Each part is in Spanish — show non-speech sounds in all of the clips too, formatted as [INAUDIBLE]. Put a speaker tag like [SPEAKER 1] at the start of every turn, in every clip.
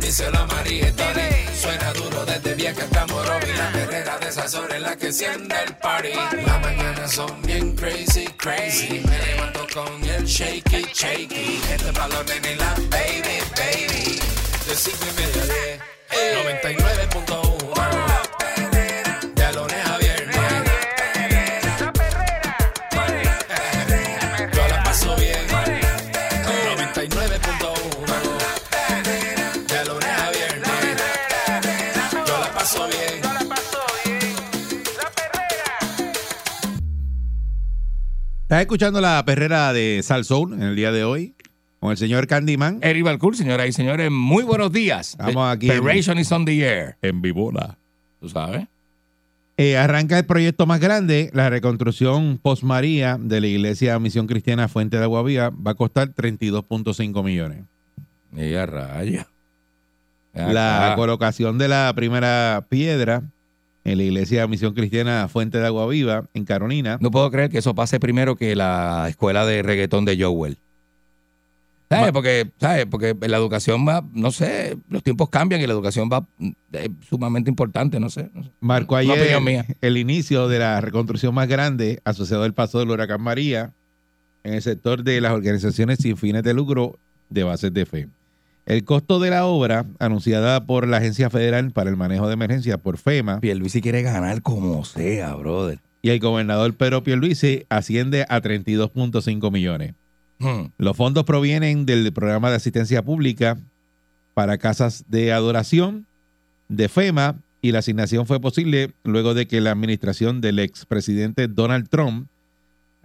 [SPEAKER 1] díselo a María y ah. Tony. Suena duro desde bien que estamos Robin. La perrera de esas horas es la que enciende el party. Las mañanas son bien crazy, crazy. Me levanto con el shaky, shaky. Este es pa' los nenes y la baby, baby. De cinco y media a diez. 99.1 La perrera De lunes a viernes
[SPEAKER 2] la perrera,
[SPEAKER 1] yo la paso bien. 99.1. De lunes a viernes. Yo la paso bien.
[SPEAKER 2] no la pasó bien. La perrera,
[SPEAKER 3] Estás escuchando la perrera de Sal Soul en el día de hoy con el señor Candyman.
[SPEAKER 4] Eric Balcour, señoras y señores, muy buenos días.
[SPEAKER 3] Estamos aquí en-
[SPEAKER 4] Perration is on the air. En Vibola. ¿Tú sabes?
[SPEAKER 3] Eh, arranca el proyecto más grande, la reconstrucción post María de la iglesia Misión Cristiana Fuente de Agua Viva. Va a costar 32.5 millones.
[SPEAKER 4] Ella raya.
[SPEAKER 3] La
[SPEAKER 4] Acá.
[SPEAKER 3] colocación de la primera piedra en la iglesia Misión Cristiana Fuente de Agua Viva en Carolina.
[SPEAKER 4] No puedo creer que eso pase primero que la escuela de reggaetón de Joel. ¿Sabes?
[SPEAKER 3] Ma-
[SPEAKER 4] Porque, ¿sabes? Porque la educación va, no sé, los tiempos cambian y la educación va es sumamente importante, no sé. no sé.
[SPEAKER 3] Marcó
[SPEAKER 4] Una
[SPEAKER 3] ayer
[SPEAKER 4] opinión mía.
[SPEAKER 3] el inicio de la reconstrucción más grande asociado al paso del huracán María en el sector de las organizaciones sin fines de lucro de bases de fe. El costo de la obra, anunciada por la Agencia Federal para el Manejo de Emergencia, por FEMA,
[SPEAKER 4] Pierluisi quiere ganar como sea, brother.
[SPEAKER 3] y el gobernador Pedro Pierluisi, asciende a 32.5 millones.
[SPEAKER 4] Hmm.
[SPEAKER 3] Los fondos provienen del programa de asistencia pública para casas de adoración de FEMA y la asignación fue posible luego de que la administración del expresidente Donald Trump,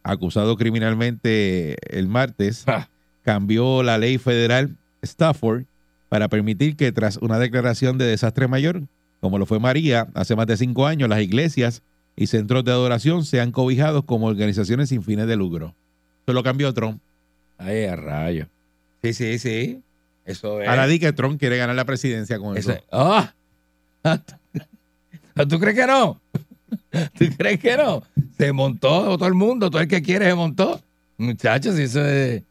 [SPEAKER 3] acusado criminalmente el martes,
[SPEAKER 4] Ja.
[SPEAKER 3] cambió la ley federal Stafford para permitir que tras una declaración de desastre mayor, como lo fue María hace más de cinco años, las iglesias y centros de adoración sean cobijados como organizaciones sin fines de lucro. Eso lo cambió Trump.
[SPEAKER 4] Ay, a rayo. Sí, sí, sí. Eso es.
[SPEAKER 3] Ahora di que Trump quiere ganar la presidencia con eso.
[SPEAKER 4] Ese- ¡Ah! [LAUGHS] ¿Tú crees que no? ¿Tú crees que no? Se montó todo el mundo, todo el que quiere se montó. Muchachos, eso es...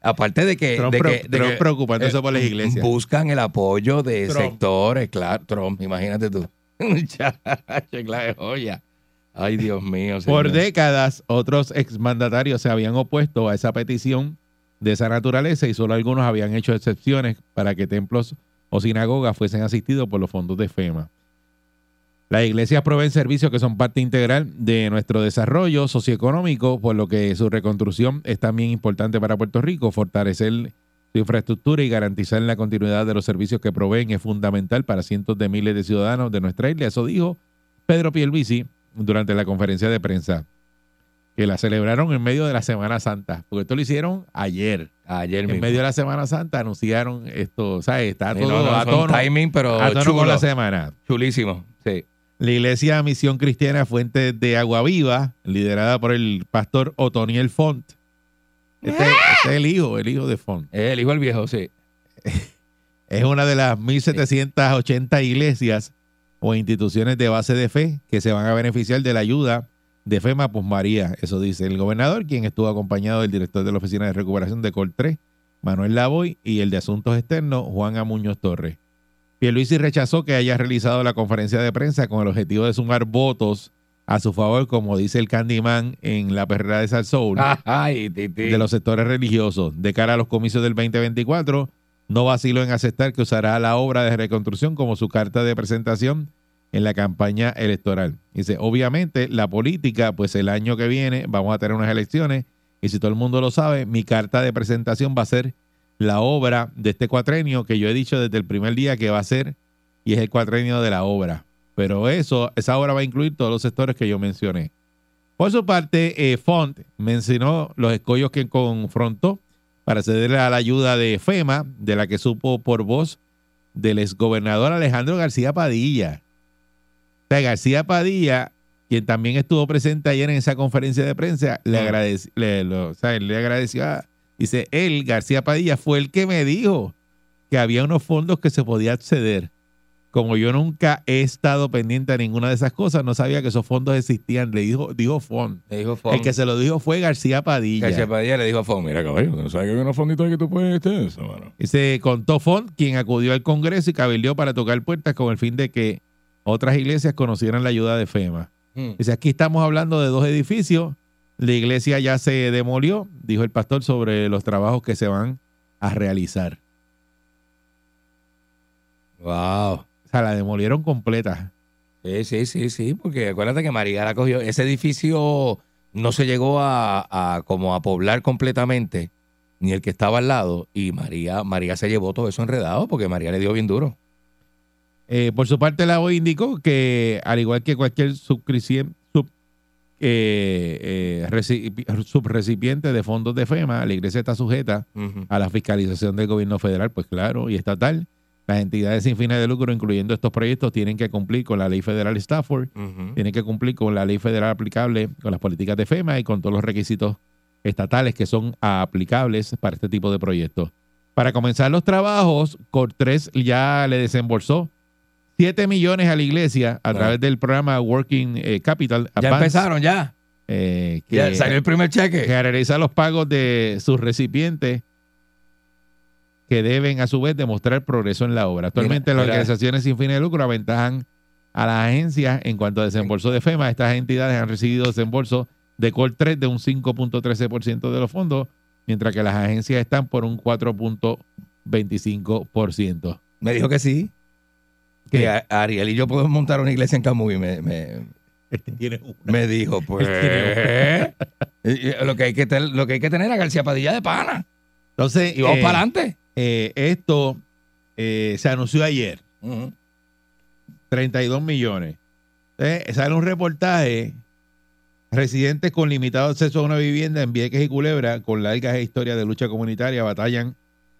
[SPEAKER 4] Aparte de que...
[SPEAKER 3] Trump,
[SPEAKER 4] de
[SPEAKER 3] pre-
[SPEAKER 4] que- de
[SPEAKER 3] Trump
[SPEAKER 4] que-
[SPEAKER 3] preocupándose
[SPEAKER 4] eh,
[SPEAKER 3] por las iglesias.
[SPEAKER 4] Buscan el apoyo de
[SPEAKER 3] Trump.
[SPEAKER 4] sectores, claro. Trump, imagínate tú. [LAUGHS] Muchachos, claro, de joya. Ay, Dios mío.
[SPEAKER 3] Por
[SPEAKER 4] señor.
[SPEAKER 3] décadas, otros exmandatarios se habían opuesto a esa petición de esa naturaleza y solo algunos habían hecho excepciones para que templos o sinagogas fuesen asistidos por los fondos de FEMA. Las iglesias proveen servicios que son parte integral de nuestro desarrollo socioeconómico, por lo que su reconstrucción es también importante para Puerto Rico. Fortalecer su infraestructura y garantizar la continuidad de los servicios que proveen es fundamental para cientos de miles de ciudadanos de nuestra isla. Eso dijo Pedro Pierluisi durante la conferencia de prensa, que la celebraron en medio de la Semana Santa, porque esto lo hicieron ayer.
[SPEAKER 4] Ayer
[SPEAKER 3] En
[SPEAKER 4] mismo.
[SPEAKER 3] medio de la Semana Santa anunciaron esto, ¿sabes? Está
[SPEAKER 4] Sí,
[SPEAKER 3] todo
[SPEAKER 4] no, no,
[SPEAKER 3] a
[SPEAKER 4] fue un
[SPEAKER 3] tono,
[SPEAKER 4] timing, pero
[SPEAKER 3] a tono
[SPEAKER 4] chulo,
[SPEAKER 3] con la semana.
[SPEAKER 4] chulísimo. Sí.
[SPEAKER 3] La iglesia Misión Cristiana Fuente de Agua Viva, liderada por el pastor Otoniel Font. Este, este es el hijo, el hijo de Font.
[SPEAKER 4] ¡Ah! El hijo del viejo, sí.
[SPEAKER 3] [LAUGHS] Es una de las 1.780 iglesias o instituciones de base de fe que se van a beneficiar de la ayuda de FEMA Pus María. Eso dice el gobernador, quien estuvo acompañado del director de la Oficina de Recuperación de Col 3, Manuel Lavoy, y el de Asuntos Externos, Juan Amuñoz Torres. Pierluisi rechazó que haya realizado la conferencia de prensa con el objetivo de sumar votos a su favor, como dice el Candyman en la perrera de Sal Soul
[SPEAKER 4] Ay, titi.
[SPEAKER 3] de los sectores religiosos de cara a los comicios del 2024. No vaciló en aceptar que usará la obra de reconstrucción como su carta de presentación en la campaña electoral. Dice, obviamente la política, pues el año que viene vamos a tener unas elecciones y si todo el mundo lo sabe, mi carta de presentación va a ser la obra de este cuatrenio que yo he dicho desde el primer día que va a ser y es el cuatrenio de la obra. Pero eso, esa obra va a incluir todos los sectores que yo mencioné. Por su parte, eh, Font mencionó los escollos que confrontó para ceder a la ayuda de FEMA, de la que supo por voz del exgobernador Alejandro García Padilla. O sea, García Padilla quien también estuvo presente ayer en esa conferencia de prensa, le, agradec- le, lo- o sea, él le agradeció a- Dice, él, García Padilla, fue el que me dijo que había unos fondos que se podía acceder. Como yo nunca he estado pendiente de ninguna de esas cosas, no sabía que esos fondos existían. Le dijo, dijo fond.
[SPEAKER 4] Le dijo Fon.
[SPEAKER 3] El que se lo dijo fue García Padilla.
[SPEAKER 4] García Padilla le dijo a Fon, mira caballo, ¿tú no sabes que hay unos fonditos ahí que tú puedes este, eso, mano.
[SPEAKER 3] Dice, contó Font, quien acudió al Congreso y cabildeó para tocar puertas con el fin de que otras iglesias conocieran la ayuda de FEMA. Dice, aquí estamos hablando de dos edificios. La iglesia ya se demolió, dijo el pastor, sobre los trabajos que se van a realizar.
[SPEAKER 4] Wow.
[SPEAKER 3] O sea, la demolieron completa.
[SPEAKER 4] Sí, sí, sí, sí, porque acuérdate que Marigara cogió ese edificio, no se llegó a, a como a poblar completamente, ni el que estaba al lado, y María, María se llevó todo eso enredado porque María le dio bien duro.
[SPEAKER 3] Eh, por su parte, la OI indicó que, al igual que cualquier subcrisien- sub- eh, eh, recipi- subrecipiente de fondos de FEMA, la iglesia está sujeta a la fiscalización del gobierno federal, pues claro, y estatal. Las entidades sin fines de lucro, incluyendo estos proyectos, tienen que cumplir con la ley federal Stafford, tienen que cumplir con la ley federal aplicable, con las políticas de FEMA y con todos los requisitos estatales que son aplicables para este tipo de proyectos. Para comenzar los trabajos, Cortés ya le desembolsó 7 millones a la iglesia a
[SPEAKER 4] Ah.
[SPEAKER 3] través del programa Working eh, Capital
[SPEAKER 4] Ya
[SPEAKER 3] Advance,
[SPEAKER 4] empezaron, ya.
[SPEAKER 3] eh, que-
[SPEAKER 4] Ya salió el primer cheque.
[SPEAKER 3] que realiza los pagos de sus recipientes que deben a su vez demostrar progreso en la obra. Actualmente
[SPEAKER 4] Mira,
[SPEAKER 3] las
[SPEAKER 4] mira.
[SPEAKER 3] organizaciones sin fines de lucro aventajan a las agencias en cuanto a desembolso de FEMA. Estas entidades han recibido desembolso de Col 3 de un 5.13% de los fondos, mientras que las agencias están por un 4.25%.
[SPEAKER 4] Me dijo que sí.
[SPEAKER 3] ¿Qué?
[SPEAKER 4] Que a- Ariel y yo podemos montar una iglesia en Camuy. Me, me, me [LAUGHS] dijo, pues.
[SPEAKER 3] pues.
[SPEAKER 4] Y- y- lo, que hay que tener, lo que hay que tener es a García Padilla de pana.
[SPEAKER 3] Entonces,
[SPEAKER 4] Y vamos
[SPEAKER 3] eh,
[SPEAKER 4] para adelante.
[SPEAKER 3] eh, esto eh, se anunció ayer. 32 millones. Entonces, sale un reportaje. Residentes con limitado acceso a una vivienda en Vieques y Culebra, con largas historias de lucha comunitaria, batallan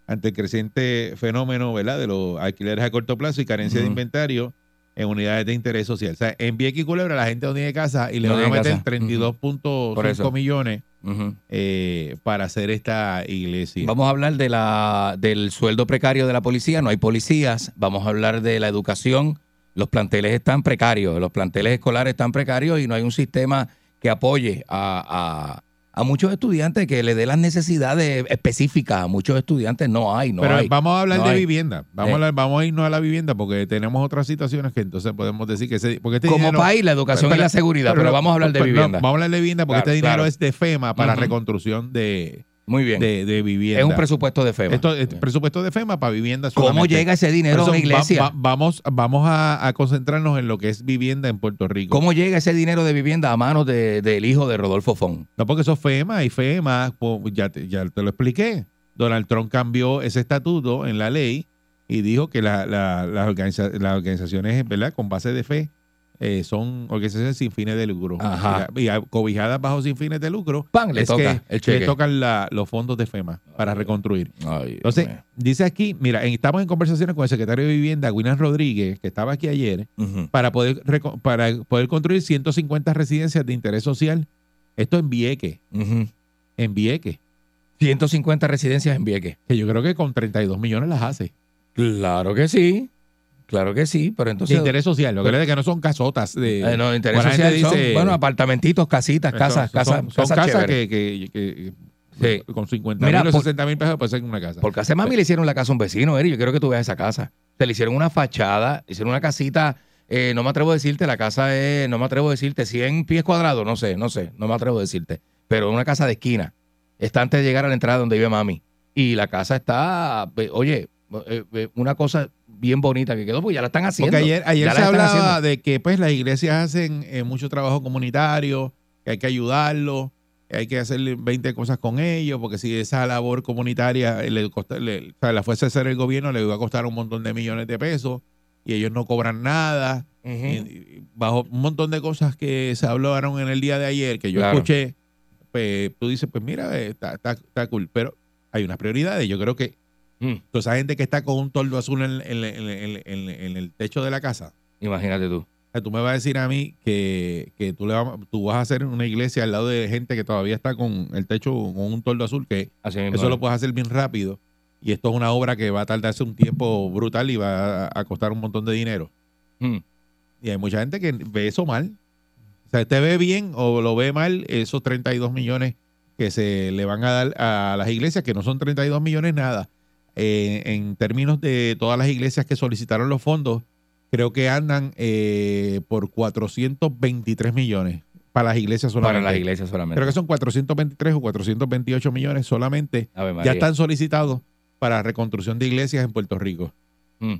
[SPEAKER 3] ante el creciente fenómeno ¿verdad? de los alquileres a corto plazo y carencia de
[SPEAKER 4] Ujú.
[SPEAKER 3] inventario en unidades de interés social. O sea, en Vieques y Culebra la gente no tiene casa y le
[SPEAKER 4] No
[SPEAKER 3] van a
[SPEAKER 4] tiene
[SPEAKER 3] meter
[SPEAKER 4] casa.
[SPEAKER 3] 32.5
[SPEAKER 4] Por eso.
[SPEAKER 3] millones
[SPEAKER 4] Ujú.
[SPEAKER 3] eh, para hacer esta iglesia.
[SPEAKER 4] Vamos a hablar de la, del sueldo precario de la policía. No hay policías. Vamos a hablar de la educación. Los planteles están precarios. Los planteles escolares están precarios y no hay un sistema que apoye a, a- a muchos estudiantes, que le dé las necesidades específicas. A muchos estudiantes no hay, no
[SPEAKER 3] Pero
[SPEAKER 4] hay.
[SPEAKER 3] vamos a hablar
[SPEAKER 4] no
[SPEAKER 3] de
[SPEAKER 4] hay.
[SPEAKER 3] vivienda. Vamos, a
[SPEAKER 4] Eh.
[SPEAKER 3] hablar- vamos a irnos a la vivienda porque tenemos otras situaciones que entonces podemos decir que ese, porque este
[SPEAKER 4] Como
[SPEAKER 3] dinero-
[SPEAKER 4] país, la educación y
[SPEAKER 3] Espera,
[SPEAKER 4] la seguridad. Pero,
[SPEAKER 3] no,
[SPEAKER 4] vamos a hablar de
[SPEAKER 3] pero no,
[SPEAKER 4] vivienda.
[SPEAKER 3] vamos a hablar de vivienda porque
[SPEAKER 4] Claro,
[SPEAKER 3] este dinero
[SPEAKER 4] claro.
[SPEAKER 3] es de FEMA para
[SPEAKER 4] Ujú.
[SPEAKER 3] reconstrucción de,
[SPEAKER 4] Muy bien.
[SPEAKER 3] de, de vivienda.
[SPEAKER 4] es un presupuesto de FEMA.
[SPEAKER 3] Esto es presupuesto de FEMA para vivienda.
[SPEAKER 4] ¿Cómo
[SPEAKER 3] solamente.
[SPEAKER 4] llega ese
[SPEAKER 3] Por
[SPEAKER 4] dinero a
[SPEAKER 3] eso
[SPEAKER 4] una
[SPEAKER 3] va-
[SPEAKER 4] iglesia?
[SPEAKER 3] va- vamos vamos a, a concentrarnos en lo que es vivienda en Puerto Rico.
[SPEAKER 4] ¿Cómo llega ese dinero de vivienda a manos de- del hijo de Rodolfo Fon?
[SPEAKER 3] No, porque eso es FEMA y FEMA, pues, ya te, ya te lo expliqué. Donald Trump cambió ese estatuto en la ley y dijo que la- la- las, organiza- las organizaciones ¿verdad? con base de fe eh, son organizaciones sin fines de lucro.
[SPEAKER 4] Ajá.
[SPEAKER 3] Y, la- y a- cobijadas bajo sin fines de lucro.
[SPEAKER 4] Pan, le
[SPEAKER 3] es
[SPEAKER 4] toca
[SPEAKER 3] que
[SPEAKER 4] el cheque.
[SPEAKER 3] le tocan la- los fondos de FEMA para reconstruir.
[SPEAKER 4] Ay,
[SPEAKER 3] Entonces,
[SPEAKER 4] Dios
[SPEAKER 3] dice aquí, mira, en- estamos en conversaciones con el secretario de Vivienda, Guinan Rodríguez, que estaba aquí ayer,
[SPEAKER 4] mío. Ujú.
[SPEAKER 3] para poder, reco- para poder construir 150 residencias de interés social. Esto en Vieques
[SPEAKER 4] Ujú.
[SPEAKER 3] en Vieques,
[SPEAKER 4] 150 residencias en Vieques.
[SPEAKER 3] que yo creo que con 32 millones las hace.
[SPEAKER 4] Claro que sí. Claro que sí, pero
[SPEAKER 3] De
[SPEAKER 4] entonces...
[SPEAKER 3] interés social, lo que
[SPEAKER 4] pero-
[SPEAKER 3] es que no son casotas de
[SPEAKER 4] Eh, no, interés
[SPEAKER 3] Bueno, la
[SPEAKER 4] social
[SPEAKER 3] gente
[SPEAKER 4] son,
[SPEAKER 3] dice-
[SPEAKER 4] bueno, apartamentitos, casitas,
[SPEAKER 3] son-
[SPEAKER 4] casas,
[SPEAKER 3] son-
[SPEAKER 4] casas,
[SPEAKER 3] son
[SPEAKER 4] casas chéveres.
[SPEAKER 3] que, que- que-
[SPEAKER 4] Sí.
[SPEAKER 3] con 50
[SPEAKER 4] Mira,
[SPEAKER 3] mil o
[SPEAKER 4] por-
[SPEAKER 3] 60 mil pesos puede ser una casa.
[SPEAKER 4] Porque hace mami le hicieron la casa a un vecino, Eri. Yo quiero que tú veas esa casa. Se le hicieron una fachada, hicieron una casita. eh, no me atrevo a decirte, la casa es, no me atrevo a decirte, 100 pies cuadrados, no sé, no sé, no me atrevo a decirte. Pero una casa de esquina. Está antes de llegar a la entrada donde vive mami. Y la casa está, eh, oye, eh, eh, una cosa bien bonita que quedó, pues ya la están haciendo.
[SPEAKER 3] Porque ayer, ayer
[SPEAKER 4] Ya
[SPEAKER 3] se
[SPEAKER 4] la están
[SPEAKER 3] hablaba
[SPEAKER 4] haciendo.
[SPEAKER 3] de que pues las iglesias hacen eh, mucho trabajo comunitario, que hay que ayudarlo, que hay que hacerle 20 cosas con ellos, porque si esa labor comunitaria eh, le costa- le- o sea, la fuese a hacer el gobierno, le iba a costar un montón de millones de pesos y ellos no cobran nada.
[SPEAKER 4] Ujú.
[SPEAKER 3] Y- y bajo un montón de cosas que se hablaron en el día de ayer que yo
[SPEAKER 4] Claro.
[SPEAKER 3] escuché, pues, tú dices, pues mira, eh, está, está- está cool, pero hay unas prioridades. Yo creo que
[SPEAKER 4] Mm,
[SPEAKER 3] toda esa gente que está con un toldo azul en, en- en- en- en- en el techo de la casa,
[SPEAKER 4] imagínate tú.
[SPEAKER 3] O sea, tú me vas a decir a mí que, que tú, le vas, tú vas a hacer una iglesia al lado de gente que todavía está con el techo con un toldo azul, que
[SPEAKER 4] Así mismo
[SPEAKER 3] eso
[SPEAKER 4] es.
[SPEAKER 3] lo puedes hacer bien rápido. Y esto es una obra que va a tardarse un tiempo brutal y va a- a costar un montón de dinero.
[SPEAKER 4] Mm.
[SPEAKER 3] Y hay mucha gente que ve eso mal. O sea, te ve bien o lo ve mal esos 32 millones que se le van a dar a las iglesias, que no son 32 millones nada. Eh, en términos de todas las iglesias que solicitaron los fondos, creo que andan eh, por 423 millones para las iglesias solamente.
[SPEAKER 4] Para las iglesias solamente.
[SPEAKER 3] Creo que son 423 o 428 millones solamente.
[SPEAKER 4] Ave María.
[SPEAKER 3] Ya están solicitados para reconstrucción de iglesias en Puerto Rico.
[SPEAKER 4] Mm.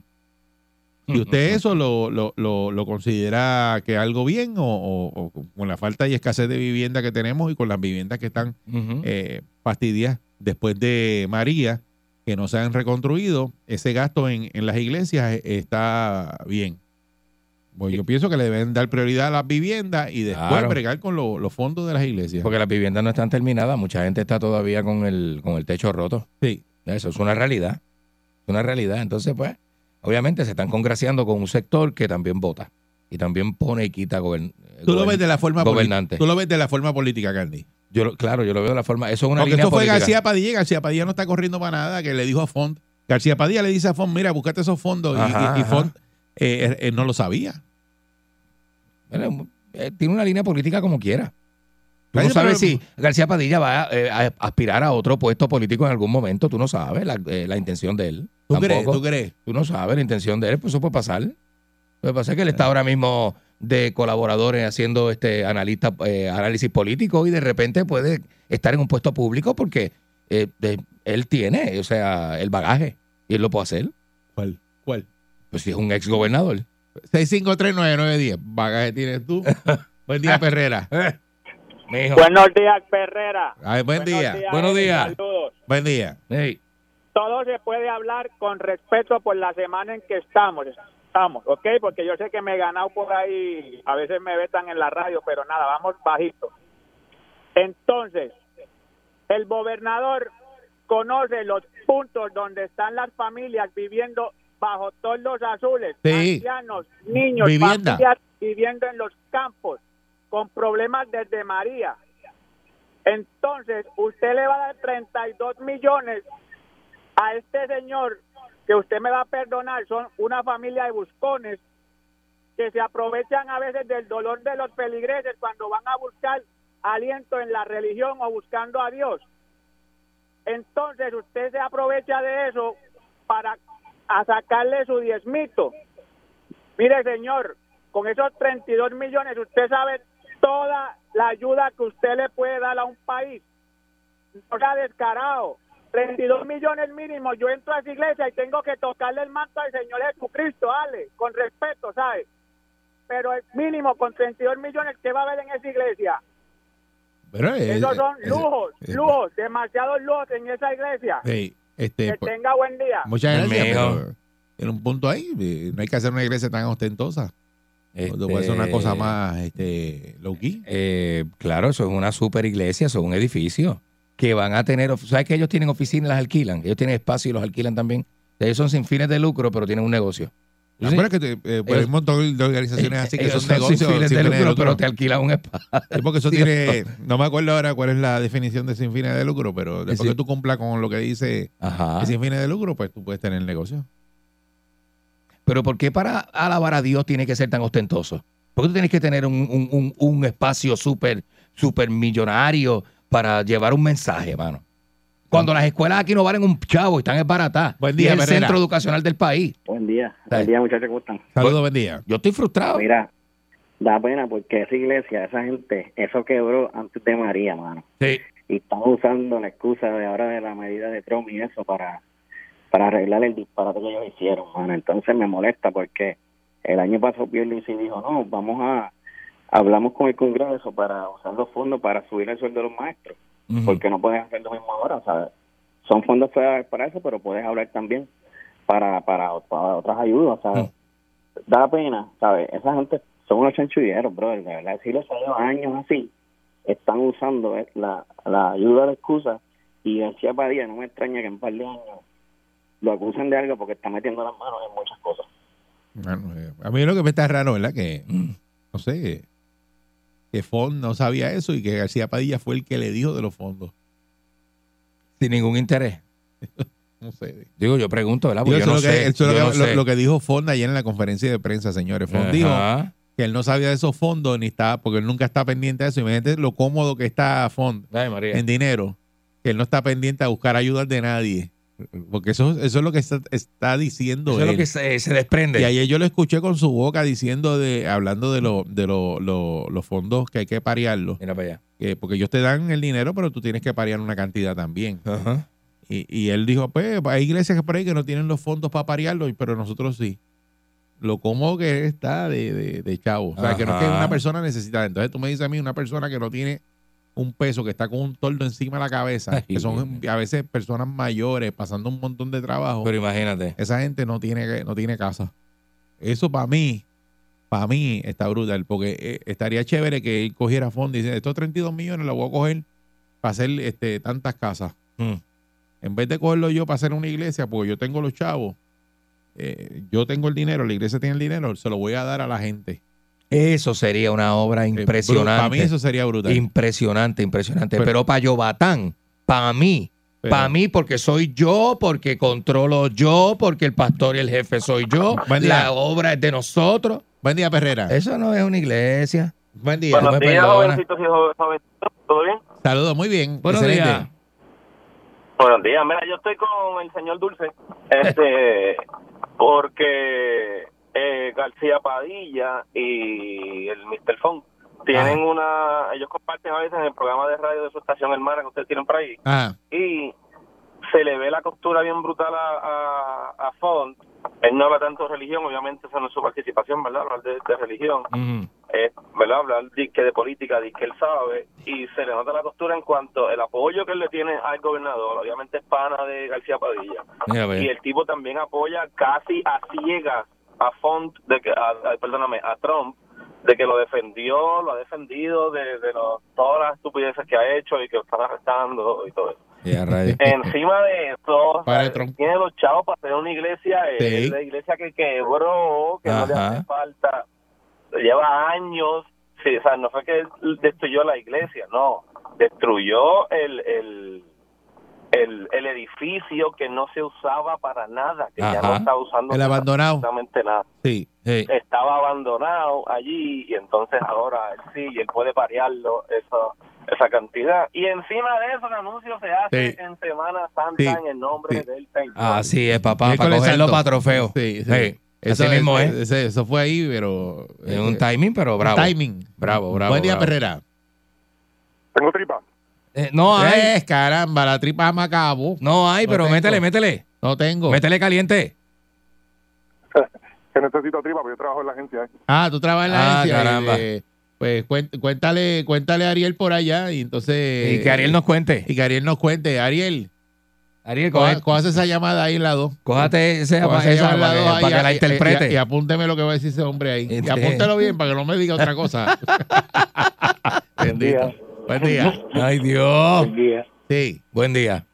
[SPEAKER 3] ¿Y usted
[SPEAKER 4] Mm.
[SPEAKER 3] eso lo, lo, lo- lo considera que algo bien o, o- o con la falta y escasez de vivienda que tenemos y con las viviendas que están
[SPEAKER 4] Ujú.
[SPEAKER 3] eh, fastidiadas después de María, que no se han reconstruido, ese gasto en, en las iglesias eh, está bien? Pues yo pienso que le deben dar prioridad a las viviendas y después
[SPEAKER 4] Claro.
[SPEAKER 3] bregar con lo- los fondos de las iglesias.
[SPEAKER 4] Porque las viviendas no están terminadas, mucha gente está todavía con el, con el techo roto.
[SPEAKER 3] Sí.
[SPEAKER 4] Eso es una realidad. Es una realidad. Entonces, pues, obviamente se están congraciando con un sector que también vota y también pone y quita gobern-
[SPEAKER 3] Tú lo
[SPEAKER 4] gobern-
[SPEAKER 3] ves de la forma política-
[SPEAKER 4] gobernante.
[SPEAKER 3] Tú lo ves de la forma política, Candy.
[SPEAKER 4] Yo lo- claro, yo lo veo de la forma. Eso es una
[SPEAKER 3] Porque
[SPEAKER 4] línea
[SPEAKER 3] esto fue
[SPEAKER 4] política.
[SPEAKER 3] García Padilla. y García Padilla no está corriendo para nada, que le dijo a Font. García Padilla le dice a Font, mira, búscate esos fondos. Y-
[SPEAKER 4] Ajá,
[SPEAKER 3] y, y
[SPEAKER 4] ajá.
[SPEAKER 3] Font eh, eh, no lo sabía.
[SPEAKER 4] Bueno, eh, tiene una línea política como quiera. Tú
[SPEAKER 3] Ay,
[SPEAKER 4] no sabes
[SPEAKER 3] pero-
[SPEAKER 4] si García Padilla va eh, a aspirar a otro puesto político en algún momento. Tú no sabes la, eh, la intención de él.
[SPEAKER 3] ¿Tú crees?
[SPEAKER 4] Tampoco.
[SPEAKER 3] ¿Tú crees?
[SPEAKER 4] Tú no sabes la intención de él, pues eso puede pasar. Puede pasar que él
[SPEAKER 3] Eh.
[SPEAKER 4] está ahora mismo de colaboradores haciendo este analista, eh, análisis político y de repente puede estar en un puesto público porque eh, de- él tiene, o sea, el bagaje y él lo puede hacer.
[SPEAKER 3] ¿Cuál? ¿Cuál?
[SPEAKER 4] Pues si es un ex gobernador.
[SPEAKER 3] 6539910. Bagaje tienes
[SPEAKER 4] [LAUGHS]
[SPEAKER 3] tú. buen día, Perrera.
[SPEAKER 5] Buenos días, Perrera.
[SPEAKER 3] Ay, buen día.
[SPEAKER 4] Buenos
[SPEAKER 5] Eddie,
[SPEAKER 4] días.
[SPEAKER 5] Saludos.
[SPEAKER 3] Buen día.
[SPEAKER 5] Todo se puede hablar con respeto por la semana en que estamos. Estamos, ¿ok? Porque yo sé que me he ganado por ahí. A veces me vetan en la radio, pero nada, vamos bajito. Entonces, el gobernador conoce los puntos donde están las familias viviendo bajo toldos azules,
[SPEAKER 3] Sí.
[SPEAKER 5] ancianos, niños,
[SPEAKER 3] Vivienda.
[SPEAKER 5] familias viviendo en los campos, con problemas desde María. Entonces, usted le va a dar 32 millones a este señor, que usted me va a perdonar, son una familia de buscones que se aprovechan a veces del dolor de los peligreses cuando van a buscar aliento en la religión o buscando a Dios. Entonces usted se aprovecha de eso para a sacarle su diezmito. Mire, señor, con esos 32 millones usted sabe toda la ayuda que usted le puede dar a un país. O sea, descarado. 32 millones mínimo. Yo entro a esa iglesia y tengo que tocarle el manto al Señor Jesucristo, Ale, con respeto, ¿sabe? Pero el mínimo con 32 millones que va a haber en esa iglesia.
[SPEAKER 3] Pero, eh,
[SPEAKER 5] Esos son
[SPEAKER 3] eh,
[SPEAKER 5] lujos,
[SPEAKER 3] eh,
[SPEAKER 5] lujos, demasiados lujos en esa iglesia.
[SPEAKER 3] Sí, este,
[SPEAKER 5] Que
[SPEAKER 3] pues,
[SPEAKER 5] tenga buen día.
[SPEAKER 3] muchas gracias.
[SPEAKER 4] Mijo.
[SPEAKER 3] pero en un punto ahí, eh, no hay que hacer una iglesia tan ostentosa. Puede ser una
[SPEAKER 4] Este,
[SPEAKER 3] cosa más este, low key.
[SPEAKER 4] eh, claro, eso es una super iglesia, eso es un edificio que van a tener, of- ¿sabes que ellos tienen oficinas y las alquilan? Ellos tienen espacio y los alquilan también. Ellos son sin fines de lucro, pero tienen un negocio.
[SPEAKER 3] La
[SPEAKER 4] Sí.
[SPEAKER 3] verdad que te- eh, pues, hay
[SPEAKER 4] Ellos-
[SPEAKER 3] un montón de organizaciones así que
[SPEAKER 4] Eh, Ellos
[SPEAKER 3] son negocios
[SPEAKER 4] sin fines de
[SPEAKER 3] sin fines de
[SPEAKER 4] lucro, pero
[SPEAKER 3] lucro.
[SPEAKER 4] te alquilan un espacio.
[SPEAKER 3] Sí, porque eso
[SPEAKER 4] [LAUGHS]
[SPEAKER 3] tiene, no me acuerdo ahora cuál es la definición de sin fines de lucro, pero después
[SPEAKER 4] Sí. Ah.
[SPEAKER 3] que tú cumplas con lo que dice
[SPEAKER 4] Ajá.
[SPEAKER 3] que sin fines de lucro, pues tú puedes tener el negocio.
[SPEAKER 4] Pero ¿por qué para alabar a Dios tiene que ser tan ostentoso? ¿Por qué tú tienes que tener un, un- un- un espacio súper, súper millonario para llevar un mensaje, mano? Cuando las escuelas aquí no valen un chavo, están esbaratadas.
[SPEAKER 3] Buen
[SPEAKER 4] Y
[SPEAKER 3] día,
[SPEAKER 4] es el
[SPEAKER 3] Herrera.
[SPEAKER 4] centro educacional del país.
[SPEAKER 6] Buen día,
[SPEAKER 4] Dale.
[SPEAKER 6] buen día muchachos, ¿cómo están?
[SPEAKER 3] Saludos, buen día.
[SPEAKER 4] Pues, Yo estoy frustrado.
[SPEAKER 6] Mira, da pena porque esa iglesia, esa gente, eso quebró antes de María, mano.
[SPEAKER 4] Sí.
[SPEAKER 6] Y están usando la excusa de ahora de la medida de Trump y eso para, para arreglar el disparate que ellos hicieron, mano. Entonces me molesta porque el año pasado Pierluisi dijo, no, vamos a, hablamos con el Congreso para usar los fondos para subir el sueldo de los maestros,
[SPEAKER 4] Ujú.
[SPEAKER 6] porque no pueden hacer lo mismo ahora, ¿sabes? Son fondos federales para eso, pero puedes hablar también para, para, para otras ayudas, ¿sabes?
[SPEAKER 4] Mm.
[SPEAKER 6] da pena, ¿sabes? Esa gente son unos chanchulleros, brother, de verdad. Si los años, años así, están usando eh, la, la ayuda de excusa y García Padilla, no me extraña que en un par de años lo acusen de algo porque está metiendo las manos en muchas cosas.
[SPEAKER 3] Bueno, eh, a mí lo que me está raro, ¿verdad? Que,
[SPEAKER 4] Mm.
[SPEAKER 3] no sé, que Fon no sabía eso y que García Padilla fue el que le dijo de los fondos.
[SPEAKER 4] Sin ningún interés.
[SPEAKER 3] No sé.
[SPEAKER 4] Digo, yo pregunto, ¿verdad?
[SPEAKER 3] Digo,
[SPEAKER 4] Porque yo,
[SPEAKER 3] eso
[SPEAKER 4] no
[SPEAKER 3] es lo que-
[SPEAKER 4] sé.
[SPEAKER 3] eso es
[SPEAKER 4] yo
[SPEAKER 3] lo
[SPEAKER 4] no
[SPEAKER 3] que- lo-
[SPEAKER 4] sé.
[SPEAKER 3] lo que dijo Fon ayer en la conferencia de prensa, señores. Fon dijo
[SPEAKER 4] Ajá.
[SPEAKER 3] que él no sabía de esos fondos ni estaba, porque él nunca está pendiente de eso. Imagínate lo cómodo que está Fon
[SPEAKER 4] Ay, María.
[SPEAKER 3] en dinero, que él no está pendiente a buscar ayuda de nadie. Porque eso, eso es lo que está, está diciendo
[SPEAKER 4] Eso es
[SPEAKER 3] él.
[SPEAKER 4] lo que se, se
[SPEAKER 3] Y
[SPEAKER 4] desprende.
[SPEAKER 3] ayer yo lo escuché con su boca diciendo de, hablando de, lo- de lo- lo- los fondos que hay que parearlos.
[SPEAKER 4] Mira para allá.
[SPEAKER 3] que- porque ellos te dan el dinero, pero tú tienes que parear una cantidad también.
[SPEAKER 4] Ajá.
[SPEAKER 3] Y, y él dijo, pues, hay iglesias por ahí que no tienen los fondos para parearlo, pero nosotros sí. Lo cómodo que está de, de, de chavo. O sea, que no es que
[SPEAKER 4] Ajá.
[SPEAKER 3] una persona necesita. Entonces tú me dices a mí, una persona que no tiene un peso, que está con un tordo encima de la cabeza,
[SPEAKER 4] Ay,
[SPEAKER 3] que son
[SPEAKER 4] Dios mío.
[SPEAKER 3] a veces personas mayores, pasando un montón de trabajo.
[SPEAKER 4] Pero imagínate.
[SPEAKER 3] Esa gente no tiene, no tiene casa. Eso para mí, para mí está brutal, porque eh, estaría chévere que él cogiera fondo y dice, estos 32 millones los voy a coger para hacer este, tantas casas.
[SPEAKER 4] Mm.
[SPEAKER 3] En vez de cogerlo yo para hacer una iglesia, porque yo tengo los chavos, eh, yo tengo el dinero, la iglesia tiene el dinero, se lo voy a dar a la gente. Eh,
[SPEAKER 4] Eso sería una obra
[SPEAKER 3] Para
[SPEAKER 4] impresionante.
[SPEAKER 3] mí eso sería brutal.
[SPEAKER 4] Impresionante, impresionante.
[SPEAKER 3] Pero-
[SPEAKER 4] Pero, para Yobatán, para mí,
[SPEAKER 3] Pero-
[SPEAKER 4] para mí, porque soy yo, porque controlo yo, porque el pastor y el jefe soy yo,
[SPEAKER 3] Buen día.
[SPEAKER 4] la obra es de nosotros.
[SPEAKER 3] Buen día, Perrera.
[SPEAKER 4] Eso no es una iglesia.
[SPEAKER 3] Buen día.
[SPEAKER 4] Bueno,
[SPEAKER 7] Buenos
[SPEAKER 4] me
[SPEAKER 7] días,
[SPEAKER 4] perdona.
[SPEAKER 7] jovencitos y jo- jovencitos. ¿Todo bien?
[SPEAKER 3] Saludos, muy bien.
[SPEAKER 4] Buenos
[SPEAKER 3] excelente.
[SPEAKER 4] días.
[SPEAKER 7] Buenos días. Mira, yo estoy con el señor Dulce.
[SPEAKER 4] [LAUGHS]
[SPEAKER 7] Este, porque eh, García Padilla y el Mr. Fon tienen una. Ellos comparten a veces en el programa de radio de su estación hermana que ustedes tienen por ahí.
[SPEAKER 3] Ah,
[SPEAKER 7] Y se le ve la costura bien brutal a, a, a Fon. Él no habla tanto de religión, obviamente, esa no es su participación, ¿verdad? Hablar de- de religión.
[SPEAKER 4] Mm.
[SPEAKER 7] eh, ¿verdad? Hablar disque de política, disque él sabe, y se le nota la costura en cuanto el apoyo que él le tiene al gobernador, obviamente es pana de García Padilla,
[SPEAKER 4] Mira,
[SPEAKER 8] Pues.
[SPEAKER 7] y
[SPEAKER 4] ve.
[SPEAKER 7] el tipo también apoya casi a ciegas a Font, de que, a- a- perdóname, a Trump, de que lo defendió, lo ha defendido de, de los- todas las estupideces que ha hecho y que lo están arrestando y todo eso.
[SPEAKER 4] Ya,
[SPEAKER 9] [LAUGHS]
[SPEAKER 4] rayo.
[SPEAKER 7] Encima de
[SPEAKER 3] [LAUGHS]
[SPEAKER 7] eso, eh,
[SPEAKER 3] Para de Trump.
[SPEAKER 7] tiene los chavos para hacer una iglesia, eh,
[SPEAKER 3] Sí.
[SPEAKER 7] la iglesia que quebró, que no le
[SPEAKER 4] Ajá.
[SPEAKER 7] hace falta, lleva años, sí, o sea, no fue que él destruyó la iglesia, no, destruyó el, el, el, el edificio que no se usaba para nada, que ya no
[SPEAKER 4] Ajá.
[SPEAKER 7] está usando
[SPEAKER 3] el abandonado.
[SPEAKER 7] absolutamente nada
[SPEAKER 3] Sí.
[SPEAKER 4] Sí.
[SPEAKER 7] estaba abandonado allí y entonces ahora él sí, y él puede parearlo eso, esa cantidad. Y encima de eso, el anuncio se hace
[SPEAKER 3] Sí.
[SPEAKER 7] en Semana Santa
[SPEAKER 3] Sí.
[SPEAKER 7] en el nombre
[SPEAKER 3] Sí.
[SPEAKER 7] del Señor.
[SPEAKER 4] Así es, papá, para
[SPEAKER 3] Miércoles
[SPEAKER 4] cogerlo
[SPEAKER 3] Santo.
[SPEAKER 4] para trofeo.
[SPEAKER 3] Sí, sí.
[SPEAKER 4] Sí.
[SPEAKER 3] Eso,
[SPEAKER 4] Así mismo,
[SPEAKER 3] es-
[SPEAKER 4] ¿eh?
[SPEAKER 3] ese- Eso fue ahí, pero.
[SPEAKER 4] Es un
[SPEAKER 3] eh,
[SPEAKER 4] timing, pero bravo.
[SPEAKER 3] Timing.
[SPEAKER 4] Bravo, bravo,
[SPEAKER 3] Buen día,
[SPEAKER 4] bravo.
[SPEAKER 3] Perrera.
[SPEAKER 7] Tengo tripa.
[SPEAKER 4] Eh, no hay,
[SPEAKER 3] Eh, caramba, la tripa me acabó.
[SPEAKER 4] no hay,
[SPEAKER 3] no
[SPEAKER 4] pero
[SPEAKER 3] tengo.
[SPEAKER 4] métele, métele.
[SPEAKER 3] No tengo.
[SPEAKER 4] Métele caliente.
[SPEAKER 7] Que necesito tripa,
[SPEAKER 9] pues
[SPEAKER 7] porque yo trabajo en la
[SPEAKER 9] eh.
[SPEAKER 7] agencia.
[SPEAKER 3] Ah, tú trabajas en la
[SPEAKER 4] Ah,
[SPEAKER 3] agencia,
[SPEAKER 4] caramba.
[SPEAKER 3] eh, pues cuen- cuéntale, cuéntale a Ariel por allá y entonces.
[SPEAKER 4] y que Ariel nos cuente.
[SPEAKER 3] y que Ariel nos cuente. Ariel,
[SPEAKER 4] Ariel,
[SPEAKER 3] coja-
[SPEAKER 4] coge-
[SPEAKER 3] cojas esa llamada ahí, la 2.
[SPEAKER 4] cójate ese
[SPEAKER 3] Cojas
[SPEAKER 4] apagón
[SPEAKER 3] esa
[SPEAKER 4] para,
[SPEAKER 3] la
[SPEAKER 4] que-
[SPEAKER 3] dos ahí,
[SPEAKER 4] para que la
[SPEAKER 3] y-
[SPEAKER 4] interprete.
[SPEAKER 3] Y, y apúnteme lo que va a decir ese hombre ahí. Y
[SPEAKER 4] Este-
[SPEAKER 3] apúntelo bien para que no me diga otra
[SPEAKER 4] [LAUGHS]
[SPEAKER 3] cosa. Bendito. Buen día.
[SPEAKER 4] Ay, Dios.
[SPEAKER 3] Sí.
[SPEAKER 4] Buen día.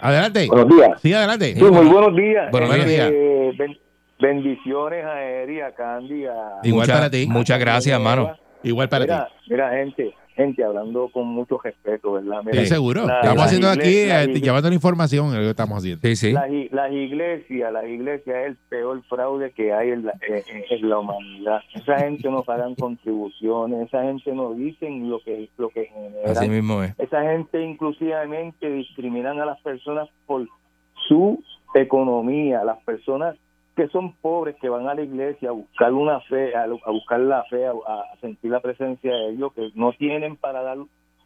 [SPEAKER 3] Adelante.
[SPEAKER 10] Buenos días.
[SPEAKER 3] Sí, adelante.
[SPEAKER 10] Sí, muy buenos días.
[SPEAKER 4] Buenos
[SPEAKER 10] Este,
[SPEAKER 3] días.
[SPEAKER 10] ben- bendiciones a Eri, a Candy, a...
[SPEAKER 3] Igual
[SPEAKER 4] Mucha-
[SPEAKER 3] para ti.
[SPEAKER 4] Muchas gracias, hermano.
[SPEAKER 3] Igual para ti.
[SPEAKER 10] Mira, mira, gente, gente, hablando con mucho respeto, ¿verdad? Mira,
[SPEAKER 3] Sí, seguro.
[SPEAKER 10] la-
[SPEAKER 3] estamos
[SPEAKER 10] la
[SPEAKER 3] haciendo aquí,
[SPEAKER 10] igle- la
[SPEAKER 3] eh,
[SPEAKER 10] igle-
[SPEAKER 3] llevando la información, es lo que estamos haciendo.
[SPEAKER 4] Sí, sí.
[SPEAKER 10] Las, i- las iglesias, las iglesias es el peor fraude que hay en la, eh, eh, en la humanidad. Esa gente no pagan contribuciones, esa gente no dicen lo que, lo que
[SPEAKER 4] Así
[SPEAKER 10] generan.
[SPEAKER 4] mismo es.
[SPEAKER 10] Esa gente inclusivamente discriminan a las personas por eh, su economía, las personas que son pobres, que van a la iglesia a buscar una fe, a, a buscar la fe, a, a sentir la presencia de Dios, que no tienen para dar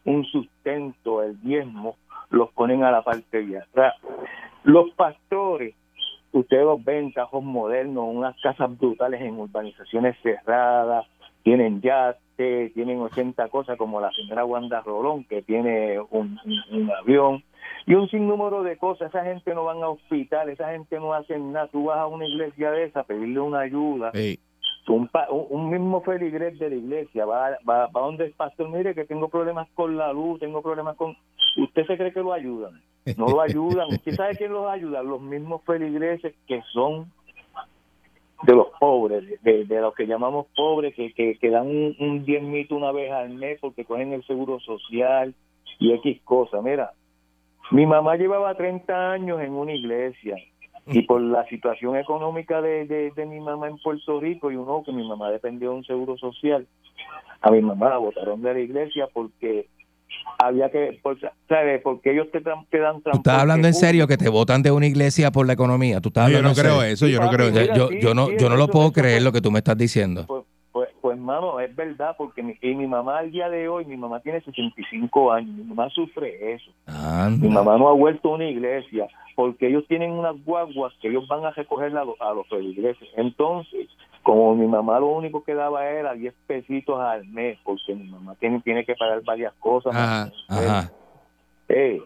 [SPEAKER 10] un sustento, el diezmo, los ponen a la parte de atrás. Los pastores, ustedes los ven, cajos modernos, unas casas brutales en urbanizaciones cerradas, tienen yate, tienen 80 cosas como la señora Wanda Rolón, que tiene un, un- un avión, y un sinnúmero de cosas. Esa gente no van a hospital, esa gente no hace nada. Tú vas a una iglesia de esa a pedirle una ayuda
[SPEAKER 3] Sí.
[SPEAKER 10] un, pa- un- un mismo feligrés de la iglesia va, va, va donde el pastor, mire que tengo problemas con la luz, tengo problemas con... ¿Usted se cree que lo ayudan? No lo ayudan. ¿Usted sabe quién los ayuda? Los mismos feligreses que son de los pobres, de- de, de los que llamamos pobres, que, que, que dan un, un diezmito una vez al mes porque cogen el seguro social y X cosa. Mira, mi mamá llevaba 30 años en una iglesia y por la situación económica de, de, de mi mamá en Puerto Rico, y uno que mi mamá dependía de un seguro social, a mi mamá la botaron de la iglesia porque había que, por- ¿sabes? Porque ellos te, dan- te dan
[SPEAKER 4] ¿Tú estás hablando en serio que te votan de una iglesia por la economía? ¿Tú estás
[SPEAKER 3] No, yo
[SPEAKER 4] hablando
[SPEAKER 3] no
[SPEAKER 4] en
[SPEAKER 3] creo
[SPEAKER 4] serio?
[SPEAKER 3] eso, yo no
[SPEAKER 10] Papi,
[SPEAKER 3] creo eso.
[SPEAKER 10] mira,
[SPEAKER 4] Yo, yo no, yo no lo
[SPEAKER 10] eso-
[SPEAKER 4] puedo
[SPEAKER 10] eso-
[SPEAKER 4] creer lo que tú me estás diciendo.
[SPEAKER 10] Pues, pues, pues, mano, es verdad, porque mi, y mi mamá al día de hoy, mi mamá tiene 65 años, mi mamá sufre eso. Mi
[SPEAKER 4] Anda.
[SPEAKER 10] mamá no ha vuelto a una iglesia, porque ellos tienen unas guaguas que ellos van a recoger a, los- a los feligreses. Entonces, como mi mamá lo único que daba era 10 pesitos al mes, porque mi mamá tiene, tiene que pagar varias cosas.
[SPEAKER 3] Ajá,
[SPEAKER 4] Ajá.
[SPEAKER 10] Eh,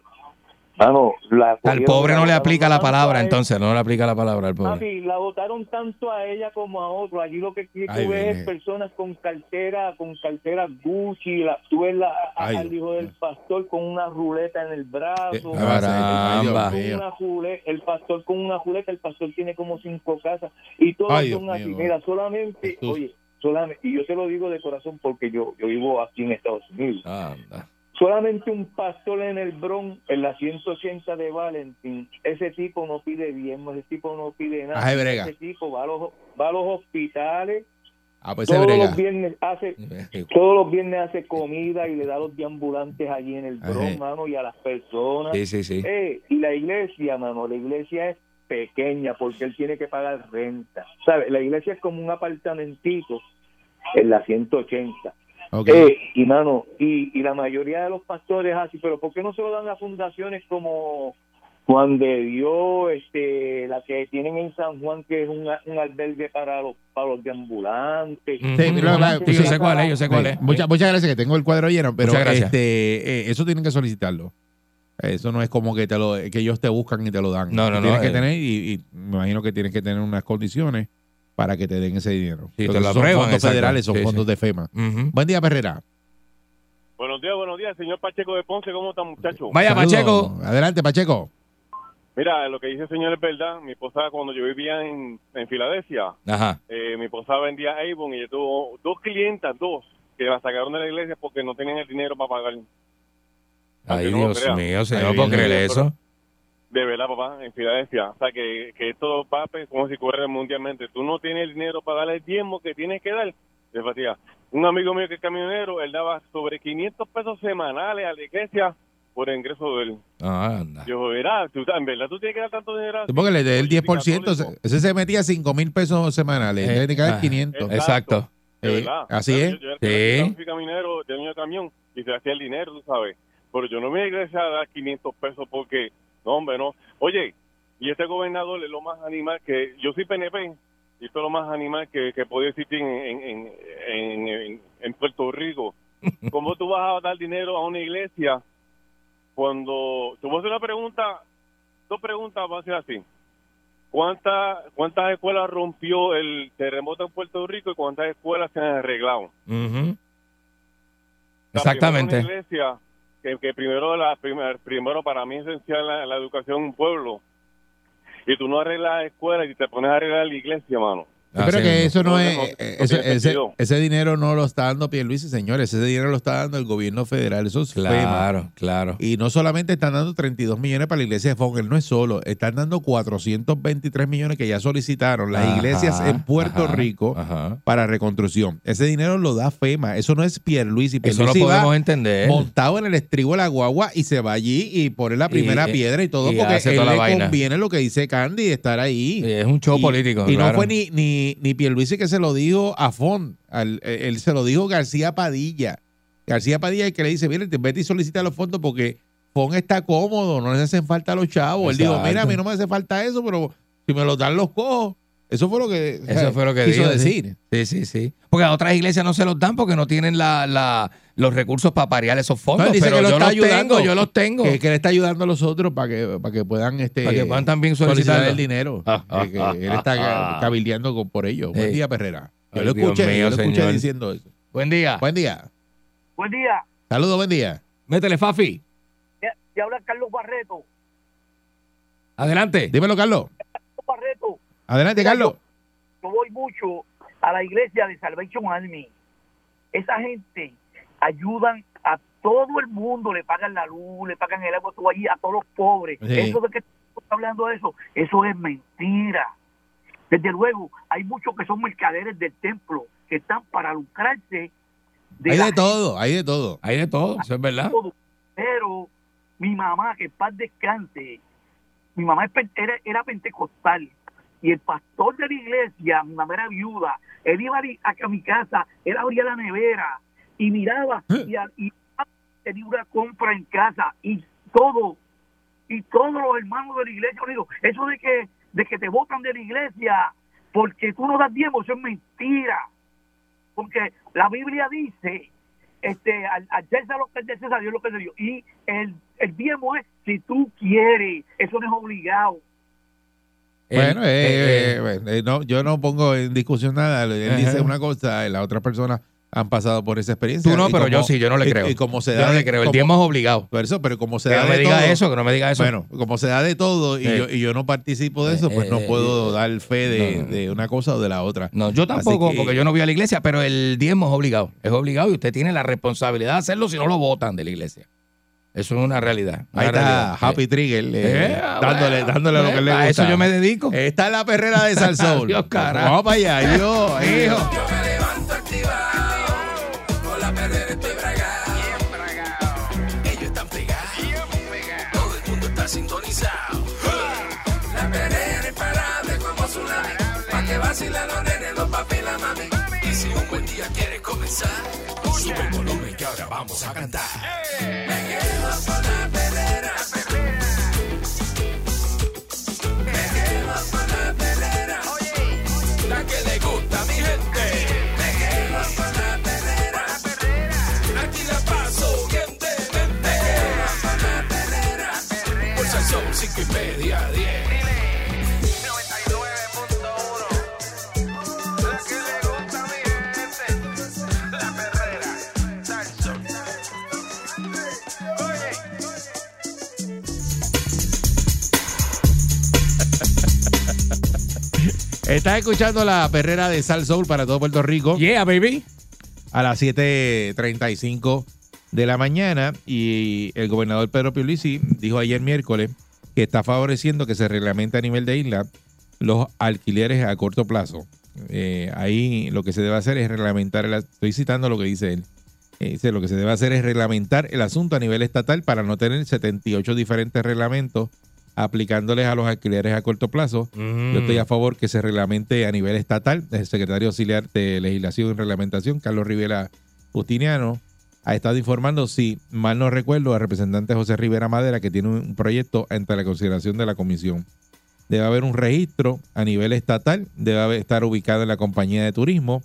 [SPEAKER 10] mano, la
[SPEAKER 4] Al
[SPEAKER 10] cogieron,
[SPEAKER 4] pobre
[SPEAKER 10] la
[SPEAKER 4] no le
[SPEAKER 10] botaron
[SPEAKER 4] aplica la
[SPEAKER 10] tanto a
[SPEAKER 4] palabra,
[SPEAKER 10] ella-
[SPEAKER 4] entonces, no le aplica la palabra al pobre.
[SPEAKER 10] Papi, la votaron tanto a ella como a otro. Allí lo que tú
[SPEAKER 3] Ay,
[SPEAKER 10] ves
[SPEAKER 3] Virgen.
[SPEAKER 10] es personas con cartera, con cartera Gucci, la suela
[SPEAKER 3] Ay,
[SPEAKER 10] al
[SPEAKER 3] Dios
[SPEAKER 10] hijo del
[SPEAKER 3] mío.
[SPEAKER 10] pastor con una ruleta en el brazo.
[SPEAKER 3] Eh, ah,
[SPEAKER 4] Caramba.
[SPEAKER 3] ay, Dios
[SPEAKER 10] con
[SPEAKER 3] mío.
[SPEAKER 10] una jule- el pastor con una juleta, el pastor tiene como cinco casas y todos
[SPEAKER 3] Ay, Dios
[SPEAKER 10] son así.
[SPEAKER 3] mío.
[SPEAKER 10] Mira, solamente,
[SPEAKER 3] Jesús.
[SPEAKER 10] oye, solamente, y yo te lo digo de corazón porque yo, yo vivo aquí en Estados Unidos
[SPEAKER 3] Ah. [LAUGHS]
[SPEAKER 4] Anda.
[SPEAKER 10] solamente un pastor en el Bronx, en la 180 de Valentín, ese tipo no pide diezmo, ese tipo no pide nada.
[SPEAKER 3] Aje brega.
[SPEAKER 10] Ese tipo va a los, va a los hospitales,
[SPEAKER 3] Ah, pues se
[SPEAKER 10] todos
[SPEAKER 3] brega.
[SPEAKER 10] los viernes hace todos los viernes hace comida y le da a los deambulantes allí en el Bronx,
[SPEAKER 4] Ajá.
[SPEAKER 10] mano, y a las personas.
[SPEAKER 4] Sí, sí, sí.
[SPEAKER 10] Eh, y la iglesia, mano, la iglesia es pequeña porque él tiene que pagar renta. ¿Sabe? La iglesia es como un apartamentito en la 180.
[SPEAKER 3] Ok.
[SPEAKER 10] Eh, y mano, y, y la mayoría de los pastores así, pero ¿por qué no se lo dan a fundaciones como Juan de Dios, este, la que tienen en San Juan, que es un, un albergue para los, para los deambulantes?
[SPEAKER 4] Ujú.
[SPEAKER 3] Sí, pero-
[SPEAKER 4] Sí, yo sé cuál es, yo sé cuál
[SPEAKER 3] Sí.
[SPEAKER 4] es.
[SPEAKER 3] Muchas, muchas gracias, que tengo el cuadro lleno, pero
[SPEAKER 4] Muchas gracias.
[SPEAKER 3] este, eh, eso tienen que solicitarlo. Eso no es como que te lo, que ellos te buscan y te lo dan.
[SPEAKER 4] No,
[SPEAKER 3] Tú
[SPEAKER 4] no, no,
[SPEAKER 3] Tienes que
[SPEAKER 4] eh.
[SPEAKER 3] tener, y, y me imagino que tienes que tener unas condiciones para que te den ese dinero.
[SPEAKER 4] Sí, te
[SPEAKER 3] Entonces,
[SPEAKER 4] lo
[SPEAKER 3] son
[SPEAKER 4] aprueban,
[SPEAKER 3] fondos
[SPEAKER 4] exacto.
[SPEAKER 3] federales, son
[SPEAKER 4] Sí,
[SPEAKER 3] fondos de FEMA.
[SPEAKER 4] Ujú.
[SPEAKER 3] Buen día, Perrera.
[SPEAKER 11] Buenos días, buenos días, señor Pacheco de Ponce, ¿cómo está, muchacho?
[SPEAKER 4] Vaya,
[SPEAKER 3] Saludos.
[SPEAKER 4] Pacheco.
[SPEAKER 3] Adelante, Pacheco.
[SPEAKER 11] Mira, lo que dice el señor es verdad. Mi esposa, cuando yo vivía en, en Filadelfia,
[SPEAKER 4] Ajá.
[SPEAKER 11] eh, mi esposa vendía Avon y yo tuvo dos clientas, dos, que la sacaron de la iglesia porque no tenían el dinero para pagar.
[SPEAKER 4] Ay,
[SPEAKER 11] Aunque no lo
[SPEAKER 4] Dios
[SPEAKER 11] crea.
[SPEAKER 4] mío,
[SPEAKER 3] Ahí
[SPEAKER 4] señor, no puedo
[SPEAKER 3] viene.
[SPEAKER 4] creer eso.
[SPEAKER 11] De verdad, papá, en Filadelfia. O sea, que, que esto va pues, como si corre mundialmente. Tú no tienes el dinero para darle el diezmo que tienes que dar. Es fatiga. Un amigo mío que es camionero, él daba sobre 500 pesos semanales a la iglesia por el ingreso de él.
[SPEAKER 4] Ah, anda.
[SPEAKER 11] Yo, verá, tú, en verdad tú tienes que dar tanto dinero. así?
[SPEAKER 3] Porque le dé el
[SPEAKER 11] Oye,
[SPEAKER 3] 10%,
[SPEAKER 11] católico.
[SPEAKER 3] se- ese se metía 5 mil pesos semanales,
[SPEAKER 4] Eh,
[SPEAKER 3] tiene que dar
[SPEAKER 4] ajá.
[SPEAKER 3] 500.
[SPEAKER 11] Eh,
[SPEAKER 4] Exacto.
[SPEAKER 11] De
[SPEAKER 3] Eh,
[SPEAKER 11] verdad.
[SPEAKER 3] así
[SPEAKER 11] Claro,
[SPEAKER 3] es.
[SPEAKER 11] Yo, yo era
[SPEAKER 4] Sí.
[SPEAKER 11] camionero, fui caminero, tenía un camión y se hacía el dinero, tú sabes. Pero yo no me iba a dar 500 pesos porque, no, hombre, no. Oye, y este gobernador es lo más animal que. Yo soy PNP y esto es lo más animal que, que podía existir en, en, en, en- en- en Puerto
[SPEAKER 3] [LAUGHS]
[SPEAKER 11] Rico. ¿Cómo tú vas a dar dinero a una iglesia cuando. Te voy a hacer una pregunta, dos preguntas, va a ser así. ¿Cuántas cuántas escuelas rompió el terremoto en Puerto Rico y cuántas escuelas se han arreglado?
[SPEAKER 4] Ujú.
[SPEAKER 11] La primera
[SPEAKER 4] Exactamente.
[SPEAKER 11] una iglesia, que, que primero, la, primer- primero para mí es esencial la, la educación en un pueblo. Y tú no arreglas la escuela y te pones a arreglar la iglesia, mano.
[SPEAKER 3] Yo creo
[SPEAKER 4] Así
[SPEAKER 3] que
[SPEAKER 4] mismo.
[SPEAKER 3] eso no
[SPEAKER 11] No,
[SPEAKER 3] es.
[SPEAKER 11] no, no
[SPEAKER 3] eh,
[SPEAKER 11] tiene
[SPEAKER 3] eso- ese,
[SPEAKER 11] sentido.
[SPEAKER 3] ese dinero no lo está dando Pierluisi, señores. Ese dinero lo está dando el gobierno federal. Eso es FEMA.
[SPEAKER 4] Claro, claro.
[SPEAKER 3] Y no solamente están dando 32 millones para la iglesia de Fogel, no es solo. Están dando 423 millones que ya solicitaron las
[SPEAKER 4] Ajá,
[SPEAKER 3] iglesias en Puerto
[SPEAKER 4] ajá,
[SPEAKER 3] Rico
[SPEAKER 4] ajá.
[SPEAKER 3] para reconstrucción. Ese dinero lo da FEMA. Eso no es Pierluisi.
[SPEAKER 4] Eso lo
[SPEAKER 3] Pierluisi va
[SPEAKER 4] podemos entender.
[SPEAKER 3] montado en el estribo de la guagua y se va allí y pone la primera
[SPEAKER 4] Y- eh,
[SPEAKER 3] piedra y todo
[SPEAKER 4] y
[SPEAKER 3] porque
[SPEAKER 4] hace
[SPEAKER 3] él
[SPEAKER 4] toda la
[SPEAKER 3] le
[SPEAKER 4] vaina.
[SPEAKER 3] conviene lo que dice Candy estar ahí.
[SPEAKER 4] Es un show
[SPEAKER 3] Y-
[SPEAKER 4] político.
[SPEAKER 3] Y no
[SPEAKER 4] claro.
[SPEAKER 3] fue ni, ni, ni Pierluisi que se lo dijo a Fon, al- eh, él se lo dijo García Padilla. García Padilla es el que le dice, mire, te- vete y solicita los fondos porque Fon está cómodo, no le hacen falta los chavos. Él dijo,
[SPEAKER 4] Exacto.
[SPEAKER 3] mira, a mí no me hace falta eso, pero si me lo dan los cojos. Eso fue lo que, o sea,
[SPEAKER 4] Eso fue lo que
[SPEAKER 3] quiso
[SPEAKER 4] dijo, sí.
[SPEAKER 3] decir.
[SPEAKER 4] Sí, sí, sí. Porque a otras iglesias no se los dan porque no tienen la, la- los recursos para parear esos fondos.
[SPEAKER 3] No, él dice
[SPEAKER 4] pero
[SPEAKER 3] que lo
[SPEAKER 4] yo
[SPEAKER 3] está
[SPEAKER 4] los
[SPEAKER 3] ayudando.
[SPEAKER 4] tengo, yo los tengo.
[SPEAKER 3] Que, que le está ayudando a los otros para que, para que puedan este,
[SPEAKER 4] para que puedan también
[SPEAKER 3] solicitar
[SPEAKER 4] solicitar
[SPEAKER 3] el dinero.
[SPEAKER 4] Ah, ah,
[SPEAKER 3] Eh, que
[SPEAKER 4] ah,
[SPEAKER 3] él
[SPEAKER 4] ah,
[SPEAKER 3] está
[SPEAKER 4] ah.
[SPEAKER 3] cabildeando con, por ello. Buen
[SPEAKER 4] Eh.
[SPEAKER 3] día, Perrera. Yo
[SPEAKER 4] Ay,
[SPEAKER 3] lo
[SPEAKER 4] Dios
[SPEAKER 3] escuché, yo
[SPEAKER 4] mío,
[SPEAKER 3] lo escuché
[SPEAKER 4] señor.
[SPEAKER 3] diciendo eso.
[SPEAKER 4] Buen día.
[SPEAKER 3] Buen día.
[SPEAKER 12] Buen día,
[SPEAKER 3] Saludos, buen día.
[SPEAKER 4] Métele, Fafi.
[SPEAKER 12] te, te habla Carlos Barreto.
[SPEAKER 4] Adelante.
[SPEAKER 3] Dímelo, Carlos.
[SPEAKER 12] Barreto,
[SPEAKER 3] Adelante, Carlos.
[SPEAKER 12] yo voy mucho a la iglesia de Salvation Army. Esa gente ayudan a todo el mundo, le pagan la luz, le pagan el agua, todo allí, a todos los pobres.
[SPEAKER 3] Sí.
[SPEAKER 12] Eso de que está hablando de eso, eso es mentira. Desde luego, hay muchos que son mercaderes del templo, que están para lucrarse de
[SPEAKER 3] Hay
[SPEAKER 12] la
[SPEAKER 3] de todo, hay de todo.
[SPEAKER 4] Hay de todo, eso es verdad.
[SPEAKER 12] todo. Pero mi mamá, que en paz descanse, mi mamá es pen- era, era pentecostal. Y el pastor de la iglesia, mi mamá era viuda, él iba a, li- a- a mi casa, él abría la nevera y miraba
[SPEAKER 4] ¿Eh?
[SPEAKER 12] y, a- y tenía una compra en casa y todo, y todos los hermanos de la iglesia, yo digo, eso de que, de que te votan de la iglesia porque tú no das tiempo, eso es mentira. Porque la Biblia dice este, al, al César lo que es de César, Dios lo que es de Dios. Y el, el diezmo es si tú quieres, eso no es obligado.
[SPEAKER 3] Bueno,
[SPEAKER 4] El-
[SPEAKER 3] eh,
[SPEAKER 4] eh, eh,
[SPEAKER 3] eh, eh, no, yo no pongo en discusión nada. Él
[SPEAKER 4] Ajá.
[SPEAKER 3] dice una cosa, y las otras personas han pasado por esa experiencia.
[SPEAKER 4] tú no,
[SPEAKER 3] Y
[SPEAKER 4] pero yo
[SPEAKER 3] como-
[SPEAKER 4] sí, yo no le
[SPEAKER 3] y-
[SPEAKER 4] creo.
[SPEAKER 3] Y, como se
[SPEAKER 4] yo
[SPEAKER 3] da.
[SPEAKER 4] no le
[SPEAKER 3] de-
[SPEAKER 4] creo, el
[SPEAKER 3] como-
[SPEAKER 4] tiempo es obligado.
[SPEAKER 3] Por eso, pero como se
[SPEAKER 4] Que
[SPEAKER 3] da
[SPEAKER 4] no me
[SPEAKER 3] de
[SPEAKER 4] diga
[SPEAKER 3] todo-
[SPEAKER 4] eso, que no me diga eso.
[SPEAKER 3] Bueno, como se da de todo y,
[SPEAKER 4] Eh.
[SPEAKER 3] yo, y yo no participo de eso, pues
[SPEAKER 4] Eh,
[SPEAKER 3] no
[SPEAKER 4] eh,
[SPEAKER 3] puedo
[SPEAKER 4] eh,
[SPEAKER 3] dar fe de,
[SPEAKER 4] no, no.
[SPEAKER 3] de una cosa o de la otra.
[SPEAKER 4] No, yo tampoco,
[SPEAKER 3] Así que-
[SPEAKER 4] porque yo no voy a la iglesia, pero el diezmo es obligado. Es obligado y usted tiene la responsabilidad de hacerlo si no lo votan de la iglesia. Eso es una realidad. una
[SPEAKER 3] Ahí está
[SPEAKER 4] realidad.
[SPEAKER 3] Happy Trigger eh,
[SPEAKER 4] Eh,
[SPEAKER 3] dándole,
[SPEAKER 4] bueno,
[SPEAKER 3] dándole lo
[SPEAKER 4] eh,
[SPEAKER 3] que le
[SPEAKER 4] a
[SPEAKER 3] gusta.
[SPEAKER 4] eso yo me dedico.
[SPEAKER 3] Está en la
[SPEAKER 4] [LAUGHS]
[SPEAKER 3] perrera de Salsoul.
[SPEAKER 4] Dios, carajo.
[SPEAKER 3] Vamos para allá, Dios, hijo.
[SPEAKER 1] Yo me levanto activado, con la perrera estoy bragado. Ellos están pegados, todo el mundo está sintonizado. La perrera es parable como tsunami, pa' que vacilan los nenes, los papi y la mami. Y si un buen día quieres comenzar, sube el volumen que ahora vamos a cantar. Me quedo con la perrera, me quedo con la perrera. La que le gusta a mi gente. Me quedo con la perrera. Aquí la paso bien de mente. Me quedo con la perrera. Por el son cinco y media a diez.
[SPEAKER 2] 99.1. La que le gusta a mi gente. La perrera. Salso. Oye.
[SPEAKER 3] Estás escuchando la perrera de Salsoul para todo Puerto Rico.
[SPEAKER 4] Yeah, baby.
[SPEAKER 3] a las 7.35 de la mañana y el gobernador Pedro Pierluisi dijo ayer miércoles que está favoreciendo que se reglamente a nivel de isla los alquileres a corto plazo. Eh, ahí lo que se debe hacer es reglamentar, el, as- estoy citando lo que dice él, Eh, dice lo que se debe hacer es reglamentar el asunto a nivel estatal para no tener 78 diferentes reglamentos aplicándoles a los alquileres a corto plazo. Yo
[SPEAKER 8] Mm.
[SPEAKER 3] estoy a favor que se reglamente a nivel estatal. El secretario auxiliar de Legislación y Reglamentación, Carlos Rivera Justiniano, ha estado informando, si mal no recuerdo, al representante José Rivera Madera, que tiene un proyecto ante la consideración de la comisión. Debe haber un registro a nivel estatal, debe haber- estar ubicado en la compañía de turismo.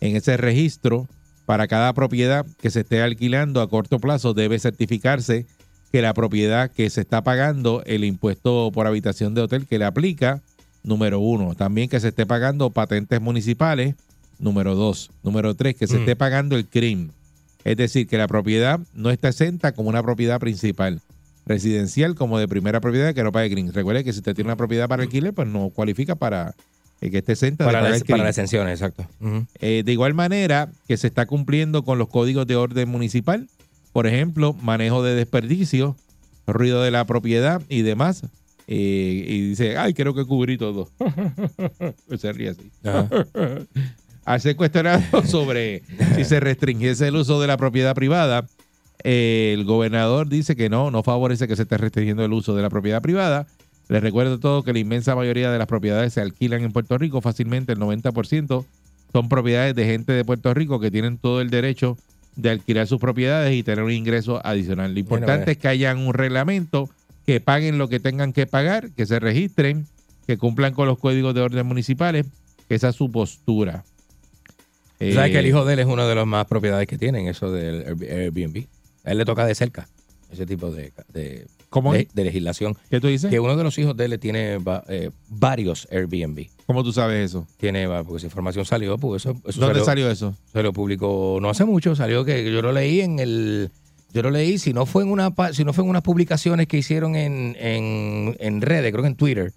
[SPEAKER 3] En ese registro, para cada propiedad que se esté alquilando a corto plazo, debe certificarse que la propiedad que se está pagando, el impuesto por habitación de hotel que le aplica, número uno. También que se esté pagando patentes municipales, número dos. Número tres, que se
[SPEAKER 4] Mm.
[SPEAKER 3] esté pagando el CRIM. Es decir, que la propiedad no está exenta como una propiedad principal, residencial como de primera propiedad que no pague CRIM. Recuerde que si usted tiene una propiedad para alquiler, pues no cualifica para eh, que esté exenta de
[SPEAKER 4] Para,
[SPEAKER 3] pagar
[SPEAKER 4] las,
[SPEAKER 3] el CRIM.
[SPEAKER 4] para las exenciones, exacto. Ujú.
[SPEAKER 3] Eh, de igual manera que se está cumpliendo con los códigos de orden municipal, por ejemplo, manejo de desperdicios, ruido de la propiedad y demás. Eh, y dice, ay, creo que cubrí todo. Pues se ríe así. Al ser cuestionado [LAUGHS] sobre si se restringiese el uso de la propiedad privada, eh, el gobernador dice que no, no favorece que se esté restringiendo el uso de la propiedad privada. Les recuerdo a todos que la inmensa mayoría de las propiedades se alquilan en Puerto Rico, fácilmente el 90% son propiedades de gente de Puerto Rico que tienen todo el derecho de alquilar sus propiedades y tener un ingreso adicional. Lo importante
[SPEAKER 4] mira.
[SPEAKER 3] es que hayan un reglamento, que paguen lo que tengan que pagar, que se registren, que cumplan con los códigos de orden municipales. Esa es su postura.
[SPEAKER 4] Tú sabes
[SPEAKER 3] Eh,
[SPEAKER 4] que el hijo de él es una de las más propiedades que tienen, eso del Airb- Airbnb. A él le toca de cerca ese tipo de, de-
[SPEAKER 3] ¿Cómo
[SPEAKER 4] de-
[SPEAKER 3] es?
[SPEAKER 4] de legislación.
[SPEAKER 3] ¿Qué tú dices?
[SPEAKER 4] Que uno de los hijos de él tiene va- eh, varios Airbnb.
[SPEAKER 3] ¿Cómo tú sabes eso?
[SPEAKER 4] Tiene, va- porque esa información salió, porque eso, eso
[SPEAKER 3] ¿Dónde
[SPEAKER 4] salió,
[SPEAKER 3] salió eso?
[SPEAKER 4] se lo publicó no hace mucho, salió que yo lo leí en el yo lo leí, si no fue en una pa- si no fue en unas publicaciones que hicieron en, en, en redes, creo que en Twitter,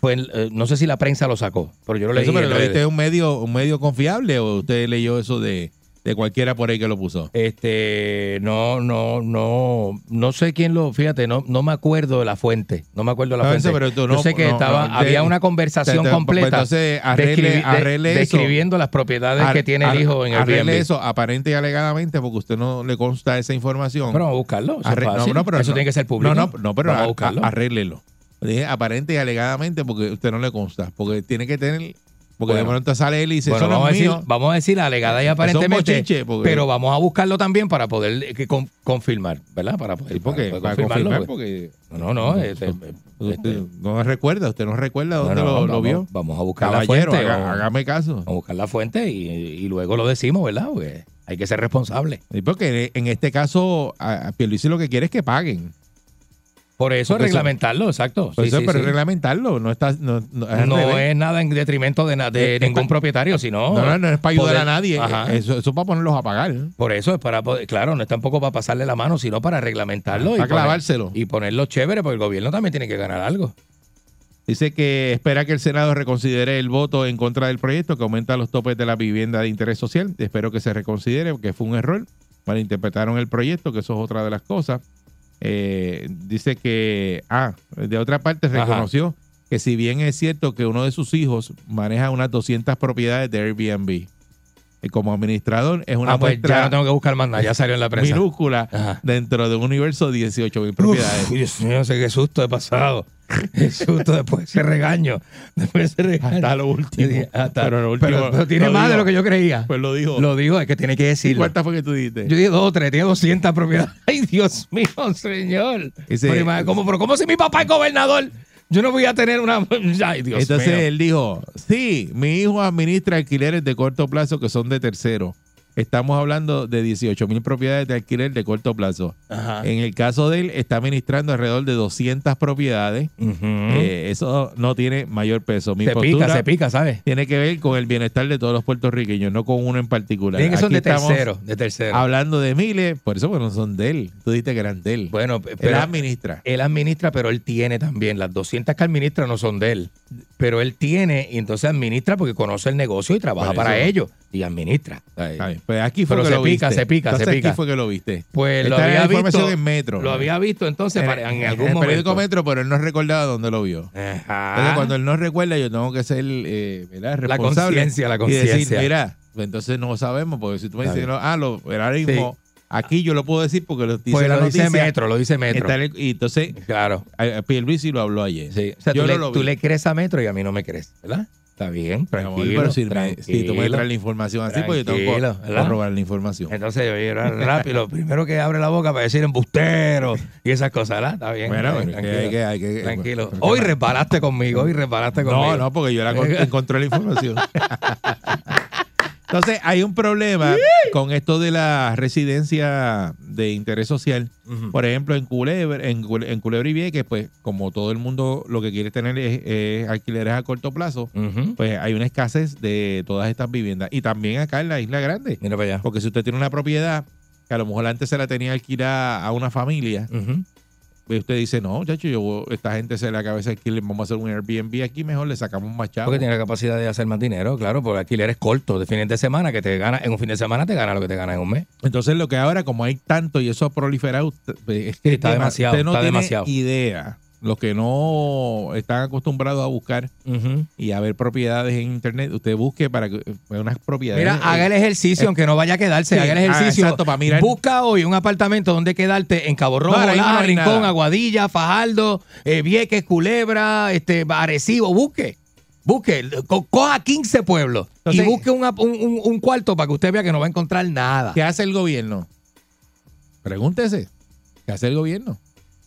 [SPEAKER 4] pues eh, no sé si la prensa lo sacó, pero yo lo leí.
[SPEAKER 3] Eso, pero
[SPEAKER 4] en
[SPEAKER 3] lo
[SPEAKER 4] redes.
[SPEAKER 3] viste en un medio, un medio confiable o usted leyó eso de, de cualquiera por ahí que lo puso.
[SPEAKER 4] Este, no, no, no, no sé quién lo, fíjate, no, no me acuerdo de la fuente, no me acuerdo de la
[SPEAKER 3] Entonces,
[SPEAKER 4] fuente.
[SPEAKER 3] pero tú
[SPEAKER 4] Yo
[SPEAKER 3] no-
[SPEAKER 4] sé que
[SPEAKER 3] no,
[SPEAKER 4] estaba,
[SPEAKER 3] no,
[SPEAKER 4] había
[SPEAKER 3] te-
[SPEAKER 4] una conversación
[SPEAKER 3] te- te-
[SPEAKER 4] completa.
[SPEAKER 3] entonces, arregle-
[SPEAKER 4] describi- de-
[SPEAKER 3] arregle eso.
[SPEAKER 4] describiendo las propiedades
[SPEAKER 3] Ar-
[SPEAKER 4] que tiene
[SPEAKER 3] ar-
[SPEAKER 4] el hijo en el
[SPEAKER 3] arregle eso aparente y alegadamente porque usted no le consta esa información.
[SPEAKER 4] Pero vamos a buscarlo. Eso, es
[SPEAKER 3] Arre-
[SPEAKER 4] fácil. Eso tiene que ser público.
[SPEAKER 3] No, no, no pero
[SPEAKER 4] vamos a
[SPEAKER 3] a-
[SPEAKER 4] buscarlo.
[SPEAKER 3] a- arréglelo. Dije aparente y alegadamente porque usted no le consta. Porque tiene que tener. Porque de
[SPEAKER 4] Bueno.
[SPEAKER 3] pronto sale él y dice:
[SPEAKER 4] Bueno,
[SPEAKER 3] Eso
[SPEAKER 4] vamos,
[SPEAKER 3] no
[SPEAKER 4] a
[SPEAKER 3] es
[SPEAKER 4] decir,
[SPEAKER 3] mío.
[SPEAKER 4] vamos a decir alegada y
[SPEAKER 3] Eso es
[SPEAKER 4] aparentemente,
[SPEAKER 3] bochinche, porque-
[SPEAKER 4] pero vamos a buscarlo también para poder eh, que con- confirmar, ¿verdad? Para poder,
[SPEAKER 3] Sí, porque
[SPEAKER 4] para
[SPEAKER 3] para
[SPEAKER 4] poder confirmarlo,
[SPEAKER 3] confirmar,
[SPEAKER 4] porque-
[SPEAKER 3] porque
[SPEAKER 4] No, no, no. este- este-
[SPEAKER 3] usted no recuerda, usted no recuerda
[SPEAKER 4] no,
[SPEAKER 3] dónde
[SPEAKER 4] no,
[SPEAKER 3] lo,
[SPEAKER 4] vamos,
[SPEAKER 3] lo vio.
[SPEAKER 4] Vamos a buscar
[SPEAKER 3] Caballero,
[SPEAKER 4] la fuente.
[SPEAKER 3] haga-
[SPEAKER 4] o-
[SPEAKER 3] hágame caso.
[SPEAKER 4] a buscar la fuente y, y luego lo decimos, ¿verdad? Porque hay que ser responsable.
[SPEAKER 3] Sí, porque en este caso, a, a Pierluisi lo que quiere es que paguen.
[SPEAKER 4] Por eso
[SPEAKER 3] Porque eso-
[SPEAKER 4] reglamentarlo, exacto.
[SPEAKER 3] Por
[SPEAKER 4] Sí,
[SPEAKER 3] eso,
[SPEAKER 4] sí,
[SPEAKER 3] pero
[SPEAKER 4] sí.
[SPEAKER 3] reglamentarlo, no está. No, no, es al
[SPEAKER 4] No
[SPEAKER 3] revés. Eh,
[SPEAKER 4] es nada en detrimento de, na- de
[SPEAKER 3] Es- es
[SPEAKER 4] ningún
[SPEAKER 3] pa-
[SPEAKER 4] propietario, sino...
[SPEAKER 3] no, no, no es para ayudar
[SPEAKER 4] poder-
[SPEAKER 3] a nadie. Eh,
[SPEAKER 4] Ajá.
[SPEAKER 3] Eso, eso es para ponerlos a pagar. ¿eh?
[SPEAKER 4] Por eso es para, poder- claro, no es tampoco para pasarle la mano, sino para reglamentarlo y,
[SPEAKER 3] Para
[SPEAKER 4] poner-
[SPEAKER 3] Ah, clavárselo.
[SPEAKER 4] y ponerlo chévere, porque el gobierno también tiene que ganar algo.
[SPEAKER 3] Dice que espera que el Senado reconsidere el voto en contra del proyecto que aumenta los topes de la vivienda de interés social. Espero que se reconsidere porque fue un error. Malinterpretaron el proyecto, que eso es otra de las cosas. Eh, dice que, ah, de otra parte
[SPEAKER 4] Ajá.
[SPEAKER 3] reconoció que si bien es cierto que uno de sus hijos maneja unas 200 propiedades de Airbnb, eh, como administrador es una
[SPEAKER 4] ah, pues ya
[SPEAKER 3] muestra
[SPEAKER 4] no tengo que buscar más nada, ya salió en la prensa.
[SPEAKER 3] minúscula
[SPEAKER 4] Ajá.
[SPEAKER 3] dentro de un universo de 18 mil propiedades.
[SPEAKER 4] Uf, Dios mío, no sé qué susto he pasado. [LAUGHS] Qué susto después de ese regaño. Después de ese regaño.
[SPEAKER 3] Hasta lo último.
[SPEAKER 4] Hasta-
[SPEAKER 3] Pero
[SPEAKER 4] pero,
[SPEAKER 3] lo último
[SPEAKER 4] pero tiene
[SPEAKER 3] lo
[SPEAKER 4] más de
[SPEAKER 3] digo.
[SPEAKER 4] lo que yo creía.
[SPEAKER 3] Pues lo dijo.
[SPEAKER 4] Lo digo, es que tiene que decirlo.
[SPEAKER 3] ¿Cuántas fue que tú dijiste?
[SPEAKER 4] Yo dije dos o tres, tiene 200 propiedades. [LAUGHS] Ay, Dios mío, señor.
[SPEAKER 3] Ese-
[SPEAKER 4] pero, ima- ¿cómo, pero ¿cómo si mi papá es gobernador? Yo no voy a tener una... [LAUGHS] Ay, Dios
[SPEAKER 3] Entonces
[SPEAKER 4] mío.
[SPEAKER 3] él dijo, sí, mi hijo administra alquileres de corto plazo que son de tercero. Estamos hablando de 18 mil propiedades de alquiler de corto plazo.
[SPEAKER 4] Ajá.
[SPEAKER 3] En el caso de él, está administrando alrededor de 200 propiedades.
[SPEAKER 4] Ujú.
[SPEAKER 3] Eh, eso no tiene mayor peso. Mi
[SPEAKER 4] se
[SPEAKER 3] postura
[SPEAKER 4] pica, se pica, ¿sabes?
[SPEAKER 3] tiene que ver con el bienestar de todos los puertorriqueños, no con uno en particular.
[SPEAKER 4] Tienen que son
[SPEAKER 3] Aquí
[SPEAKER 4] de
[SPEAKER 3] estamos
[SPEAKER 4] tercero, de tercero.
[SPEAKER 3] Hablando de miles, por eso bueno, son de él. Tú dijiste que eran de él.
[SPEAKER 4] bueno,
[SPEAKER 3] él
[SPEAKER 4] pero
[SPEAKER 3] administra.
[SPEAKER 4] él administra, pero él tiene también. Las 200 que administra no son de él. Pero él tiene y entonces administra porque conoce el negocio y trabaja
[SPEAKER 3] Por
[SPEAKER 4] para
[SPEAKER 3] eso.
[SPEAKER 4] ello. Y administra. Ay.
[SPEAKER 3] Ay, pues aquí fue
[SPEAKER 4] Pero
[SPEAKER 3] que
[SPEAKER 4] se
[SPEAKER 3] lo
[SPEAKER 4] pica,
[SPEAKER 3] viste.
[SPEAKER 4] se pica, se
[SPEAKER 3] Entonces,
[SPEAKER 4] pica.
[SPEAKER 3] Aquí fue que lo viste.
[SPEAKER 4] Pues lo
[SPEAKER 3] Esta era
[SPEAKER 4] había
[SPEAKER 3] la información
[SPEAKER 4] visto.
[SPEAKER 3] en Metro.
[SPEAKER 4] Lo había visto entonces para- en, algún
[SPEAKER 3] el
[SPEAKER 4] momento.
[SPEAKER 3] periódico Metro, pero él no recordaba dónde lo vio.
[SPEAKER 4] Ajá.
[SPEAKER 3] Entonces, cuando él no recuerda, yo tengo que ser eh, ¿verdad?
[SPEAKER 4] la
[SPEAKER 3] responsable.
[SPEAKER 4] conciencia, la
[SPEAKER 3] Y decir,
[SPEAKER 4] conciencia.
[SPEAKER 3] mira, pues entonces no sabemos, porque si tú me
[SPEAKER 4] Está
[SPEAKER 3] dices, no, ah, lo, ahora mismo, aquí yo lo puedo decir porque lo dice
[SPEAKER 4] Pues
[SPEAKER 3] la
[SPEAKER 4] lo dice
[SPEAKER 3] noticia.
[SPEAKER 4] Metro, lo dice Metro.
[SPEAKER 3] Está en el- y entonces,
[SPEAKER 4] Claro.
[SPEAKER 3] a- a Pierluisi lo habló ayer.
[SPEAKER 4] Sí. O sea,
[SPEAKER 3] Yo
[SPEAKER 4] tú,
[SPEAKER 3] no
[SPEAKER 4] le,
[SPEAKER 3] lo vi.
[SPEAKER 4] tú le crees a Metro y a mí no me crees, ¿verdad? Está bien,
[SPEAKER 3] Mi amor,
[SPEAKER 4] tranquilo.
[SPEAKER 3] pero si, me- si tú me
[SPEAKER 4] tranquilo.
[SPEAKER 3] traes la información así, pues yo tengo
[SPEAKER 4] Tranquilo,
[SPEAKER 3] que
[SPEAKER 4] ¿verdad?
[SPEAKER 3] corroborar la información.
[SPEAKER 4] Entonces yo era rápido, [LAUGHS] lo primero que abre la boca para decir embustero y esas cosas, ¿verdad? Está bien.
[SPEAKER 3] Bueno,
[SPEAKER 4] está bien,
[SPEAKER 3] pero que hay que- hay que- eh,
[SPEAKER 4] tranquilo.
[SPEAKER 3] pero que
[SPEAKER 4] Hoy
[SPEAKER 3] más-
[SPEAKER 4] reparaste conmigo, hoy reparaste conmigo.
[SPEAKER 3] No, no, porque yo
[SPEAKER 4] [LAUGHS]
[SPEAKER 3] la con- encontré la información. Entonces, hay un problema con esto de la residencia de interés social.
[SPEAKER 4] Ujú.
[SPEAKER 3] Por ejemplo, en Culebra, en, Cule- en Culebra y Vieques, pues como todo el mundo lo que quiere tener es, es alquileres a corto plazo,
[SPEAKER 4] Ujú.
[SPEAKER 3] pues hay una escasez de todas estas viviendas. Y también acá en la Isla Grande,
[SPEAKER 4] Mira para allá.
[SPEAKER 3] porque si usted tiene una propiedad que a lo mejor antes se la tenía alquilada a una familia,
[SPEAKER 4] Ujú.
[SPEAKER 3] pues usted dice, no, chacho, yo, esta gente se la cabeza alquiler, vamos a hacer un Airbnb aquí, mejor le sacamos más chavo.
[SPEAKER 4] Porque tiene la capacidad de hacer más dinero, claro, porque alquileres cortos de fines de semana que te gana, en un fin de semana te gana lo que te gana en un mes.
[SPEAKER 3] Entonces, lo que ahora, como hay tanto y eso ha proliferado, usted- es que
[SPEAKER 4] Está
[SPEAKER 3] tema-
[SPEAKER 4] demasiado,
[SPEAKER 3] usted no
[SPEAKER 4] está
[SPEAKER 3] tiene
[SPEAKER 4] demasiado.
[SPEAKER 3] idea. Los que no están acostumbrados a buscar
[SPEAKER 4] Ujú.
[SPEAKER 3] y a ver propiedades en internet, usted busque para que para unas propiedades.
[SPEAKER 4] Mira,
[SPEAKER 3] eh,
[SPEAKER 4] haga el ejercicio, aunque no vaya a quedarse,
[SPEAKER 3] sí,
[SPEAKER 4] haga el
[SPEAKER 3] ah,
[SPEAKER 4] ejercicio.
[SPEAKER 3] exacto, para mirar.
[SPEAKER 4] Busca hoy un apartamento donde quedarte en Cabo Rojo,
[SPEAKER 3] No, ahora mismo
[SPEAKER 4] Laja,
[SPEAKER 3] no hay
[SPEAKER 4] Rincón,
[SPEAKER 3] nada.
[SPEAKER 4] Aguadilla, Fajardo, eh, Vieques, Culebra, este, Arecibo, busque. Busque, co- coja 15 pueblos y
[SPEAKER 3] Entonces-
[SPEAKER 4] busque un, ap- un- un- un cuarto para que usted vea que no va a encontrar nada.
[SPEAKER 3] ¿Qué hace el gobierno? Pregúntese. ¿Qué hace el gobierno?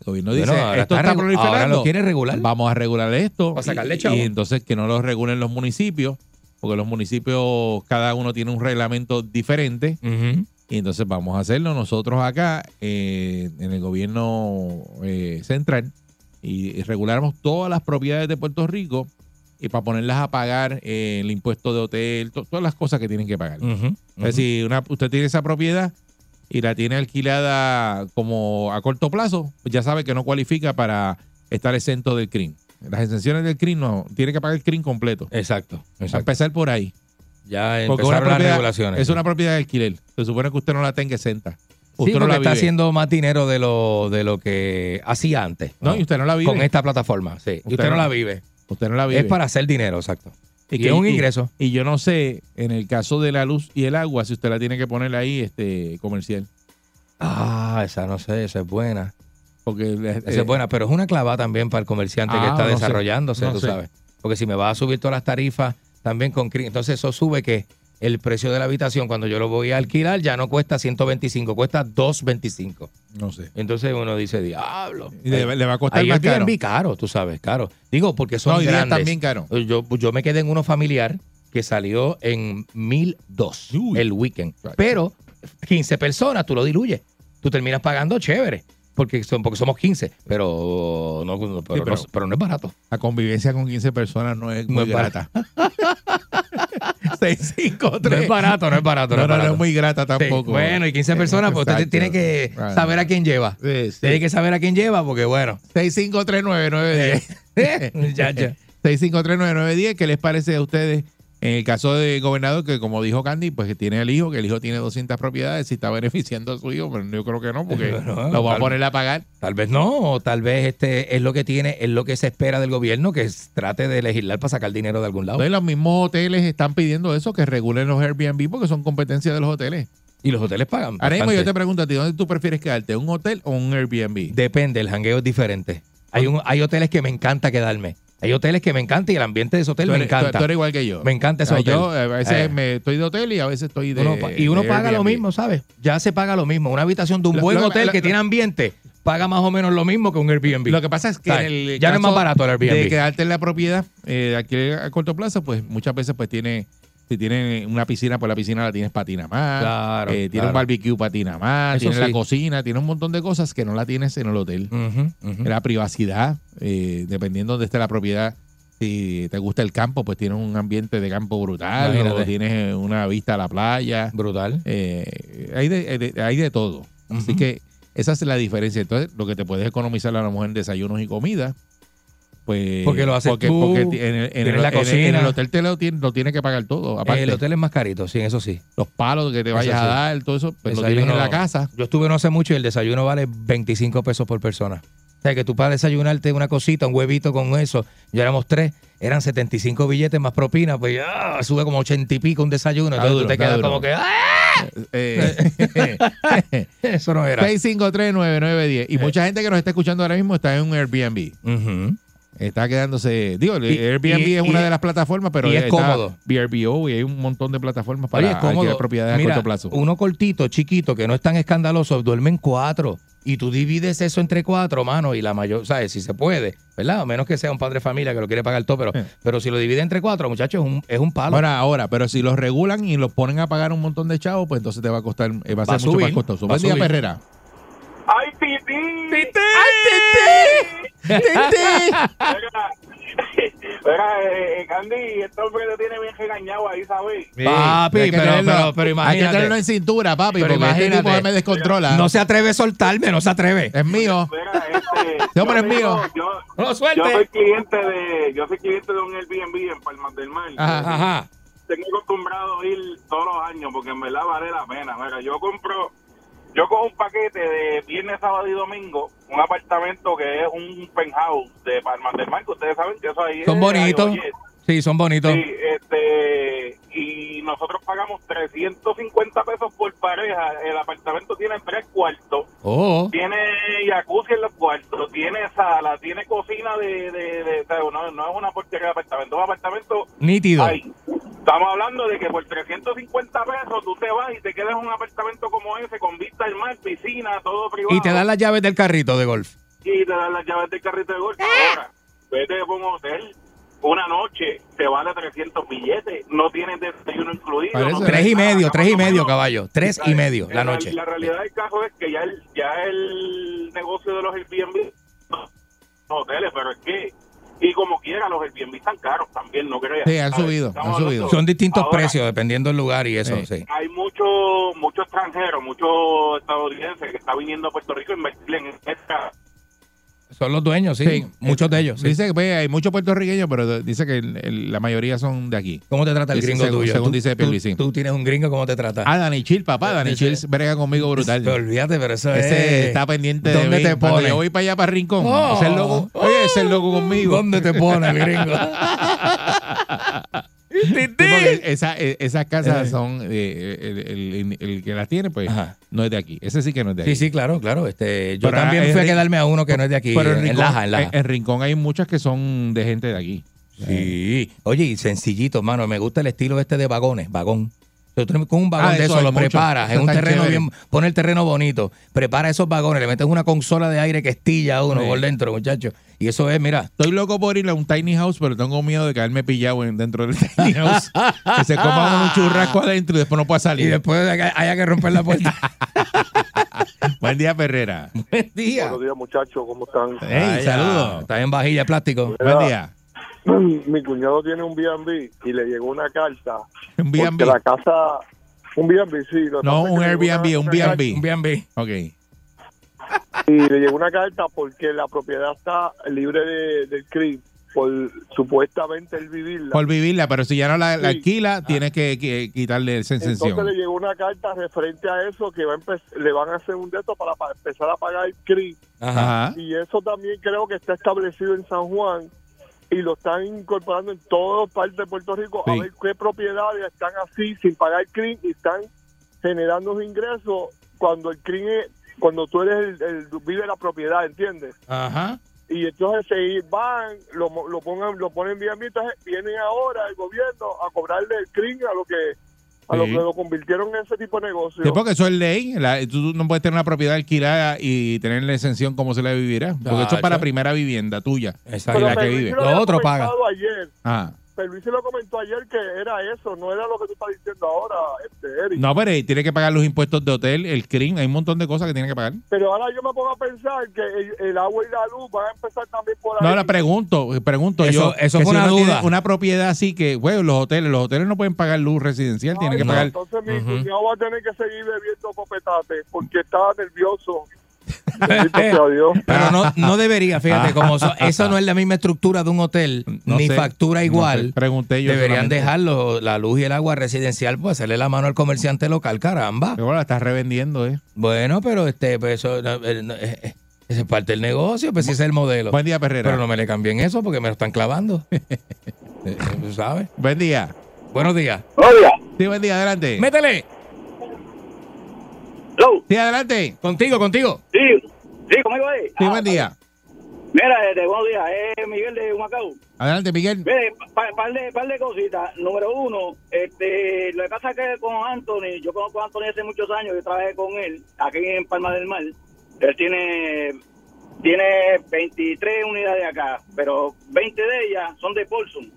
[SPEAKER 3] El gobierno
[SPEAKER 4] Bueno,
[SPEAKER 3] dice,
[SPEAKER 4] ahora
[SPEAKER 3] esto
[SPEAKER 4] está
[SPEAKER 3] está
[SPEAKER 4] regu- ahora
[SPEAKER 3] proliferando.
[SPEAKER 4] lo quiere regular.
[SPEAKER 3] Vamos a regular esto.
[SPEAKER 4] Para sacarle
[SPEAKER 3] y,
[SPEAKER 4] chavo.
[SPEAKER 3] y entonces que no lo regulen los municipios, porque los municipios, cada uno tiene un reglamento diferente.
[SPEAKER 4] Ujú.
[SPEAKER 3] Y entonces vamos a hacerlo nosotros acá eh, en el gobierno eh, central y regulamos todas las propiedades de Puerto Rico y para ponerlas a pagar eh, el impuesto de hotel, to- todas las cosas que tienen que pagar.
[SPEAKER 4] Ujú, ujú.
[SPEAKER 3] Es decir, una, usted tiene esa propiedad y la tiene alquilada como a corto plazo, pues ya sabe que no cualifica para estar exento del crimen. Las exenciones del CRIM no, tiene que pagar el CRIM completo.
[SPEAKER 4] Exacto,
[SPEAKER 3] A
[SPEAKER 4] exacto.
[SPEAKER 3] empezar por ahí.
[SPEAKER 4] Ya
[SPEAKER 3] Porque
[SPEAKER 4] empezaron las
[SPEAKER 3] propiedad-
[SPEAKER 4] regulaciones.
[SPEAKER 3] Es una propiedad de alquiler. Se supone que usted no la tenga exenta.
[SPEAKER 4] Sí,
[SPEAKER 3] Usted no
[SPEAKER 4] porque
[SPEAKER 3] la
[SPEAKER 4] está
[SPEAKER 3] vive.
[SPEAKER 4] haciendo más dinero de lo, de lo que hacía antes.
[SPEAKER 3] No, y usted no la vive.
[SPEAKER 4] Con esta plataforma, sí. Y
[SPEAKER 3] Usted
[SPEAKER 4] usted no
[SPEAKER 3] no-
[SPEAKER 4] la vive.
[SPEAKER 3] Usted no la vive.
[SPEAKER 4] Es para hacer dinero, exacto. Y,
[SPEAKER 3] que-
[SPEAKER 4] es un ingreso.
[SPEAKER 3] Y yo no sé, en el caso de la luz y el agua, si usted la tiene que poner ahí este comercial.
[SPEAKER 4] Ah, esa no sé, esa es buena.
[SPEAKER 3] Porque eh,
[SPEAKER 4] Esa es buena, pero es una clava también para el comerciante que
[SPEAKER 3] Ah,
[SPEAKER 4] está
[SPEAKER 3] no sé.
[SPEAKER 4] desarrollándose,
[SPEAKER 3] No
[SPEAKER 4] tú
[SPEAKER 3] sé.
[SPEAKER 4] sabes. Porque si me va a subir todas las tarifas también con CRI, entonces eso sube que el precio de la habitación cuando yo lo voy a alquilar ya no cuesta 125, cuesta 225.
[SPEAKER 3] no sé.
[SPEAKER 4] Entonces uno dice, diablo.
[SPEAKER 3] Y le, le va a costar
[SPEAKER 4] Ahí
[SPEAKER 3] más
[SPEAKER 4] Airbnb
[SPEAKER 3] caro.
[SPEAKER 4] caro. tú sabes, caro. Digo, porque son
[SPEAKER 3] No, y
[SPEAKER 4] grandes. Eh,
[SPEAKER 3] también caro.
[SPEAKER 4] Yo, yo me quedé en uno familiar que salió en 1002
[SPEAKER 3] Uy.
[SPEAKER 4] el weekend.
[SPEAKER 3] Chacho.
[SPEAKER 4] Pero 15 personas, tú lo diluyes. Tú terminas pagando chévere. Porque, son, porque somos 15, pero no, no- pero,
[SPEAKER 3] pero-
[SPEAKER 4] no, pero no es barato.
[SPEAKER 3] La convivencia con 15 personas
[SPEAKER 4] [LAUGHS]
[SPEAKER 3] no es
[SPEAKER 4] No
[SPEAKER 3] muy
[SPEAKER 4] es
[SPEAKER 3] grata. [LAUGHS]
[SPEAKER 4] barata.
[SPEAKER 3] 653.
[SPEAKER 4] No es barato, no es barato.
[SPEAKER 3] No, no, no,
[SPEAKER 4] barato.
[SPEAKER 3] es muy grata
[SPEAKER 4] Sí,
[SPEAKER 3] tampoco.
[SPEAKER 4] Bueno, y 15 personas, pues usted
[SPEAKER 3] Exacto.
[SPEAKER 4] tiene que
[SPEAKER 3] Ah.
[SPEAKER 4] saber a quién lleva.
[SPEAKER 3] Sí, sí.
[SPEAKER 4] Tiene que saber a quién lleva, porque bueno.
[SPEAKER 3] 6539910. [LAUGHS]
[SPEAKER 4] ya,
[SPEAKER 3] Eh,
[SPEAKER 4] ya.
[SPEAKER 3] 6539910, ¿qué les parece a ustedes? En el caso del gobernador, que como dijo Candy, pues que tiene el hijo, que el hijo tiene 200 propiedades, si está beneficiando a su hijo, pero yo creo que
[SPEAKER 4] [LAUGHS]
[SPEAKER 3] no, porque
[SPEAKER 4] No,
[SPEAKER 3] lo va a
[SPEAKER 4] tal-
[SPEAKER 3] poner a pagar.
[SPEAKER 4] Tal vez no, o tal vez este es lo que tiene, es lo que se espera del gobierno, que es- trate de legislar para sacar dinero de algún lado.
[SPEAKER 3] Entonces, los mismos hoteles están pidiendo eso, que regulen los Airbnb, porque son competencia de los hoteles.
[SPEAKER 4] Y los hoteles pagan.
[SPEAKER 3] Ahora mismo
[SPEAKER 4] bastante.
[SPEAKER 3] yo te pregunto a ti, ¿dónde tú prefieres quedarte? ¿Un hotel o un Airbnb?
[SPEAKER 4] Depende, el jangueo es diferente. Hay, un, hay hoteles que me encanta quedarme. Hay hoteles que me encanta y el ambiente de ese hotel
[SPEAKER 3] Tú
[SPEAKER 4] me
[SPEAKER 3] eres- tú-
[SPEAKER 4] encanta.
[SPEAKER 3] Tú, eres igual que yo.
[SPEAKER 4] Me encanta ese
[SPEAKER 3] Ah,
[SPEAKER 4] hotel.
[SPEAKER 3] Yo eh, a veces
[SPEAKER 4] Eh.
[SPEAKER 3] me estoy de hotel y a veces estoy de.
[SPEAKER 4] Uno pa- y uno
[SPEAKER 3] de
[SPEAKER 4] paga lo
[SPEAKER 3] Airbnb.
[SPEAKER 4] mismo, ¿sabes? Ya se paga lo mismo. Una habitación de un
[SPEAKER 3] Lo-
[SPEAKER 4] buen
[SPEAKER 3] lo-
[SPEAKER 4] hotel
[SPEAKER 3] lo-
[SPEAKER 4] que tiene ambiente paga más o menos lo mismo que un Airbnb.
[SPEAKER 3] Lo que pasa es que en
[SPEAKER 4] ¿Sabes?
[SPEAKER 3] el
[SPEAKER 4] Ya no es
[SPEAKER 3] caso
[SPEAKER 4] más barato el Airbnb.
[SPEAKER 3] De quedarte en la propiedad, eh, aquí a corto plazo, pues muchas veces pues tiene, si tiene una piscina, pues la piscina la tienes patina más.
[SPEAKER 4] Claro,
[SPEAKER 3] Eh, tiene
[SPEAKER 4] claro.
[SPEAKER 3] un barbecue patina más,
[SPEAKER 4] Eso
[SPEAKER 3] tiene la
[SPEAKER 4] sí.
[SPEAKER 3] cocina, tiene un montón de cosas que no la tienes en el hotel.
[SPEAKER 4] Ujú, ujú.
[SPEAKER 3] La privacidad, eh, dependiendo de donde esté la propiedad. Si te gusta el campo, pues tienes un ambiente de campo brutal,
[SPEAKER 4] Imagínate.
[SPEAKER 3] o tienes eh, una vista a la playa.
[SPEAKER 4] Brutal.
[SPEAKER 3] Eh, hay, de, de- hay de todo. Así
[SPEAKER 4] Ujú.
[SPEAKER 3] que esa es la diferencia. Entonces, lo que te puedes economizar a la mujer en desayunos y comida, pues.
[SPEAKER 4] Porque lo haces tú,
[SPEAKER 3] ti- en el, en
[SPEAKER 4] tienes
[SPEAKER 3] el-
[SPEAKER 4] la
[SPEAKER 3] en el-
[SPEAKER 4] cocina.
[SPEAKER 3] en el hotel te lo tiene, lo tiene que pagar todo. Aparte,
[SPEAKER 4] el hotel es más carito, sí, eso sí.
[SPEAKER 3] los palos que te
[SPEAKER 4] Eso
[SPEAKER 3] vayas a
[SPEAKER 4] sí.
[SPEAKER 3] dar, todo eso, pues lo tienes
[SPEAKER 4] Desayuno-
[SPEAKER 3] en la casa.
[SPEAKER 4] Yo estuve no hace mucho y el desayuno vale 25 pesos por persona. O sea, que tú para desayunarte una cosita, un huevito con eso, ya éramos tres, eran 75 billetes más propina, pues ya sube como 80 y pico un desayuno.
[SPEAKER 3] Está
[SPEAKER 4] Entonces
[SPEAKER 3] duro,
[SPEAKER 4] tú te
[SPEAKER 3] está
[SPEAKER 4] quedas
[SPEAKER 3] duro.
[SPEAKER 4] como que, ¡ah!
[SPEAKER 3] Eh,
[SPEAKER 4] Eso no era. Eh.
[SPEAKER 3] 6539910. Y mucha gente que nos está escuchando ahora mismo está en un Airbnb.
[SPEAKER 4] Ujú.
[SPEAKER 3] Está quedándose. Digo, el
[SPEAKER 4] Y-
[SPEAKER 3] Airbnb
[SPEAKER 4] y-
[SPEAKER 3] es una
[SPEAKER 4] y-
[SPEAKER 3] de las plataformas, pero
[SPEAKER 4] y es
[SPEAKER 3] está
[SPEAKER 4] cómodo.
[SPEAKER 3] VRBO y hay un montón de plataformas para
[SPEAKER 4] Oye, es
[SPEAKER 3] adquirir
[SPEAKER 4] cómodo.
[SPEAKER 3] propiedades
[SPEAKER 4] Mira,
[SPEAKER 3] a corto plazo.
[SPEAKER 4] Uno cortito, chiquito, que no es tan escandaloso, duermen cuatro. Y tú divides eso entre cuatro, mano, y la mayor, ¿sabes? Si se puede, ¿verdad? A menos que sea un padre de familia que lo quiere pagar todo, pero,
[SPEAKER 3] Eh.
[SPEAKER 4] pero si lo divide entre cuatro, muchachos, es un, es un palo.
[SPEAKER 3] Ahora, ahora, pero si los regulan y los ponen a pagar un montón de chavos, pues entonces te va a costar, eh, va
[SPEAKER 4] Va
[SPEAKER 3] a ser
[SPEAKER 4] a
[SPEAKER 3] mucho
[SPEAKER 4] subir,
[SPEAKER 3] más costoso.
[SPEAKER 4] va a
[SPEAKER 3] Buen día,
[SPEAKER 4] subir.
[SPEAKER 3] Perrera.
[SPEAKER 5] ¡Ay, pipí!
[SPEAKER 4] [LAUGHS]
[SPEAKER 2] Oiga, [LAUGHS] oiga, eh, eh, Candy, este hombre te tiene bien regañado ahí, ¿sabes?
[SPEAKER 4] Papi,
[SPEAKER 3] Hay que
[SPEAKER 4] pero-
[SPEAKER 3] tenerlo-
[SPEAKER 4] pero- pero
[SPEAKER 3] Hay que
[SPEAKER 4] imagínate.
[SPEAKER 3] tenerlo en cintura, papi,
[SPEAKER 4] Pero
[SPEAKER 3] porque este
[SPEAKER 4] imagínate.
[SPEAKER 3] tipo me descontrola.
[SPEAKER 4] No se atreve a soltarme, no se atreve.
[SPEAKER 3] Es mío.
[SPEAKER 2] Oiga,
[SPEAKER 3] [LAUGHS]
[SPEAKER 2] este,
[SPEAKER 3] Este hombre
[SPEAKER 2] yo
[SPEAKER 3] es mío.
[SPEAKER 2] tengo- Yo,
[SPEAKER 4] ¡No lo
[SPEAKER 2] yo soy
[SPEAKER 4] suelte!
[SPEAKER 2] cliente de, yo soy cliente de un Airbnb en Palmas del Mar.
[SPEAKER 3] Ajá, ajá.
[SPEAKER 4] Ajá.
[SPEAKER 2] tengo acostumbrado a ir todos los años porque en verdad vale la pena. Mira, yo compro, yo cojo un paquete de viernes, sábado y domingo, un apartamento que es un penthouse de Palmas del Mar, que ustedes saben que eso ahí
[SPEAKER 4] Son
[SPEAKER 2] es
[SPEAKER 4] bonitos.
[SPEAKER 2] Ayoyet.
[SPEAKER 4] Sí, son bonitos.
[SPEAKER 2] Sí, este, y nosotros pagamos 350 pesos por pareja. El apartamento tiene tres cuartos,
[SPEAKER 4] Oh,
[SPEAKER 2] tiene jacuzzi en los cuartos, tiene sala, tiene cocina de... de, de- o sea, no, no es una porquería de apartamento, es un apartamento
[SPEAKER 4] nítido.
[SPEAKER 2] Ay, estamos hablando de que por 350 pesos tú te vas y te quedas en un apartamento como ese con vista al mar, piscina, todo privado.
[SPEAKER 4] Y te dan las llaves del carrito de golf.
[SPEAKER 2] Y te dan las llaves del carrito de golf. Ahora, vete a un hotel una noche, te vale 300 billetes, no tienes desayuno incluido.
[SPEAKER 3] Parece-
[SPEAKER 2] no
[SPEAKER 4] Tres y
[SPEAKER 2] tienes nada,
[SPEAKER 4] medio, tres y
[SPEAKER 2] más o
[SPEAKER 4] medio,
[SPEAKER 2] menos.
[SPEAKER 4] caballo. Tres y medio la
[SPEAKER 2] En
[SPEAKER 4] noche.
[SPEAKER 2] La realidad del caso es que ya el, ya el negocio de los Airbnb, los hoteles, pero es que, y como quiera, los Airbnb están caros también, no creas.
[SPEAKER 3] Sí, han
[SPEAKER 2] A ver,
[SPEAKER 3] subido,
[SPEAKER 2] estamos
[SPEAKER 3] han
[SPEAKER 2] hablando-
[SPEAKER 3] subido.
[SPEAKER 4] Son distintos
[SPEAKER 2] Ahora,
[SPEAKER 4] precios dependiendo del lugar y eso,
[SPEAKER 3] Eh.
[SPEAKER 4] sí.
[SPEAKER 2] hay mucho mucho extranjero, mucho estadounidense que está viniendo a Puerto Rico a invertir en esta.
[SPEAKER 4] Son los dueños, sí.
[SPEAKER 3] Sí.
[SPEAKER 4] Muchos de ellos. sí.
[SPEAKER 3] Dice que pues, hay muchos puertorriqueños, pero dice que el- el- la mayoría son de aquí.
[SPEAKER 4] ¿Cómo te trata el
[SPEAKER 3] Dice,
[SPEAKER 4] gringo
[SPEAKER 3] según-
[SPEAKER 4] tuyo?
[SPEAKER 3] según
[SPEAKER 4] Tú-
[SPEAKER 3] dice
[SPEAKER 4] tú,
[SPEAKER 3] Pierluisi.
[SPEAKER 4] tú tienes un gringo, ¿cómo te trata?
[SPEAKER 3] Ah, Dani Chill, papá. Dani
[SPEAKER 4] Ese-
[SPEAKER 3] Chill brega conmigo brutal.
[SPEAKER 4] Pero Olvídate, pero eso
[SPEAKER 3] Ese
[SPEAKER 4] es...
[SPEAKER 3] está pendiente de
[SPEAKER 4] ¿Dónde
[SPEAKER 3] mí.
[SPEAKER 4] te
[SPEAKER 3] Cuando
[SPEAKER 4] pone?
[SPEAKER 3] Yo voy para allá, para Rincón.
[SPEAKER 4] Oh.
[SPEAKER 3] ese es loco. Oye, ese es loco conmigo.
[SPEAKER 4] ¿Dónde te pone el
[SPEAKER 3] [LAUGHS]
[SPEAKER 4] gringo?
[SPEAKER 3] Sí, porque esa- e- esas casas
[SPEAKER 4] Eh.
[SPEAKER 3] son... eh, el, el- el- el que las tiene, pues,
[SPEAKER 4] Ajá.
[SPEAKER 3] no es de aquí. Ese sí que no es de aquí.
[SPEAKER 4] Sí, sí, claro, claro. Este, yo
[SPEAKER 3] Pero
[SPEAKER 4] también
[SPEAKER 3] es
[SPEAKER 4] fui a
[SPEAKER 3] ri-
[SPEAKER 4] quedarme a uno que no es de aquí,
[SPEAKER 3] Pero en,
[SPEAKER 4] en
[SPEAKER 3] Rincón,
[SPEAKER 4] Laja, en Laja.
[SPEAKER 3] en- en Rincón hay muchas que son de gente de aquí.
[SPEAKER 4] Sí. Oye, y sencillito, mano. Me gusta el estilo este de vagones, vagón. Tú tienes- Con un vagón
[SPEAKER 3] Ah,
[SPEAKER 4] de
[SPEAKER 3] eso
[SPEAKER 4] eso,
[SPEAKER 3] hay
[SPEAKER 4] lo
[SPEAKER 3] mucho.
[SPEAKER 4] preparas
[SPEAKER 3] Eso
[SPEAKER 4] en un
[SPEAKER 3] está
[SPEAKER 4] terreno
[SPEAKER 3] chévere.
[SPEAKER 4] bien, pon el terreno bonito, prepara esos vagones, le metes una consola de aire que estilla a uno
[SPEAKER 3] Sí.
[SPEAKER 4] por dentro, muchacho. Y eso es, mira,
[SPEAKER 3] Estoy loco por ir a un tiny house, pero tengo miedo de quedarme pillado en- dentro del tiny house. que se coma un churrasco adentro y después no pueda
[SPEAKER 4] y
[SPEAKER 3] salir.
[SPEAKER 4] después de acá haya que romper la puerta.
[SPEAKER 3] [LAUGHS] Buen día, Perrera.
[SPEAKER 4] Buen día.
[SPEAKER 9] Buenos días, muchachos, ¿cómo están?
[SPEAKER 3] Hey, saludos.
[SPEAKER 4] Está en vajilla de plástico.
[SPEAKER 3] Buen día.
[SPEAKER 9] [CLEARS THROAT] Mi cuñado tiene un B&B y le llegó una carta.
[SPEAKER 3] Un
[SPEAKER 9] porque
[SPEAKER 3] B&B.
[SPEAKER 9] la casa... Un B&B, sí. lo que
[SPEAKER 3] No, un
[SPEAKER 9] pasa es que le llegó una-
[SPEAKER 3] Airbnb, un
[SPEAKER 9] una
[SPEAKER 4] Un
[SPEAKER 3] B&B.
[SPEAKER 4] B&B.
[SPEAKER 3] Ok.
[SPEAKER 9] carta- Y le llegó una carta porque la propiedad está libre de, del CRIM por supuestamente el vivirla.
[SPEAKER 3] Por vivirla, pero si ya no la, la
[SPEAKER 9] Sí. Ah.
[SPEAKER 3] alquila, tienes que, que quitarle esa
[SPEAKER 9] Entonces le
[SPEAKER 3] exención.
[SPEAKER 9] llegó una carta referente a eso que va a empe- le van a hacer un deto para, pa- empezar a pagar el CRIM.
[SPEAKER 3] Ah.
[SPEAKER 4] Ajá.
[SPEAKER 3] Ajá.
[SPEAKER 9] Y eso también creo que está establecido en San Juan y lo están incorporando en todas partes de Puerto Rico
[SPEAKER 3] Sí.
[SPEAKER 9] a ver qué propiedades están así sin pagar el CRIM y están generando un ingreso cuando el CRIM es, cuando tú eres el, el- vive la propiedad, ¿entiendes?
[SPEAKER 4] Ajá.
[SPEAKER 9] y entonces se van, lo, mo- lo pongan, lo ponen bien, entonces vienen ahora el gobierno a cobrarle el crin a lo que a lo
[SPEAKER 3] Sí.
[SPEAKER 9] que lo convirtieron en ese tipo de negocio.
[SPEAKER 3] Sí, porque eso es ley. La- tú no puedes tener una propiedad alquilada y tener la exención como se la vivirá. Porque esto es para
[SPEAKER 4] Chacho.
[SPEAKER 3] la primera vivienda tuya.
[SPEAKER 4] Exacto.
[SPEAKER 3] Y la que
[SPEAKER 9] Pierluisi
[SPEAKER 3] vive. Ah,
[SPEAKER 9] lo
[SPEAKER 4] Lo
[SPEAKER 9] había
[SPEAKER 4] otro paga.
[SPEAKER 9] comentado Ayer,
[SPEAKER 3] Ajá.
[SPEAKER 9] Perluisi lo comentó ayer que era eso, no era lo que tú estás diciendo ahora, este, Eric.
[SPEAKER 3] No, pero eh, tiene que pagar los impuestos de hotel, el crimen, hay un montón de cosas que tiene que pagar.
[SPEAKER 9] Pero ahora yo me pongo a pensar que el, el agua y la luz van a empezar también por ahí.
[SPEAKER 3] No, ahora pregunto, eh, pregunto
[SPEAKER 4] Eso-
[SPEAKER 3] yo.
[SPEAKER 4] eso
[SPEAKER 3] que
[SPEAKER 4] fue una
[SPEAKER 3] uno tiene
[SPEAKER 4] duda.
[SPEAKER 3] Una propiedad así que, güey, los hoteles, los hoteles no pueden pagar luz residencial, tienen que
[SPEAKER 9] Ay,
[SPEAKER 3] pagar.
[SPEAKER 9] Entonces mi
[SPEAKER 4] Ujú.
[SPEAKER 9] cuñado va a tener que seguir bebiendo copetate porque estaba nervioso. Bendito sea Dios.
[SPEAKER 4] [LAUGHS] Pero no, no debería, fíjate, como eso, eso no es la misma estructura de un hotel,
[SPEAKER 3] No
[SPEAKER 4] ni
[SPEAKER 3] sé,
[SPEAKER 4] factura
[SPEAKER 3] no
[SPEAKER 4] igual.
[SPEAKER 3] sé, pregunté yo.
[SPEAKER 4] Deberían
[SPEAKER 3] solamente.
[SPEAKER 4] dejar lo- la luz y el agua residencial, pues hacerle la mano al comerciante local, caramba.
[SPEAKER 3] Pero bueno, la estás revendiendo, ¿eh?
[SPEAKER 4] Bueno, pero este, pues eso, no, eh, no, eh, eh, ese es parte del negocio, pues ese es el modelo.
[SPEAKER 3] Buen día, Perrera.
[SPEAKER 4] Pero no me le cambien eso porque me lo están clavando. Eh, ¿Tú sabes?
[SPEAKER 3] [LAUGHS] Buen día.
[SPEAKER 4] Buenos días.
[SPEAKER 13] Oiga,
[SPEAKER 3] Sí, buen día, adelante.
[SPEAKER 4] Métele.
[SPEAKER 3] Sí, adelante.
[SPEAKER 4] Contigo, contigo.
[SPEAKER 13] sí, sí, conmigo ahí. Ah,
[SPEAKER 3] Sí, buen día.
[SPEAKER 13] Mira, este, buenos días, es Miguel de Humacao.
[SPEAKER 3] Adelante, Miguel.
[SPEAKER 13] Mire, par, par de, par de cositas. Número uno, este, lo que pasa es que con Anthony, yo conozco a Anthony hace muchos años, yo trabajé con él aquí en Palma del Mar. Él tiene, tiene 23 unidades acá, pero 20 de ellas son de Paulson.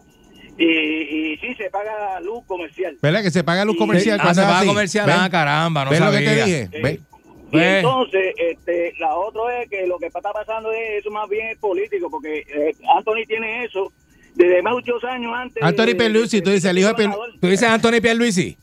[SPEAKER 13] Y, y sí se paga luz comercial.
[SPEAKER 3] ¿Verdad que se paga luz
[SPEAKER 13] Sí.
[SPEAKER 3] comercial?
[SPEAKER 4] Ah, se
[SPEAKER 3] cosas
[SPEAKER 4] va a
[SPEAKER 3] así?
[SPEAKER 4] comercial.
[SPEAKER 3] ¿Ves?
[SPEAKER 4] Ah, caramba, no
[SPEAKER 3] ¿Ves lo
[SPEAKER 4] sabía.
[SPEAKER 3] que te dije?
[SPEAKER 13] Sí.
[SPEAKER 3] ¿Ves?
[SPEAKER 13] Y
[SPEAKER 4] Eh.
[SPEAKER 13] entonces, este, la otra es que lo que está pasando es eso más bien es político, porque eh, Anthony tiene eso desde muchos años antes.
[SPEAKER 3] Anthony
[SPEAKER 13] de-
[SPEAKER 3] Pelusi, tú dices, el hijo de Pel-
[SPEAKER 4] ¿Tú dices Anthony Pierluisi?
[SPEAKER 13] Sí,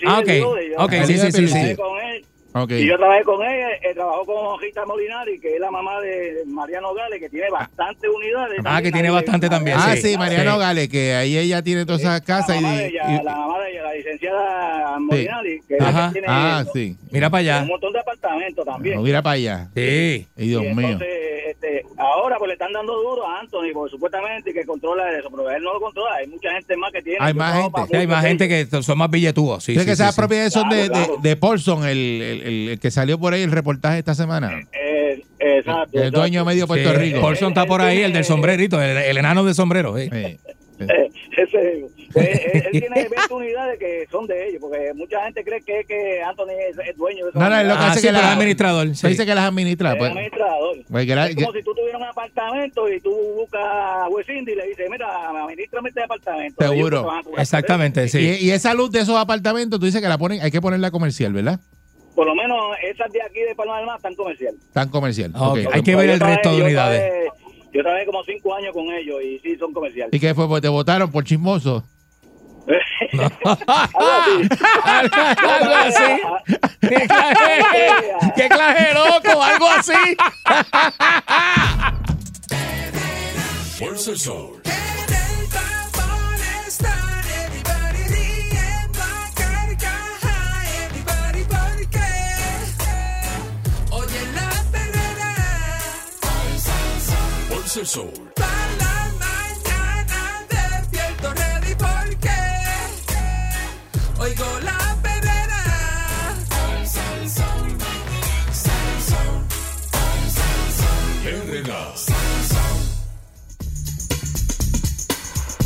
[SPEAKER 13] sí,
[SPEAKER 4] Ah,
[SPEAKER 13] el hijo
[SPEAKER 4] ok.
[SPEAKER 13] de ella.
[SPEAKER 4] Ok,
[SPEAKER 3] El
[SPEAKER 4] sí,
[SPEAKER 3] hijo de
[SPEAKER 4] sí, sí,
[SPEAKER 3] Pierluisi.
[SPEAKER 4] sí.
[SPEAKER 13] trabajé con él,
[SPEAKER 3] Ok.
[SPEAKER 13] Y yo trabajé con ella, eh, trabajó con Rita Molinari, que es la mamá de Mariano Gales, que tiene bastantes unidades.
[SPEAKER 4] Ah, que tiene bastante también.
[SPEAKER 3] Ah,
[SPEAKER 4] sí.
[SPEAKER 3] sí, Mariano
[SPEAKER 4] Sí.
[SPEAKER 3] Gales, que ahí ella tiene todas esas
[SPEAKER 13] La
[SPEAKER 3] casas. Y,
[SPEAKER 13] mamá, de ella,
[SPEAKER 3] y-
[SPEAKER 13] la mamá de ella, la licenciada Molinari, que, es la que
[SPEAKER 4] Ajá.
[SPEAKER 13] tiene
[SPEAKER 3] ah, sí.
[SPEAKER 4] Mira para
[SPEAKER 13] un
[SPEAKER 4] allá.
[SPEAKER 13] montón de apartamentos también.
[SPEAKER 3] No, mira para allá.
[SPEAKER 4] Sí.
[SPEAKER 3] Ay, Dios
[SPEAKER 13] Y
[SPEAKER 3] mío.
[SPEAKER 13] entonces, este, ahora pues le están dando duro a Anthony, porque supuestamente que controla eso, pero él no lo controla. Hay mucha gente más que tiene.
[SPEAKER 3] Hay
[SPEAKER 13] Yo
[SPEAKER 3] más
[SPEAKER 13] trabajo
[SPEAKER 3] gente.
[SPEAKER 13] para
[SPEAKER 4] Sí, hay más
[SPEAKER 13] muchos
[SPEAKER 4] gente
[SPEAKER 13] de
[SPEAKER 4] que son más billetúos. Sí,
[SPEAKER 3] ¿Crees
[SPEAKER 4] sí,
[SPEAKER 3] que
[SPEAKER 4] sí,
[SPEAKER 3] esas
[SPEAKER 4] sí.
[SPEAKER 3] propiedades son de,
[SPEAKER 13] Claro,
[SPEAKER 3] de,
[SPEAKER 13] claro.
[SPEAKER 3] de Paulson, el, el- el- el que salió por ahí el reportaje esta semana?
[SPEAKER 13] ellos. Eh, exacto.
[SPEAKER 3] El dueño de medio Puerto
[SPEAKER 4] Sí,
[SPEAKER 3] Rico.
[SPEAKER 4] Paulson está por ahí, el del sombrerito, el, el enano de sombrero. sí.
[SPEAKER 3] Sí.
[SPEAKER 13] Eh, ese, eh, él, él
[SPEAKER 3] [LAUGHS]
[SPEAKER 13] tiene 20 unidades que son de ellos, porque mucha gente cree que, que Anthony es, es dueño de esa
[SPEAKER 3] No, no, es lo que
[SPEAKER 4] Ah,
[SPEAKER 3] hace
[SPEAKER 4] sí,
[SPEAKER 3] que
[SPEAKER 4] pero es
[SPEAKER 3] las
[SPEAKER 4] administrador. sí.
[SPEAKER 3] Dice que las administra.
[SPEAKER 13] es
[SPEAKER 3] pues.
[SPEAKER 13] administrador.
[SPEAKER 3] Pues, gra-
[SPEAKER 13] Es como si tú tuvieras un apartamento y tú buscas a Wesindy y le dices, mira, administrame este apartamento. Ellos
[SPEAKER 3] Seguro.
[SPEAKER 13] te van a cobrar por
[SPEAKER 4] Exactamente, sí.
[SPEAKER 3] Y, y esa luz de esos apartamentos, tú dices que la ponen, hay que ponerla comercial, ¿verdad?
[SPEAKER 13] eso. Por lo menos esas de aquí de Palma del Mar están comerciales.
[SPEAKER 3] Tan comercial.
[SPEAKER 4] Ah, ok.
[SPEAKER 3] Ok.
[SPEAKER 4] Hay que ver
[SPEAKER 13] Yo
[SPEAKER 4] el resto de
[SPEAKER 13] yo
[SPEAKER 4] unidades.
[SPEAKER 13] trabajé- Yo trabajé como cinco años con ellos y sí, son comerciales.
[SPEAKER 3] ¿Y qué fue? Pues te votaron por chismoso.
[SPEAKER 4] [LAUGHS]
[SPEAKER 13] Ah! [LAUGHS]
[SPEAKER 4] algo así. ¿Qué clase, qué clase de loco? Algo así.
[SPEAKER 14] Sonidos del Sol.
[SPEAKER 1] En el tapón están everybody riendo a carcaja, everybody porque oye la perrera con salsa
[SPEAKER 14] Ponce el Sol.
[SPEAKER 1] para la mañana despierto ready porque oigo la perrera con salsa, salsa,
[SPEAKER 14] Herrera.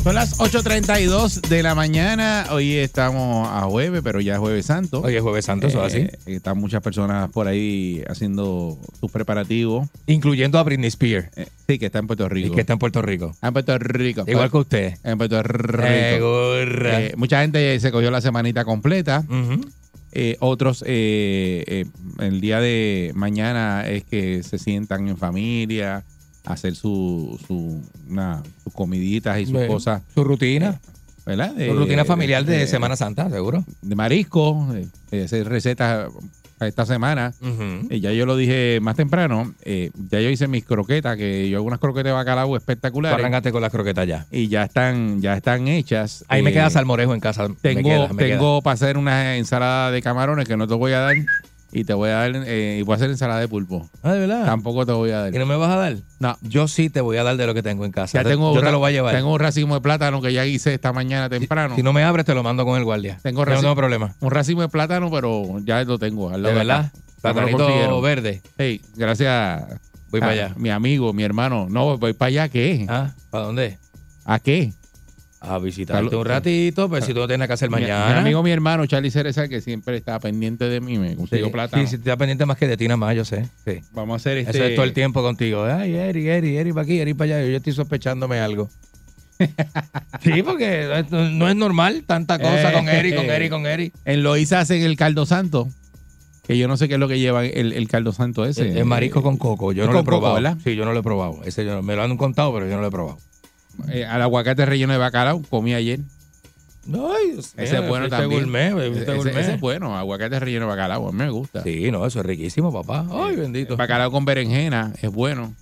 [SPEAKER 3] Son las 8.32 de la mañana. Hoy estamos a jueves, pero ya es jueves santo.
[SPEAKER 4] Oye, Jueves Santo, eso es así.
[SPEAKER 3] Eh, Están muchas personas por ahí haciendo sus preparativos.
[SPEAKER 4] Incluyendo a Britney Spears,
[SPEAKER 3] Eh, sí, que está en Puerto Rico.
[SPEAKER 4] y que está en Puerto Rico.
[SPEAKER 3] Ah, En Puerto Rico.
[SPEAKER 4] Igual que usted.
[SPEAKER 3] En Puerto Rico.
[SPEAKER 4] Segura.
[SPEAKER 3] Eh, mucha gente se cogió la semanita completa.
[SPEAKER 4] Ujú.
[SPEAKER 3] Eh, otros, eh, eh, el día de mañana es que se sientan en familia, hacer su, su- una- sus comiditas y sus
[SPEAKER 4] Bueno,
[SPEAKER 3] cosas,
[SPEAKER 4] Su rutina.
[SPEAKER 3] ¿verdad?
[SPEAKER 4] Su
[SPEAKER 3] Eh,
[SPEAKER 4] rutina familiar de
[SPEAKER 3] eh,
[SPEAKER 4] Semana Santa, seguro.
[SPEAKER 3] De marisco, eh, eh, hacer recetas para esta semana.
[SPEAKER 4] Ujú.
[SPEAKER 3] Eh, ya yo lo dije más temprano, eh, ya yo hice mis croquetas, que yo hago unas croquetas de bacalao
[SPEAKER 4] Tú
[SPEAKER 3] espectaculares.
[SPEAKER 4] arrancaste con las croquetas ya.
[SPEAKER 3] Y ya están, ya están hechas.
[SPEAKER 4] Ahí me
[SPEAKER 3] Eh,
[SPEAKER 4] queda salmorejo en casa. Me
[SPEAKER 3] Tengo,
[SPEAKER 4] queda, me
[SPEAKER 3] tengo para hacer una ensalada de camarones que no te voy a dar. Y te voy a dar, eh, y voy a hacer ensalada de pulpo.
[SPEAKER 4] queda. Ah, de verdad.
[SPEAKER 3] Tampoco te voy a
[SPEAKER 4] ¿Y
[SPEAKER 3] dar.
[SPEAKER 4] no me vas a dar?
[SPEAKER 3] No.
[SPEAKER 4] Yo sí te voy a dar de lo que tengo en casa.
[SPEAKER 3] Ya
[SPEAKER 4] Te-
[SPEAKER 3] tengo,
[SPEAKER 4] Yo
[SPEAKER 3] un
[SPEAKER 4] te
[SPEAKER 3] ra-
[SPEAKER 4] lo voy a llevar.
[SPEAKER 3] tengo un racimo de plátano que ya hice esta mañana temprano.
[SPEAKER 4] Si no me abres, te lo mando con el guardia.
[SPEAKER 3] Tengo
[SPEAKER 4] Yo no
[SPEAKER 3] reci-
[SPEAKER 4] tengo problema.
[SPEAKER 3] Un racimo de plátano, pero ya lo tengo.
[SPEAKER 4] De
[SPEAKER 3] Al lado de
[SPEAKER 4] verdad.
[SPEAKER 3] acá. No me lo
[SPEAKER 4] Platanito
[SPEAKER 3] consiguieron.
[SPEAKER 4] verde.
[SPEAKER 3] Hey, gracias.
[SPEAKER 4] Voy
[SPEAKER 3] a
[SPEAKER 4] para allá.
[SPEAKER 3] Mi amigo, mi hermano. No, voy para allá. ¿A qué?
[SPEAKER 4] Ah, ¿Para dónde?
[SPEAKER 3] ¿A qué?
[SPEAKER 4] A visitarte
[SPEAKER 3] Salud.
[SPEAKER 4] un ratito, pero si tú no tienes nada que hacer
[SPEAKER 3] Mi-
[SPEAKER 4] mañana.
[SPEAKER 3] Mi, amigo, mi hermano, Charlie Cereza, que siempre está pendiente de mí, me
[SPEAKER 4] Sí,
[SPEAKER 3] consiguió plátano.
[SPEAKER 4] Sí, si te da pendiente más que de ti nada más, yo sé. Sí.
[SPEAKER 3] Vamos a hacer este.
[SPEAKER 4] Eso es todo el tiempo contigo. ¿eh? Ay, Eri, Eri, Eri para aquí, Eri para allá. Yo estoy sospechándome algo. sí, porque esto no es normal tanta cosa con Eri, con Eri, con Eri.
[SPEAKER 3] En Loiza hacen el caldo santo. Que yo no sé qué es lo que lleva el, el caldo santo ese.
[SPEAKER 4] El, el marisco con coco. Yo
[SPEAKER 3] Es
[SPEAKER 4] no lo he
[SPEAKER 3] con coco,
[SPEAKER 4] probado.
[SPEAKER 3] ¿verdad?
[SPEAKER 4] sí, yo no lo he probado. Ese yo no- me lo han contado, pero yo no lo he probado.
[SPEAKER 3] Eh, al aguacate relleno de bacalao, comí ayer.
[SPEAKER 4] No, Dios
[SPEAKER 3] Ese es bueno también. Ese, ese- ese es
[SPEAKER 4] bueno.
[SPEAKER 3] bueno, aguacate relleno de bacalao, a mí me gusta.
[SPEAKER 4] Sí, no, eso es riquísimo, papá. Ay, bendito.
[SPEAKER 3] Bacalao con berenjena es bueno.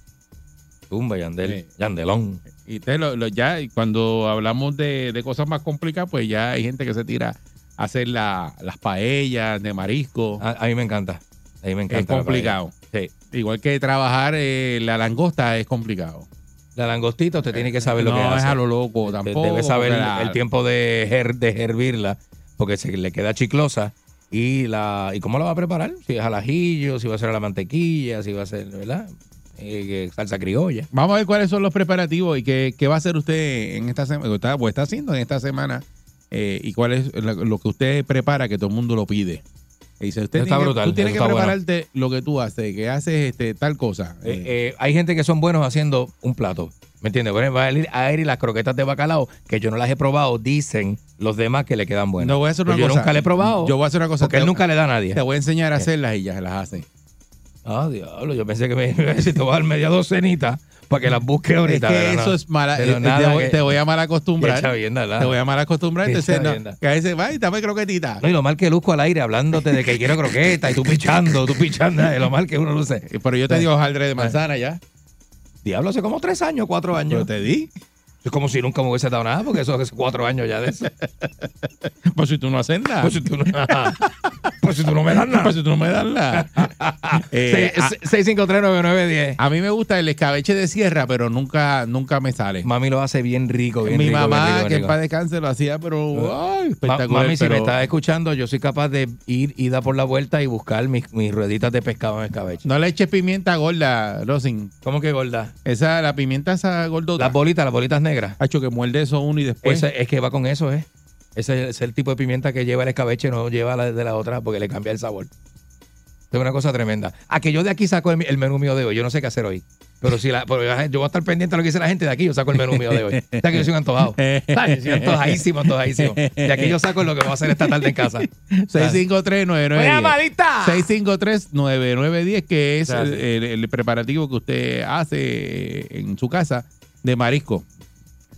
[SPEAKER 4] Tumba, Yandel.
[SPEAKER 3] Sí.
[SPEAKER 4] Yandelón.
[SPEAKER 3] Y te lo- lo- ya y cuando hablamos de, de cosas más complicadas, pues ya hay gente que se tira a hacer la- las paellas de marisco.
[SPEAKER 4] A, a mí me encanta. A mí me encanta.
[SPEAKER 3] es
[SPEAKER 4] la paella.
[SPEAKER 3] complicado.
[SPEAKER 4] Sí.
[SPEAKER 3] Igual que trabajar eh, la langosta es complicado.
[SPEAKER 4] La langostita usted tiene que saber lo
[SPEAKER 3] no
[SPEAKER 4] que
[SPEAKER 3] es
[SPEAKER 4] hace.
[SPEAKER 3] a lo loco Pues tampoco.
[SPEAKER 4] Este, Debe saber
[SPEAKER 3] porque la-
[SPEAKER 4] el tiempo de, her- de hervirla, porque se le queda chiclosa. Y la y cómo la va a preparar, si es al ajillo, si va a ser a la mantequilla, si va a ser, ¿verdad? Eh, que salsa criolla.
[SPEAKER 3] Vamos a ver cuáles son los preparativos y qué, qué va a hacer usted en esta semana, o está, o está haciendo en esta semana, eh, y cuál es lo, lo que usted prepara que todo el mundo lo pide. Y dice,
[SPEAKER 4] Eso
[SPEAKER 3] usted
[SPEAKER 4] está
[SPEAKER 3] tiene, que-
[SPEAKER 4] brutal,
[SPEAKER 3] tú
[SPEAKER 4] eso
[SPEAKER 3] tienes que
[SPEAKER 4] está bueno.
[SPEAKER 3] prepararte lo que tú haces, que haces este, tal cosa.
[SPEAKER 4] Eh,
[SPEAKER 3] Eh,
[SPEAKER 4] eh, hay gente que son buenos haciendo un plato. ¿Me entiendes? Bueno, va a ir a Eri las croquetas de bacalao, que yo no las he probado, dicen los demás que le quedan buenas.
[SPEAKER 3] no voy a hacer
[SPEAKER 4] Pues
[SPEAKER 3] una
[SPEAKER 4] yo
[SPEAKER 3] cosa.
[SPEAKER 4] nunca le he probado.
[SPEAKER 3] Yo voy a hacer una cosa.
[SPEAKER 4] porque él
[SPEAKER 3] te-
[SPEAKER 4] nunca le da a nadie.
[SPEAKER 3] Te voy a enseñar a hacerlas y
[SPEAKER 4] [LAUGHS]
[SPEAKER 3] ya se las hace.
[SPEAKER 4] Ah, diablo, yo pensé que me [LAUGHS] iba a decir, te voy a dar media docenita para que las busque
[SPEAKER 3] Es
[SPEAKER 4] ahorita.
[SPEAKER 3] que
[SPEAKER 4] pero no.
[SPEAKER 3] eso es mala.
[SPEAKER 4] Pero
[SPEAKER 3] eh, te,
[SPEAKER 4] nada
[SPEAKER 3] voy,
[SPEAKER 4] que-
[SPEAKER 3] te voy a mal
[SPEAKER 4] Qué [LAUGHS]
[SPEAKER 3] acostumbrar.
[SPEAKER 4] chavienda, ¿verdad?
[SPEAKER 3] Te voy a mal acostumbrar.
[SPEAKER 4] Qué
[SPEAKER 3] Entonces, no,
[SPEAKER 4] chavienda.
[SPEAKER 3] que a veces, va y dame croquetita.
[SPEAKER 4] No, y lo mal que luzco al aire hablándote de que quiero croqueta y tú pichando, tú pichando, de lo mal que uno luce. Eh,
[SPEAKER 3] Pero yo te digo hojaldre de manzana ya.
[SPEAKER 4] Diablo, hace como tres años, cuatro
[SPEAKER 3] Yo
[SPEAKER 4] años.
[SPEAKER 3] te di.
[SPEAKER 4] Es como si nunca me hubiese dado nada, porque eso hace cuatro años ya de eso.
[SPEAKER 3] [LAUGHS] Pues si tú no haces nada.
[SPEAKER 4] Pues si tú no, [LAUGHS] pues si tú no me das nada.
[SPEAKER 3] Pues si tú no me das nada. [LAUGHS] Eh, a-
[SPEAKER 4] 6539910.
[SPEAKER 3] a, mí me gusta el escabeche de sierra, pero nunca, nunca me sale.
[SPEAKER 4] Mami lo hace bien rico, bien
[SPEAKER 3] Mi
[SPEAKER 4] rico, bien
[SPEAKER 3] mamá,
[SPEAKER 4] rico, bien
[SPEAKER 3] que en
[SPEAKER 4] rico. Eh,
[SPEAKER 3] paz descanse, lo hacía, pero ay,
[SPEAKER 4] Ma-
[SPEAKER 3] espectacular.
[SPEAKER 4] Mami, si
[SPEAKER 3] pero-
[SPEAKER 4] me estás escuchando, yo soy capaz de ir y dar por la vuelta y buscar mis, mis rueditas de pescado en escabeche.
[SPEAKER 3] No le eches pimienta gorda, Rosin.
[SPEAKER 4] ¿Cómo que gorda?
[SPEAKER 3] Esa, la pimienta esa gordota. ¿Eh?
[SPEAKER 4] Las bolitas, las bolitas negras.
[SPEAKER 3] Hacho, que muerde eso uno y después.
[SPEAKER 4] Ese- es que va con eso, ¿eh? Ese es- es el tipo de pimienta que lleva el escabeche, no lleva la de la otra porque le cambia el sabor. Es una cosa tremenda. A que yo de aquí saco el, el menú mío de hoy. Yo no sé qué hacer hoy. Pero si la, pero la- yo voy a estar pendiente a lo que dice la gente de aquí, yo saco el menú mío de
[SPEAKER 3] [LAUGHS]
[SPEAKER 4] hoy. O sea que yo soy un antojado.
[SPEAKER 3] Eh.
[SPEAKER 4] Ay, yo soy antojadísimo, antojadísimo. De aquí yo saco lo que voy a hacer esta tarde en
[SPEAKER 3] [LAUGHS]
[SPEAKER 4] casa.
[SPEAKER 3] 6539910.
[SPEAKER 4] llamadita!
[SPEAKER 3] 6539910, que es
[SPEAKER 4] O sea,
[SPEAKER 3] el,
[SPEAKER 4] sí.
[SPEAKER 3] el- el preparativo que usted hace en su casa de marisco.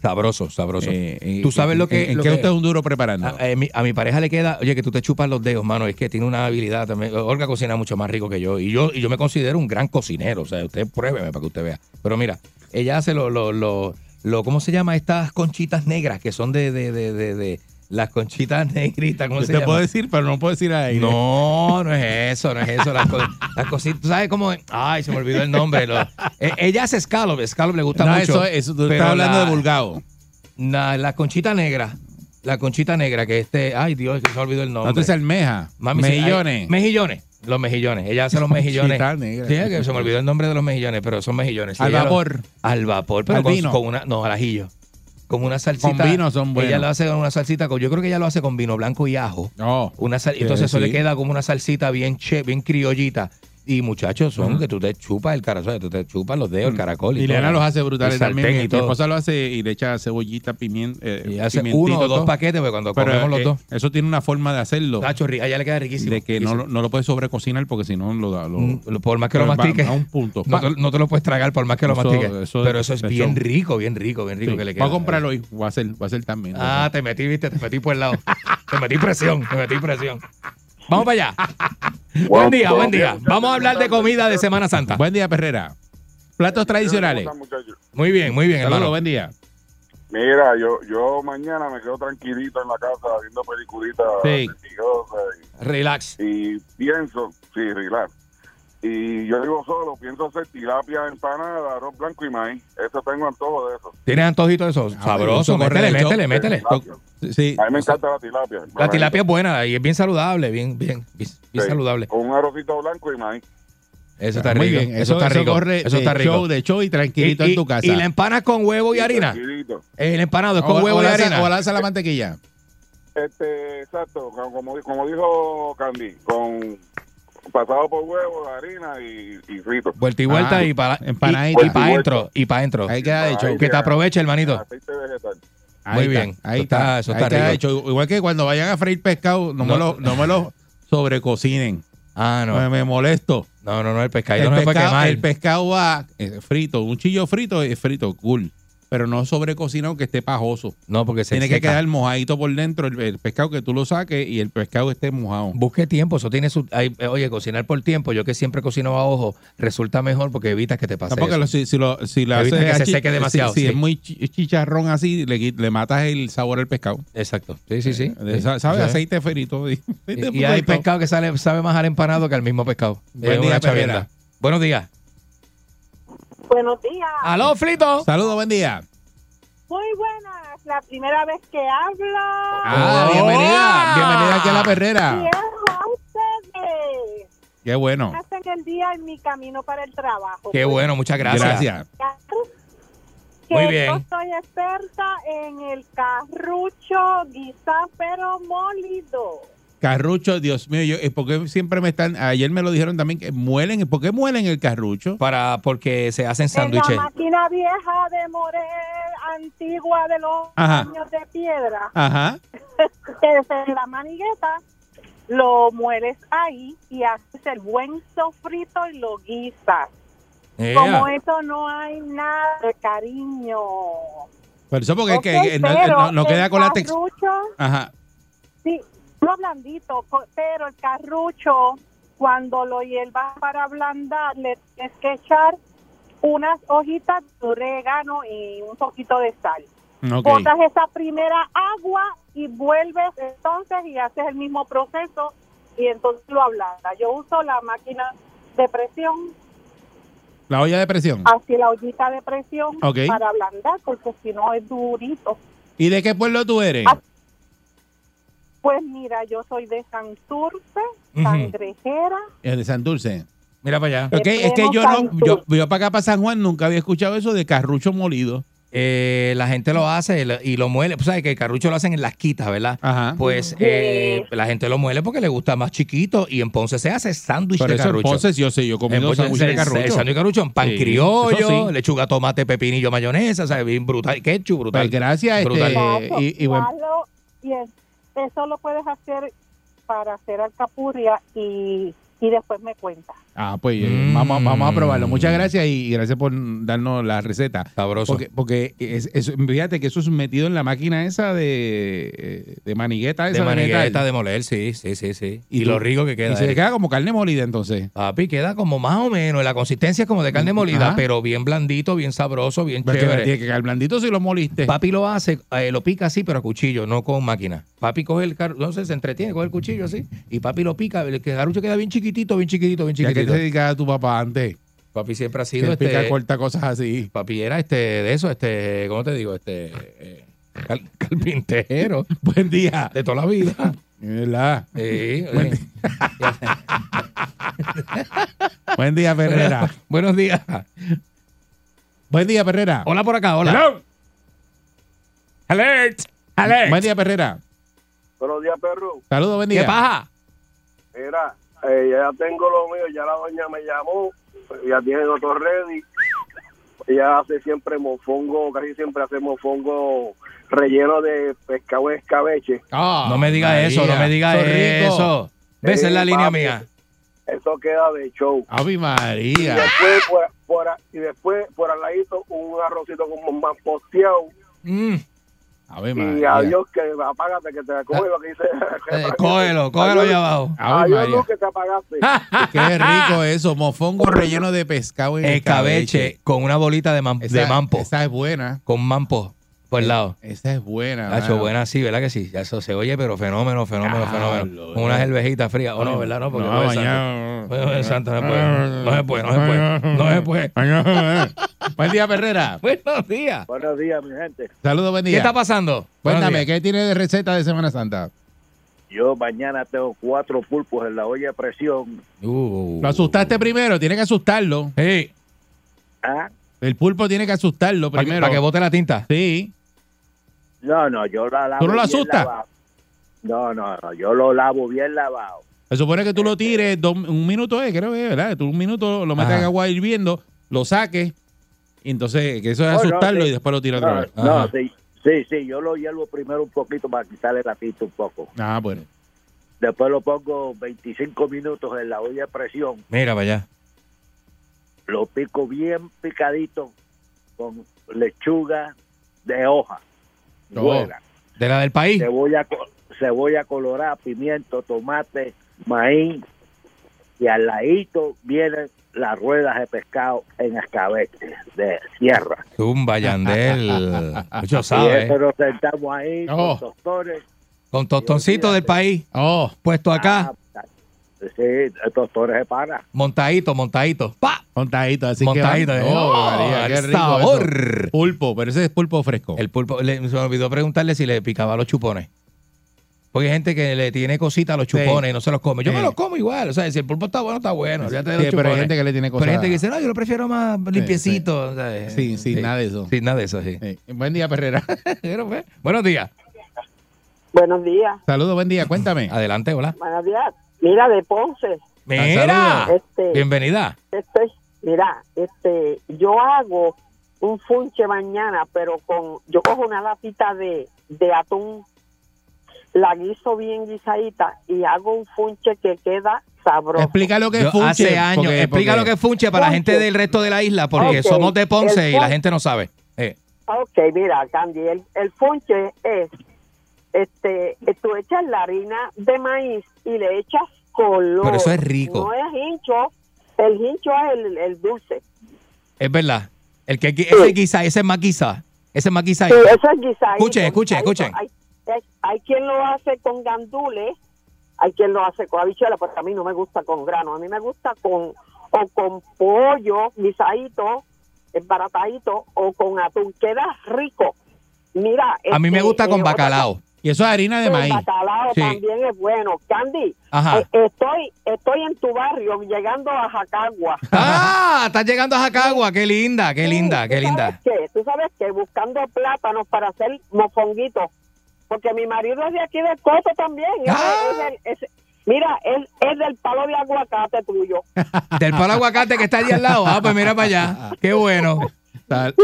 [SPEAKER 4] Sabroso, sabroso.
[SPEAKER 3] Eh, eh,
[SPEAKER 4] Tú sabes lo que-
[SPEAKER 3] en- en
[SPEAKER 4] lo
[SPEAKER 3] qué
[SPEAKER 4] que-
[SPEAKER 3] usted es un duro preparando.
[SPEAKER 4] A, a Ah, eh, mi, a mi pareja le queda, oye, que tú te chupas los dedos, mano. Es que tiene una habilidad también. Olga cocina mucho más rico que yo. Y yo, y yo me considero un gran cocinero. O sea, usted pruébeme para que usted vea. Pero mira, ella hace los, los, los, lo, ¿cómo se llama? Estas conchitas negras que son de, de, de, de, de- las conchitas [LAUGHS] negritas, ¿cómo se
[SPEAKER 3] Yo te
[SPEAKER 4] llama?
[SPEAKER 3] puedo decir, pero no puedo decir Ah, ahí.
[SPEAKER 4] No, no es eso, no es eso. Las, co- las cositas, ¿tú sabes cómo? es? Ay, se me olvidó el nombre. lo- eh, ella hace scallop, scallop le gusta
[SPEAKER 3] No,
[SPEAKER 4] mucho.
[SPEAKER 3] eso- eso tú estás hablando de
[SPEAKER 4] vulgado. La, la conchita negra, la conchita negra que este, ay Dios, que se me olvidó el nombre.
[SPEAKER 3] No, tú dices almeja.
[SPEAKER 4] Mami, sí, ay,
[SPEAKER 3] mejillones.
[SPEAKER 4] mejillones. Los mejillones. Ella hace los mejillones.
[SPEAKER 3] Conchita negra.
[SPEAKER 4] Sí, es que se me olvidó el nombre de los mejillones, pero son mejillones. Sí,
[SPEAKER 3] Al
[SPEAKER 4] ella lo-
[SPEAKER 3] vapor.
[SPEAKER 4] al vapor, pero
[SPEAKER 3] Al
[SPEAKER 4] con,
[SPEAKER 3] vino.
[SPEAKER 4] con una, no, al ajillo. Con una salsita.
[SPEAKER 3] Con vino son buenos.
[SPEAKER 4] Ella lo hace con una salsita, con- yo creo que ella lo hace con vino blanco y ajo.
[SPEAKER 3] No.
[SPEAKER 4] Una sal-
[SPEAKER 3] Sí,
[SPEAKER 4] entonces eso
[SPEAKER 3] sí.
[SPEAKER 4] le queda como una salsita bien che, bien criollita. Y muchachos, son
[SPEAKER 3] Ujú.
[SPEAKER 4] que tú te chupas el caracol, tú te chupas los dedos, el caracol. Y,
[SPEAKER 3] Ileana
[SPEAKER 4] todo.
[SPEAKER 3] Mm. los hace
[SPEAKER 4] El
[SPEAKER 3] brutales
[SPEAKER 4] sartén
[SPEAKER 3] también. Mi,
[SPEAKER 4] y
[SPEAKER 3] mi
[SPEAKER 4] todo.
[SPEAKER 3] esposa lo hace y le echa cebollita, pimienta. eh,
[SPEAKER 4] Y hace uno o dos paquetes, porque cuando comemos los dos.
[SPEAKER 3] Eso tiene una forma de hacerlo.
[SPEAKER 4] Tacho, ri- a ella le queda riquísimo.
[SPEAKER 3] De que no, lo- no lo puedes sobrecocinar porque si no lo, da- lo-
[SPEAKER 4] Por más que Mm, lo
[SPEAKER 3] va-
[SPEAKER 4] mastiques.
[SPEAKER 3] A un punto.
[SPEAKER 4] No te, no te lo puedes tragar por más que lo
[SPEAKER 3] Eso-
[SPEAKER 4] mastiques.
[SPEAKER 3] eso-
[SPEAKER 4] pero eso es
[SPEAKER 3] eso-
[SPEAKER 4] bien rico, bien rico, bien rico que le queda.
[SPEAKER 3] Va a comprar hoy. Voy a hacer, voy a hacer también.
[SPEAKER 4] Ah, te metí, viste, te metí por el lado. te metí presión, te metí presión. Vamos para allá. buen día, buen día. Vamos a hablar de comida de Semana Santa.
[SPEAKER 3] Buen día, Perrera. Platos tradicionales.
[SPEAKER 9] ¿Cómo están, muchachos?
[SPEAKER 4] Muy bien, muy bien,
[SPEAKER 3] Saludos,
[SPEAKER 4] hermano.
[SPEAKER 3] buen día.
[SPEAKER 9] Mira, yo, yo mañana me quedo tranquilito en la casa viendo peliculitas
[SPEAKER 3] Sí.
[SPEAKER 9] religiosas y-
[SPEAKER 4] Relax.
[SPEAKER 9] y pienso, sí, relax. Y yo vivo solo, pienso hacer tilapia, empanada, arroz blanco y maíz. Eso tengo antojo de eso.
[SPEAKER 4] ¿Tienes antojito de esos? Sabroso,
[SPEAKER 3] Ah, eso,
[SPEAKER 4] métele,
[SPEAKER 3] correcto.
[SPEAKER 4] métele, métele.
[SPEAKER 9] Tilapia.
[SPEAKER 3] Sí.
[SPEAKER 9] A mí me encanta la tilapia.
[SPEAKER 4] La tilapia es buena y es bien saludable, bien, bien, bien, bien
[SPEAKER 9] Sí,
[SPEAKER 4] saludable.
[SPEAKER 9] Con un arrocito blanco y maíz.
[SPEAKER 4] Eso está
[SPEAKER 3] Ah, Muy
[SPEAKER 4] rico.
[SPEAKER 3] bien,
[SPEAKER 4] Ah, Eso está rico.
[SPEAKER 3] corre
[SPEAKER 4] Eso
[SPEAKER 3] de
[SPEAKER 4] está rico.
[SPEAKER 3] show, de show y tranquilito
[SPEAKER 4] Y- y-
[SPEAKER 3] en tu casa.
[SPEAKER 4] Y la empana con huevo y harina. Eh,
[SPEAKER 9] Tranquilito.
[SPEAKER 4] El empanado es con
[SPEAKER 3] O-
[SPEAKER 4] huevo
[SPEAKER 3] o
[SPEAKER 4] y
[SPEAKER 3] la hace-
[SPEAKER 4] harina.
[SPEAKER 3] O la hace a la mantequilla.
[SPEAKER 9] Este, exacto, como- como, como dijo Candy, con pasado por huevo, harina y, y frito.
[SPEAKER 4] Vuelta y vuelta
[SPEAKER 3] Ah,
[SPEAKER 4] y para
[SPEAKER 3] empanadita.
[SPEAKER 4] y, para adentro, y para adentro.
[SPEAKER 3] Ahí queda de show.
[SPEAKER 9] Ahí
[SPEAKER 4] Que te
[SPEAKER 9] queda.
[SPEAKER 4] aproveche, hermanito.
[SPEAKER 9] Aceite vegetal.
[SPEAKER 3] Ahí
[SPEAKER 4] Muy
[SPEAKER 3] está,
[SPEAKER 4] bien.
[SPEAKER 3] Ahí
[SPEAKER 4] Eso está-
[SPEAKER 3] está.
[SPEAKER 4] eso
[SPEAKER 3] ahí
[SPEAKER 4] está
[SPEAKER 3] queda
[SPEAKER 4] rico.
[SPEAKER 3] de show. Igual que cuando vayan a freír pescado, no, Me,
[SPEAKER 4] No.
[SPEAKER 3] lo, no me lo sobrecocinen.
[SPEAKER 4] Ah, no.
[SPEAKER 3] Me, me molesto.
[SPEAKER 4] No, no, no, el pescadito
[SPEAKER 3] El
[SPEAKER 4] no se puede
[SPEAKER 3] pescado,
[SPEAKER 4] quemar.
[SPEAKER 3] el pescado va eh, frito. Un chillo frito es frito, cool. Pero no sobrecocinado que esté pajoso.
[SPEAKER 4] no, porque se
[SPEAKER 3] Tiene que
[SPEAKER 4] seca.
[SPEAKER 3] quedar mojadito por dentro el, el pescado que tú lo saques y el pescado esté mojado.
[SPEAKER 4] Busque tiempo, eso tiene su. hay- eh, oye, cocinar por tiempo, yo que siempre cocino a ojo, resulta mejor porque evitas que te pase.
[SPEAKER 3] No, Ah, porque
[SPEAKER 4] eso.
[SPEAKER 3] lo- si, si lo, si la
[SPEAKER 4] Evita que se
[SPEAKER 3] achi-
[SPEAKER 4] seque
[SPEAKER 3] si-
[SPEAKER 4] demasiado,
[SPEAKER 3] Si,
[SPEAKER 4] sí.
[SPEAKER 3] es muy chi- chicharrón así, le, qui- le matas el sabor al pescado.
[SPEAKER 4] Exacto. Sí, sí, sí.
[SPEAKER 3] Eh,
[SPEAKER 4] Sí.
[SPEAKER 3] sa- ¿Sabes?
[SPEAKER 4] Sí.
[SPEAKER 3] Aceite frito. Y, [LAUGHS]
[SPEAKER 4] Y, y hay pescado que sale, sabe más al empanado que al mismo pescado.
[SPEAKER 3] Buen
[SPEAKER 4] Es
[SPEAKER 3] día,
[SPEAKER 4] una chavienda.
[SPEAKER 3] Pereira.
[SPEAKER 4] Buenos días.
[SPEAKER 15] Buenos días.
[SPEAKER 4] ¡Aló, Flito!
[SPEAKER 3] Saludos, buen día.
[SPEAKER 15] Muy buenas. La primera vez que habla.
[SPEAKER 3] Ah,
[SPEAKER 4] Oh.
[SPEAKER 3] bienvenida. Bienvenida aquí a la perrera.
[SPEAKER 15] Viejo a ustedes.
[SPEAKER 3] Qué bueno.
[SPEAKER 15] Hacen el día en mi camino para el trabajo.
[SPEAKER 4] Qué bueno, muchas gracias.
[SPEAKER 3] Gracias.
[SPEAKER 15] Que
[SPEAKER 4] Muy bien.
[SPEAKER 15] Yo soy experta en el carrucho guisado pero molido.
[SPEAKER 3] Carrucho, Dios mío, yo, eh, ¿por qué siempre me están? Ayer me lo dijeron también que muelen, ¿por qué muelen el carrucho?
[SPEAKER 4] Para, porque se hacen sándwiches.
[SPEAKER 15] En la máquina vieja de Morel, antigua de los
[SPEAKER 3] Ajá.
[SPEAKER 15] años de piedra.
[SPEAKER 3] Ajá.
[SPEAKER 15] desde la manigueta, lo mueles ahí y haces el buen sofrito y lo guisas.
[SPEAKER 4] Yeah.
[SPEAKER 15] Como eso no hay nada de cariño.
[SPEAKER 3] Por eso porque que-
[SPEAKER 15] Ok,
[SPEAKER 3] que no,
[SPEAKER 15] pero
[SPEAKER 3] no- no queda
[SPEAKER 15] el
[SPEAKER 3] con la textura.
[SPEAKER 15] carrucho,
[SPEAKER 3] Ajá.
[SPEAKER 15] Sí, no blandito, co- pero el carrucho, cuando lo hiervas para ablandar, le tienes que echar unas hojitas de orégano y un poquito de sal.
[SPEAKER 3] Ok.
[SPEAKER 15] botas esa primera agua y vuelves entonces y haces el mismo proceso y entonces lo ablandas. Yo uso la máquina de presión,
[SPEAKER 3] La olla de presión.
[SPEAKER 15] así la ollita de presión
[SPEAKER 3] Ok.
[SPEAKER 15] para ablandar porque si no es durito.
[SPEAKER 3] ¿Y de qué pueblo tú eres?
[SPEAKER 15] Ah. Pues mira, yo soy de Santurce,
[SPEAKER 4] Ujú.
[SPEAKER 15] Sangrejera.
[SPEAKER 3] Eh, De Santurce.
[SPEAKER 4] Mira para allá.
[SPEAKER 3] Ok, es que
[SPEAKER 15] pleno
[SPEAKER 3] yo no,
[SPEAKER 15] Santurce.
[SPEAKER 3] yo, yo para acá para San Juan nunca había escuchado eso de carrucho molido.
[SPEAKER 4] Eh, la gente lo hace y lo- y lo muele. Pues sabes que el carrucho lo hacen en las quitas, ¿verdad?
[SPEAKER 3] Ajá.
[SPEAKER 4] Pues eh, la gente lo muele porque le gusta más chiquito y en Ponce se hace sándwich
[SPEAKER 3] Pero
[SPEAKER 4] de
[SPEAKER 3] eso en
[SPEAKER 4] carrucho.
[SPEAKER 3] Ponce, yo sé, yo comí
[SPEAKER 4] En
[SPEAKER 3] dos
[SPEAKER 4] Ponce
[SPEAKER 3] sándwiches de
[SPEAKER 4] se- se- el
[SPEAKER 3] carrucho.
[SPEAKER 4] sándwich de carrucho en pan
[SPEAKER 3] Sí,
[SPEAKER 4] criollo,
[SPEAKER 3] eso sí.
[SPEAKER 4] lechuga, tomate, pepinillo, mayonesa, ¿sabes? Bien brutal, ketchup, brutal.
[SPEAKER 3] Pues gracias,
[SPEAKER 4] Brutal.
[SPEAKER 3] este,
[SPEAKER 15] Exacto,
[SPEAKER 3] y, y bueno,
[SPEAKER 15] hazlo, y es- eso lo puedes hacer para hacer alcapurria y
[SPEAKER 16] y después me cuenta.
[SPEAKER 3] Ah, pues eh, vamos,
[SPEAKER 4] Mm.
[SPEAKER 3] vamos a probarlo. Muchas gracias y y gracias por darnos la receta. Sabroso. Porque, porque es, es- fíjate que eso es metido en la máquina esa de, eh, de manigueta. Esa
[SPEAKER 4] De manigueta,
[SPEAKER 3] metal.
[SPEAKER 4] de moler, sí, sí, sí, sí. Y,
[SPEAKER 3] tú-
[SPEAKER 4] lo rico que queda.
[SPEAKER 3] Y se
[SPEAKER 4] Eric.
[SPEAKER 3] le queda como carne molida entonces.
[SPEAKER 4] Papi, queda como más o menos. La consistencia es como de carne molida,
[SPEAKER 3] Mm, Ajá.
[SPEAKER 4] pero bien blandito, bien sabroso, bien
[SPEAKER 3] Porque
[SPEAKER 4] chévere.
[SPEAKER 3] tiene que quedar blandito si lo moliste.
[SPEAKER 4] Papi lo hace, eh, lo pica así, pero a cuchillo, no con máquina. Papi coge el carro, entonces se entretiene, coge el cuchillo así, y papi lo pica, el que garucho queda bien chiquitito, bien chiquitito, bien
[SPEAKER 3] ¿Y a qué te
[SPEAKER 4] chiquitito.
[SPEAKER 3] dedicaba tu papá antes?
[SPEAKER 4] Papi siempre ha
[SPEAKER 3] Que
[SPEAKER 4] sido este,
[SPEAKER 3] pica corta [LAUGHS] cosas así.
[SPEAKER 4] papi era este, de eso, este, ¿cómo te digo? Este, eh, cal- carpintero.
[SPEAKER 3] [LAUGHS] Buen día.
[SPEAKER 4] De toda la
[SPEAKER 3] [LAUGHS]
[SPEAKER 4] vida.
[SPEAKER 3] ¿Verdad?
[SPEAKER 4] Sí,
[SPEAKER 3] Buen,
[SPEAKER 4] eh.
[SPEAKER 3] di- [LAUGHS] Buen día, Ferrera.
[SPEAKER 4] [LAUGHS] Buenos días.
[SPEAKER 3] Buen día, Perrera.
[SPEAKER 4] Hola por acá, hola.
[SPEAKER 3] Hello.
[SPEAKER 4] Alert. Alert.
[SPEAKER 3] Buen día, Perrera.
[SPEAKER 17] Buenos días, perro.
[SPEAKER 3] Saludos, buen día.
[SPEAKER 4] ¿Qué paja?
[SPEAKER 17] Mira, eh, ya tengo lo mío, ya la doña me llamó, ya tiene otro ready. Ella hace siempre mofongo, casi siempre hace mofongo relleno de pescado en escabeche.
[SPEAKER 3] Ah,
[SPEAKER 4] No me digas
[SPEAKER 3] María,
[SPEAKER 4] eso, no me digas
[SPEAKER 3] eso es rico.
[SPEAKER 4] eso. Ves, es la
[SPEAKER 17] Eh,
[SPEAKER 4] línea
[SPEAKER 17] papi.
[SPEAKER 4] mía.
[SPEAKER 17] Eso queda de show.
[SPEAKER 3] Ave
[SPEAKER 17] Y
[SPEAKER 3] María.
[SPEAKER 17] después, por, por a- y después, por al ladito, un arrocito con más posteado.
[SPEAKER 4] Mm.
[SPEAKER 3] Ave
[SPEAKER 17] Y
[SPEAKER 3] María.
[SPEAKER 17] adiós, que apágate, que te acoge lo que dice.
[SPEAKER 3] [LAUGHS]
[SPEAKER 4] Eh, cógelo, cógelo allá abajo.
[SPEAKER 3] Ave
[SPEAKER 17] Adiós,
[SPEAKER 3] Ah, María.
[SPEAKER 17] Luz, que te apagaste.
[SPEAKER 3] Qué rico eso. Mofongo relleno de pescado en escabeche.
[SPEAKER 4] Escabeche con una bolita de, mam- de
[SPEAKER 3] Esa-
[SPEAKER 4] mampo.
[SPEAKER 3] Esa es buena.
[SPEAKER 4] Con mampo por el lado.
[SPEAKER 3] Esa es buena.
[SPEAKER 4] Nacho,
[SPEAKER 3] mano.
[SPEAKER 4] buena sí, ¿verdad que sí? Ya Eso se oye, pero fenómeno, fenómeno,
[SPEAKER 3] Diablo,
[SPEAKER 4] fenómeno.
[SPEAKER 3] bro.
[SPEAKER 4] Con unas cervejitas frías. O Oh, no, ¿verdad? No, porque
[SPEAKER 3] No,
[SPEAKER 4] no, es santo.
[SPEAKER 3] mañana-
[SPEAKER 4] Jueves de santo, no se puede. No se puede, no se puede. No se puede.
[SPEAKER 3] Mañana- Buen día, Perrera.
[SPEAKER 4] Buenos días.
[SPEAKER 17] [LAUGHS] Buenos días, mi gente.
[SPEAKER 3] Saludos, buen
[SPEAKER 4] ¿Qué
[SPEAKER 3] día.
[SPEAKER 4] está pasando?
[SPEAKER 3] Cuéntame,
[SPEAKER 4] Buenos días.
[SPEAKER 3] ¿qué tiene de receta de Semana Santa?
[SPEAKER 17] Yo mañana tengo cuatro pulpos en la olla de presión.
[SPEAKER 4] Uh.
[SPEAKER 3] Lo asustaste primero, tiene que asustarlo.
[SPEAKER 4] Sí,
[SPEAKER 17] ¿Ah?
[SPEAKER 3] El pulpo tiene que asustarlo
[SPEAKER 4] para que,
[SPEAKER 3] primero.
[SPEAKER 4] pa' que bote la tinta.
[SPEAKER 3] Sí.
[SPEAKER 17] No, no, yo la lavo.
[SPEAKER 3] ¿Tú no lo
[SPEAKER 17] bien
[SPEAKER 3] asustas?
[SPEAKER 17] lavado. No, no, no, yo lo lavo bien lavado.
[SPEAKER 3] Se supone que tú lo tires dos- un minuto, eh, creo que, ¿verdad? Tú un minuto lo metes
[SPEAKER 4] Ajá.
[SPEAKER 3] en agua hirviendo, lo saques, y entonces que eso es
[SPEAKER 17] Oh, no,
[SPEAKER 3] asustarlo
[SPEAKER 17] sí.
[SPEAKER 3] y después lo tiras otra
[SPEAKER 17] No,
[SPEAKER 3] vez.
[SPEAKER 17] no,
[SPEAKER 3] Ajá.
[SPEAKER 17] sí, sí, sí, yo lo hiervo primero un poquito para quitarle la tinta un poco.
[SPEAKER 3] Ah, bueno.
[SPEAKER 17] Después lo pongo 25 minutos en la olla de presión.
[SPEAKER 4] Mira para allá.
[SPEAKER 17] Lo pico bien picadito con lechuga de hoja.
[SPEAKER 3] Oh.
[SPEAKER 17] Buena.
[SPEAKER 4] De la del país.
[SPEAKER 17] Cebolla, co- cebolla colorada, pimiento, tomate, maíz. Y al ladito vienen las ruedas de pescado en escabeche de sierra.
[SPEAKER 4] Zumba, Yandel. [LAUGHS] Mucho
[SPEAKER 17] Y
[SPEAKER 4] sabe. eh.
[SPEAKER 17] eso nos sentamos ahí
[SPEAKER 3] Oh.
[SPEAKER 17] con tostones.
[SPEAKER 4] Con tostoncito del país.
[SPEAKER 3] Oh,
[SPEAKER 4] Puesto acá.
[SPEAKER 17] Ah, sí, tostones de pana.
[SPEAKER 4] Montadito, montadito. ¡Pa!
[SPEAKER 3] montadito, así
[SPEAKER 4] Montadito,
[SPEAKER 3] que.
[SPEAKER 4] eh.
[SPEAKER 3] van- Oh,
[SPEAKER 4] Oh,
[SPEAKER 3] María, qué
[SPEAKER 4] el
[SPEAKER 3] rico
[SPEAKER 4] sabor.
[SPEAKER 3] eso. Pulpo, pero ese es pulpo fresco.
[SPEAKER 4] El pulpo, le- se me olvidó preguntarle si le picaba los chupones. Porque hay gente que le tiene cositas a los chupones y no se los come. Yo
[SPEAKER 3] Sí.
[SPEAKER 4] me los como igual. O sea, si el pulpo está bueno, está bueno.
[SPEAKER 3] Sí,
[SPEAKER 4] olvídate de los
[SPEAKER 3] pero hay
[SPEAKER 4] chupones.
[SPEAKER 3] gente que le tiene
[SPEAKER 4] Pero
[SPEAKER 3] cosas.
[SPEAKER 4] hay gente que dice, no, yo lo prefiero más limpiecito. o sea, eh,
[SPEAKER 3] Sí, sin nada de eso.
[SPEAKER 4] Sin nada de eso, sí.
[SPEAKER 3] Eh, Buen día, Perrera.
[SPEAKER 4] Pero, pues, buenos días.
[SPEAKER 16] Buenos días.
[SPEAKER 3] Saludos, buen día, cuéntame.
[SPEAKER 4] [LAUGHS] Adelante, hola.
[SPEAKER 16] Buenos días. Mira, de Ponce,
[SPEAKER 4] Mira.
[SPEAKER 3] saludos.
[SPEAKER 16] Este-
[SPEAKER 4] Ah, Bienvenida.
[SPEAKER 16] este, mira, este, yo hago un funche mañana, pero con, yo cojo una latita de, de atún, la guiso bien guisadita y hago un funche que queda sabroso.
[SPEAKER 3] Explica lo que
[SPEAKER 4] Yo
[SPEAKER 3] es funche.
[SPEAKER 4] hace años.
[SPEAKER 3] porque-
[SPEAKER 4] explica lo
[SPEAKER 3] porque-
[SPEAKER 4] que es funche para la
[SPEAKER 16] Funche.
[SPEAKER 4] gente del resto de la isla, porque
[SPEAKER 16] Ok,
[SPEAKER 4] somos de Ponce
[SPEAKER 16] el
[SPEAKER 4] y la
[SPEAKER 16] fun-
[SPEAKER 4] gente no sabe. Eh,
[SPEAKER 16] Ok, mira, Candy, el, el funche es, este, tú echas la harina de maíz y le echas color.
[SPEAKER 4] Pero eso es rico.
[SPEAKER 16] No es hincho, el hincho es el, el dulce.
[SPEAKER 4] es verdad. El que gui- ese guisa, ese es más guisa. Ese es más guisa.
[SPEAKER 16] Sí, eso es guisadito.
[SPEAKER 4] Escuchen, escuchen,
[SPEAKER 16] guisadito.
[SPEAKER 4] escuchen.
[SPEAKER 16] Hay, hay- hay quien lo hace con gandules, hay quien lo hace con habichuela, pues a mí no me gusta con grano, a mí me gusta con o con pollo guisadito, embaratadito, o con atún. Queda rico. Mira,
[SPEAKER 4] A mí me
[SPEAKER 16] este,
[SPEAKER 4] gusta con
[SPEAKER 16] eh, otra
[SPEAKER 4] bacalao.
[SPEAKER 3] Y eso es harina de
[SPEAKER 16] El
[SPEAKER 3] maíz.
[SPEAKER 16] bacalao
[SPEAKER 4] Sí.
[SPEAKER 16] también es bueno. Candy,
[SPEAKER 4] Ajá.
[SPEAKER 16] eh, estoy, estoy en tu barrio llegando a Jacagua.
[SPEAKER 4] Ah, estás llegando a Jacagua, qué linda, qué linda,
[SPEAKER 16] Sí,
[SPEAKER 4] qué
[SPEAKER 16] ¿tú
[SPEAKER 4] linda.
[SPEAKER 16] Sabes qué? Tú sabes que buscando plátanos para hacer mofonguitos, porque mi marido es de aquí de Coto también. Es-
[SPEAKER 4] Ah.
[SPEAKER 16] es del- es- mira, él es del palo de aguacate tuyo.
[SPEAKER 3] Ah,
[SPEAKER 4] [LAUGHS]
[SPEAKER 3] pues
[SPEAKER 4] Del palo aguacate que está allí al lado. Ah, pues mira para allá. Qué bueno.
[SPEAKER 3] Sal-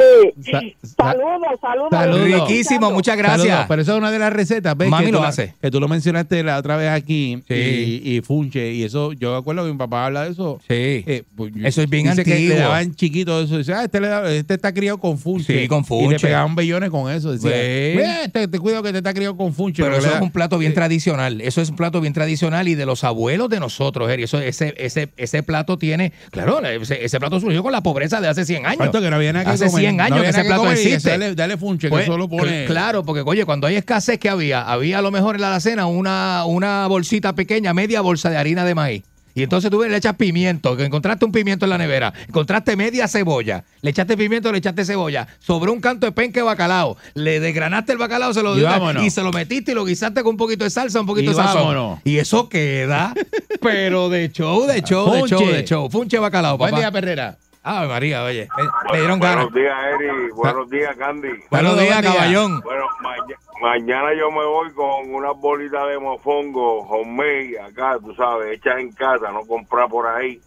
[SPEAKER 3] sa- sa-
[SPEAKER 15] Saludos, saludos.
[SPEAKER 3] Saludos.
[SPEAKER 4] Riquísimo, muchas gracias.
[SPEAKER 3] Saludos, pero eso es una de las recetas. ¿ves?
[SPEAKER 4] Mami
[SPEAKER 3] que tú
[SPEAKER 4] lo
[SPEAKER 3] la-
[SPEAKER 4] hace.
[SPEAKER 3] Que tú lo mencionaste la otra vez aquí
[SPEAKER 4] Sí.
[SPEAKER 3] y, y Funche. Y eso, yo me acuerdo que mi papá habla de eso.
[SPEAKER 4] Sí.
[SPEAKER 3] Eh, pues,
[SPEAKER 4] Eso es bien
[SPEAKER 3] dice que
[SPEAKER 4] antiguo.
[SPEAKER 3] le daban chiquito eso. Dice, ah, este, le da- este está criado con Funche.
[SPEAKER 4] Sí, con
[SPEAKER 3] Y le
[SPEAKER 4] Funche.
[SPEAKER 3] pegaban bellones con eso. Decía,
[SPEAKER 4] Ve.
[SPEAKER 3] "Ve, te, te cuido que te está criado con Funche.
[SPEAKER 4] Pero
[SPEAKER 3] porque
[SPEAKER 4] eso
[SPEAKER 3] le
[SPEAKER 4] es
[SPEAKER 3] da-
[SPEAKER 4] un plato bien
[SPEAKER 3] Eh,
[SPEAKER 4] tradicional. Eso es un plato bien tradicional y de los abuelos de nosotros, Eri. Eso, ese, ese, ese plato tiene. Claro, ese, ese plato surgió con la pobreza de hace 100 años.
[SPEAKER 3] Pato, que no había nada que
[SPEAKER 4] hace
[SPEAKER 3] comer,
[SPEAKER 4] 100
[SPEAKER 3] no
[SPEAKER 4] años
[SPEAKER 3] había
[SPEAKER 4] que
[SPEAKER 3] nada
[SPEAKER 4] ese
[SPEAKER 3] que
[SPEAKER 4] plato
[SPEAKER 3] comer y
[SPEAKER 4] existe.
[SPEAKER 3] Dale, dale Funche,
[SPEAKER 4] Pues,
[SPEAKER 3] que solo
[SPEAKER 4] cl-
[SPEAKER 3] pone.
[SPEAKER 4] Claro, porque oye, cuando hay escasez que había, había a lo mejor en la alacena una, una bolsita pequeña, media bolsa de harina de maíz. Y entonces tú le echas pimiento, que encontraste un pimiento en la nevera, encontraste media cebolla, le echaste pimiento, le echaste cebolla, sobró un canto de penque de bacalao, le desgranaste el bacalao, se lo
[SPEAKER 3] Y
[SPEAKER 4] dio-
[SPEAKER 3] vámonos.
[SPEAKER 4] y se lo metiste y lo guisaste con un poquito de salsa, un poquito de
[SPEAKER 3] Y
[SPEAKER 4] salsa.
[SPEAKER 3] vámonos.
[SPEAKER 4] Y eso queda, [LAUGHS] pero de show, de show, de show,
[SPEAKER 3] Funche.
[SPEAKER 4] de show. Funche bacalao,
[SPEAKER 3] Buen
[SPEAKER 4] papá.
[SPEAKER 3] día, Perrera.
[SPEAKER 4] Ave María, oye, me, me dieron ganas.
[SPEAKER 9] Buenos días, Eri. Buenos días, Candy.
[SPEAKER 4] Buenos
[SPEAKER 3] Saludos,
[SPEAKER 4] días,
[SPEAKER 3] buen día.
[SPEAKER 4] caballón.
[SPEAKER 9] Bueno, maña- mañana yo me voy con unas bolitas de mofongo, homemade, acá, tú sabes, hechas en casa, no comprar por ahí.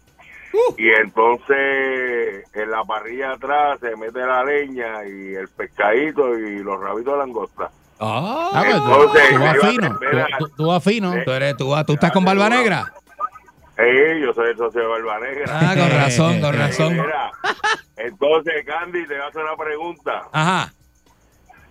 [SPEAKER 4] Uh.
[SPEAKER 9] Y entonces en la parrilla atrás se mete la leña y el pescadito y los rabitos de langosta.
[SPEAKER 3] Ah, pues,
[SPEAKER 9] Entonces,
[SPEAKER 3] tú, tú vas
[SPEAKER 9] yo a
[SPEAKER 3] fino.
[SPEAKER 9] terminar.
[SPEAKER 3] Tú, tú- tú vas fino.
[SPEAKER 4] Tú eres tú, ah, tú estás con barba negra.
[SPEAKER 9] Eh, yo soy el socio de Barba Negra.
[SPEAKER 4] Ah, con razón, con
[SPEAKER 9] Eh,
[SPEAKER 4] razón.
[SPEAKER 9] [LAUGHS] mira, entonces, Candy, te voy a hacer una pregunta.
[SPEAKER 4] Ajá.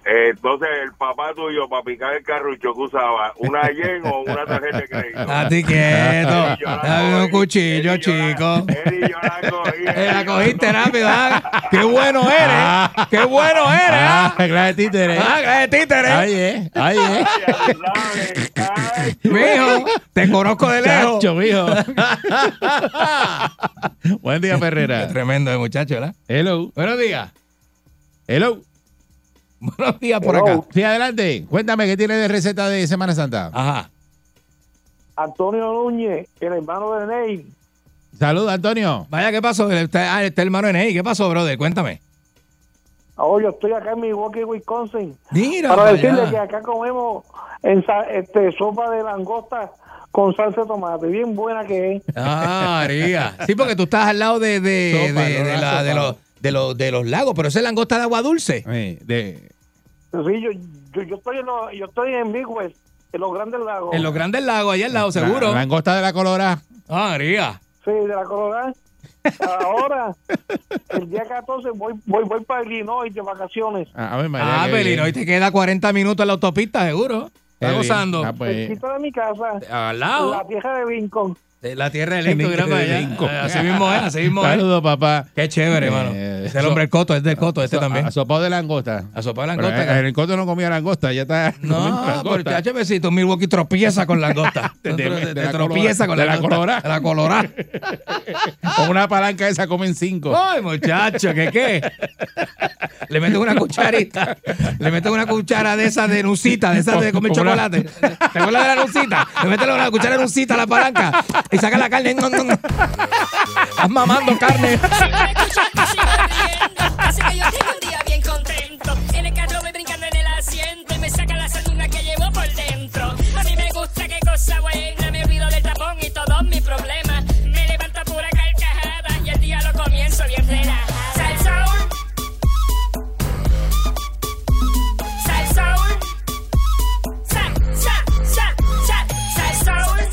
[SPEAKER 9] Eh, Entonces, el papá tuyo para picar el carrucho que usaba, ¿una yen o una tarjeta de crédito?
[SPEAKER 4] A ti
[SPEAKER 9] [LAUGHS]
[SPEAKER 4] quieto.
[SPEAKER 9] Yo la
[SPEAKER 4] Dame un
[SPEAKER 9] cogí.
[SPEAKER 4] cuchillo,
[SPEAKER 9] Eddie, yo la-
[SPEAKER 4] chico.
[SPEAKER 9] Eddie, yo la cogí.
[SPEAKER 4] Eh, La
[SPEAKER 9] Eddie, yo
[SPEAKER 4] cogiste
[SPEAKER 9] la
[SPEAKER 4] rápido, ah. Qué bueno eres. Qué bueno eres, ah.
[SPEAKER 3] claro, títere.
[SPEAKER 4] Ah, gracias, títere.
[SPEAKER 3] Ay, eh, ay, eh.
[SPEAKER 9] cogí. Ay,
[SPEAKER 4] Mijo, te conozco de lejos. [LAUGHS]
[SPEAKER 3] Chacho, mijo. Buen día, Perrera.
[SPEAKER 4] Tremendo de muchacho, ¿verdad?
[SPEAKER 3] Hello.
[SPEAKER 4] Buenos días.
[SPEAKER 3] Hello.
[SPEAKER 4] Buenos días por
[SPEAKER 10] Hello.
[SPEAKER 4] acá.
[SPEAKER 3] Sí, adelante. Cuéntame qué tiene de receta de Semana Santa.
[SPEAKER 4] Ajá.
[SPEAKER 10] Antonio Núñez, el hermano de Ney,
[SPEAKER 3] Salud, Antonio.
[SPEAKER 4] Vaya, ¿qué pasó? Está, ah, está el hermano Enei. ¿Qué pasó, brother? Cuéntame.
[SPEAKER 10] Hoy yo estoy acá en Milwaukee, Wisconsin,
[SPEAKER 4] Mira,
[SPEAKER 10] para
[SPEAKER 4] para
[SPEAKER 10] decirle
[SPEAKER 4] allá.
[SPEAKER 10] que acá comemos ensa- este, sopa de langosta con salsa de tomate, bien buena que es.
[SPEAKER 4] Ah, María. Sí, porque tú estás al lado de, de,
[SPEAKER 3] Sopa,
[SPEAKER 4] de-
[SPEAKER 3] no
[SPEAKER 4] de
[SPEAKER 3] la
[SPEAKER 4] la-
[SPEAKER 3] sopa.
[SPEAKER 4] de los, de, los, de los lagos, pero esa es langosta de agua dulce.
[SPEAKER 3] Eh, de-
[SPEAKER 10] Sí, yo, yo, yo estoy en los- yo estoy en Midwest, en los grandes lagos.
[SPEAKER 4] En los grandes lagos, allá al lado, seguro.
[SPEAKER 3] La, langosta de la colorada.
[SPEAKER 4] Ah, María.
[SPEAKER 10] Sí, de la Colorada. Ahora, el día 14 voy, voy, voy para Illinois de vacaciones.
[SPEAKER 3] Ah, a ver, María,
[SPEAKER 4] Ah,
[SPEAKER 3] qué
[SPEAKER 4] Pelín,
[SPEAKER 3] bien.
[SPEAKER 4] hoy te queda 40 minutos en la autopista, seguro.
[SPEAKER 3] Qué
[SPEAKER 4] Estás
[SPEAKER 3] bien.
[SPEAKER 4] gozando.
[SPEAKER 3] Ah, pues,
[SPEAKER 10] Cerquita de mi casa,
[SPEAKER 4] Eh. Al
[SPEAKER 10] la
[SPEAKER 4] lado.
[SPEAKER 10] vieja de Lincoln.
[SPEAKER 4] De la tierra [LAUGHS] del Inco, gran
[SPEAKER 3] de
[SPEAKER 4] allá.
[SPEAKER 3] Lincoln.
[SPEAKER 4] Ah, Así mismo es, así mismo es.
[SPEAKER 3] Saludos, papá.
[SPEAKER 4] Qué chévere, hermano.
[SPEAKER 3] Eh,
[SPEAKER 4] es el
[SPEAKER 3] so-
[SPEAKER 4] hombre del coto, es del coto, este
[SPEAKER 3] So-
[SPEAKER 4] también.
[SPEAKER 3] a- Asopado de langosta.
[SPEAKER 4] A sopa de
[SPEAKER 3] Pero eh,
[SPEAKER 4] langosta.
[SPEAKER 3] en el coto no comía langosta, ya está. comiendo
[SPEAKER 4] No,
[SPEAKER 3] langosta.
[SPEAKER 4] porque HBCito, Milwaukee tropieza con
[SPEAKER 3] [LAUGHS]
[SPEAKER 4] langosta.
[SPEAKER 3] De- de- de
[SPEAKER 4] Te
[SPEAKER 3] la
[SPEAKER 4] tropieza
[SPEAKER 3] colora-
[SPEAKER 4] con
[SPEAKER 3] de la
[SPEAKER 4] langosta.
[SPEAKER 3] colorá.
[SPEAKER 4] De la colorá.
[SPEAKER 3] [LAUGHS] Con una palanca esa comen cinco.
[SPEAKER 4] Ay, muchacho, ¿qué qué? Le meten una [LAUGHS] cucharita. Le meten una cuchara de esas de nucita, de esas de comer
[SPEAKER 3] Como una-
[SPEAKER 4] chocolate. ¿Te acuerdas de la nucita? Le meten una cuchara de nucita a la palanca y saca la carne. No, no, no. Estás mamando carne.
[SPEAKER 18] Así que yo tengo un día bien contento. En el carro voy brincando en el asiento y me saca la sardina que llevo por dentro. A mí me gusta qué cosa buena, me olvido del tapón y todos mis problemas. Me levanto a pura carcajada y el día lo comienzo bien relajada. Sal Soul. Sal Soul. Sal, sal, sal, sal, sal Soul.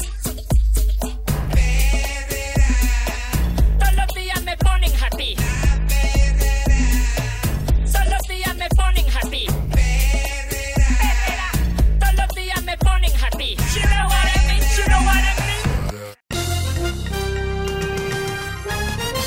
[SPEAKER 18] Todos los días me ponen happy. Todos los días me ponen happy. Perrera. Todos los días me ponen happy. You know what I mean, you know what I mean.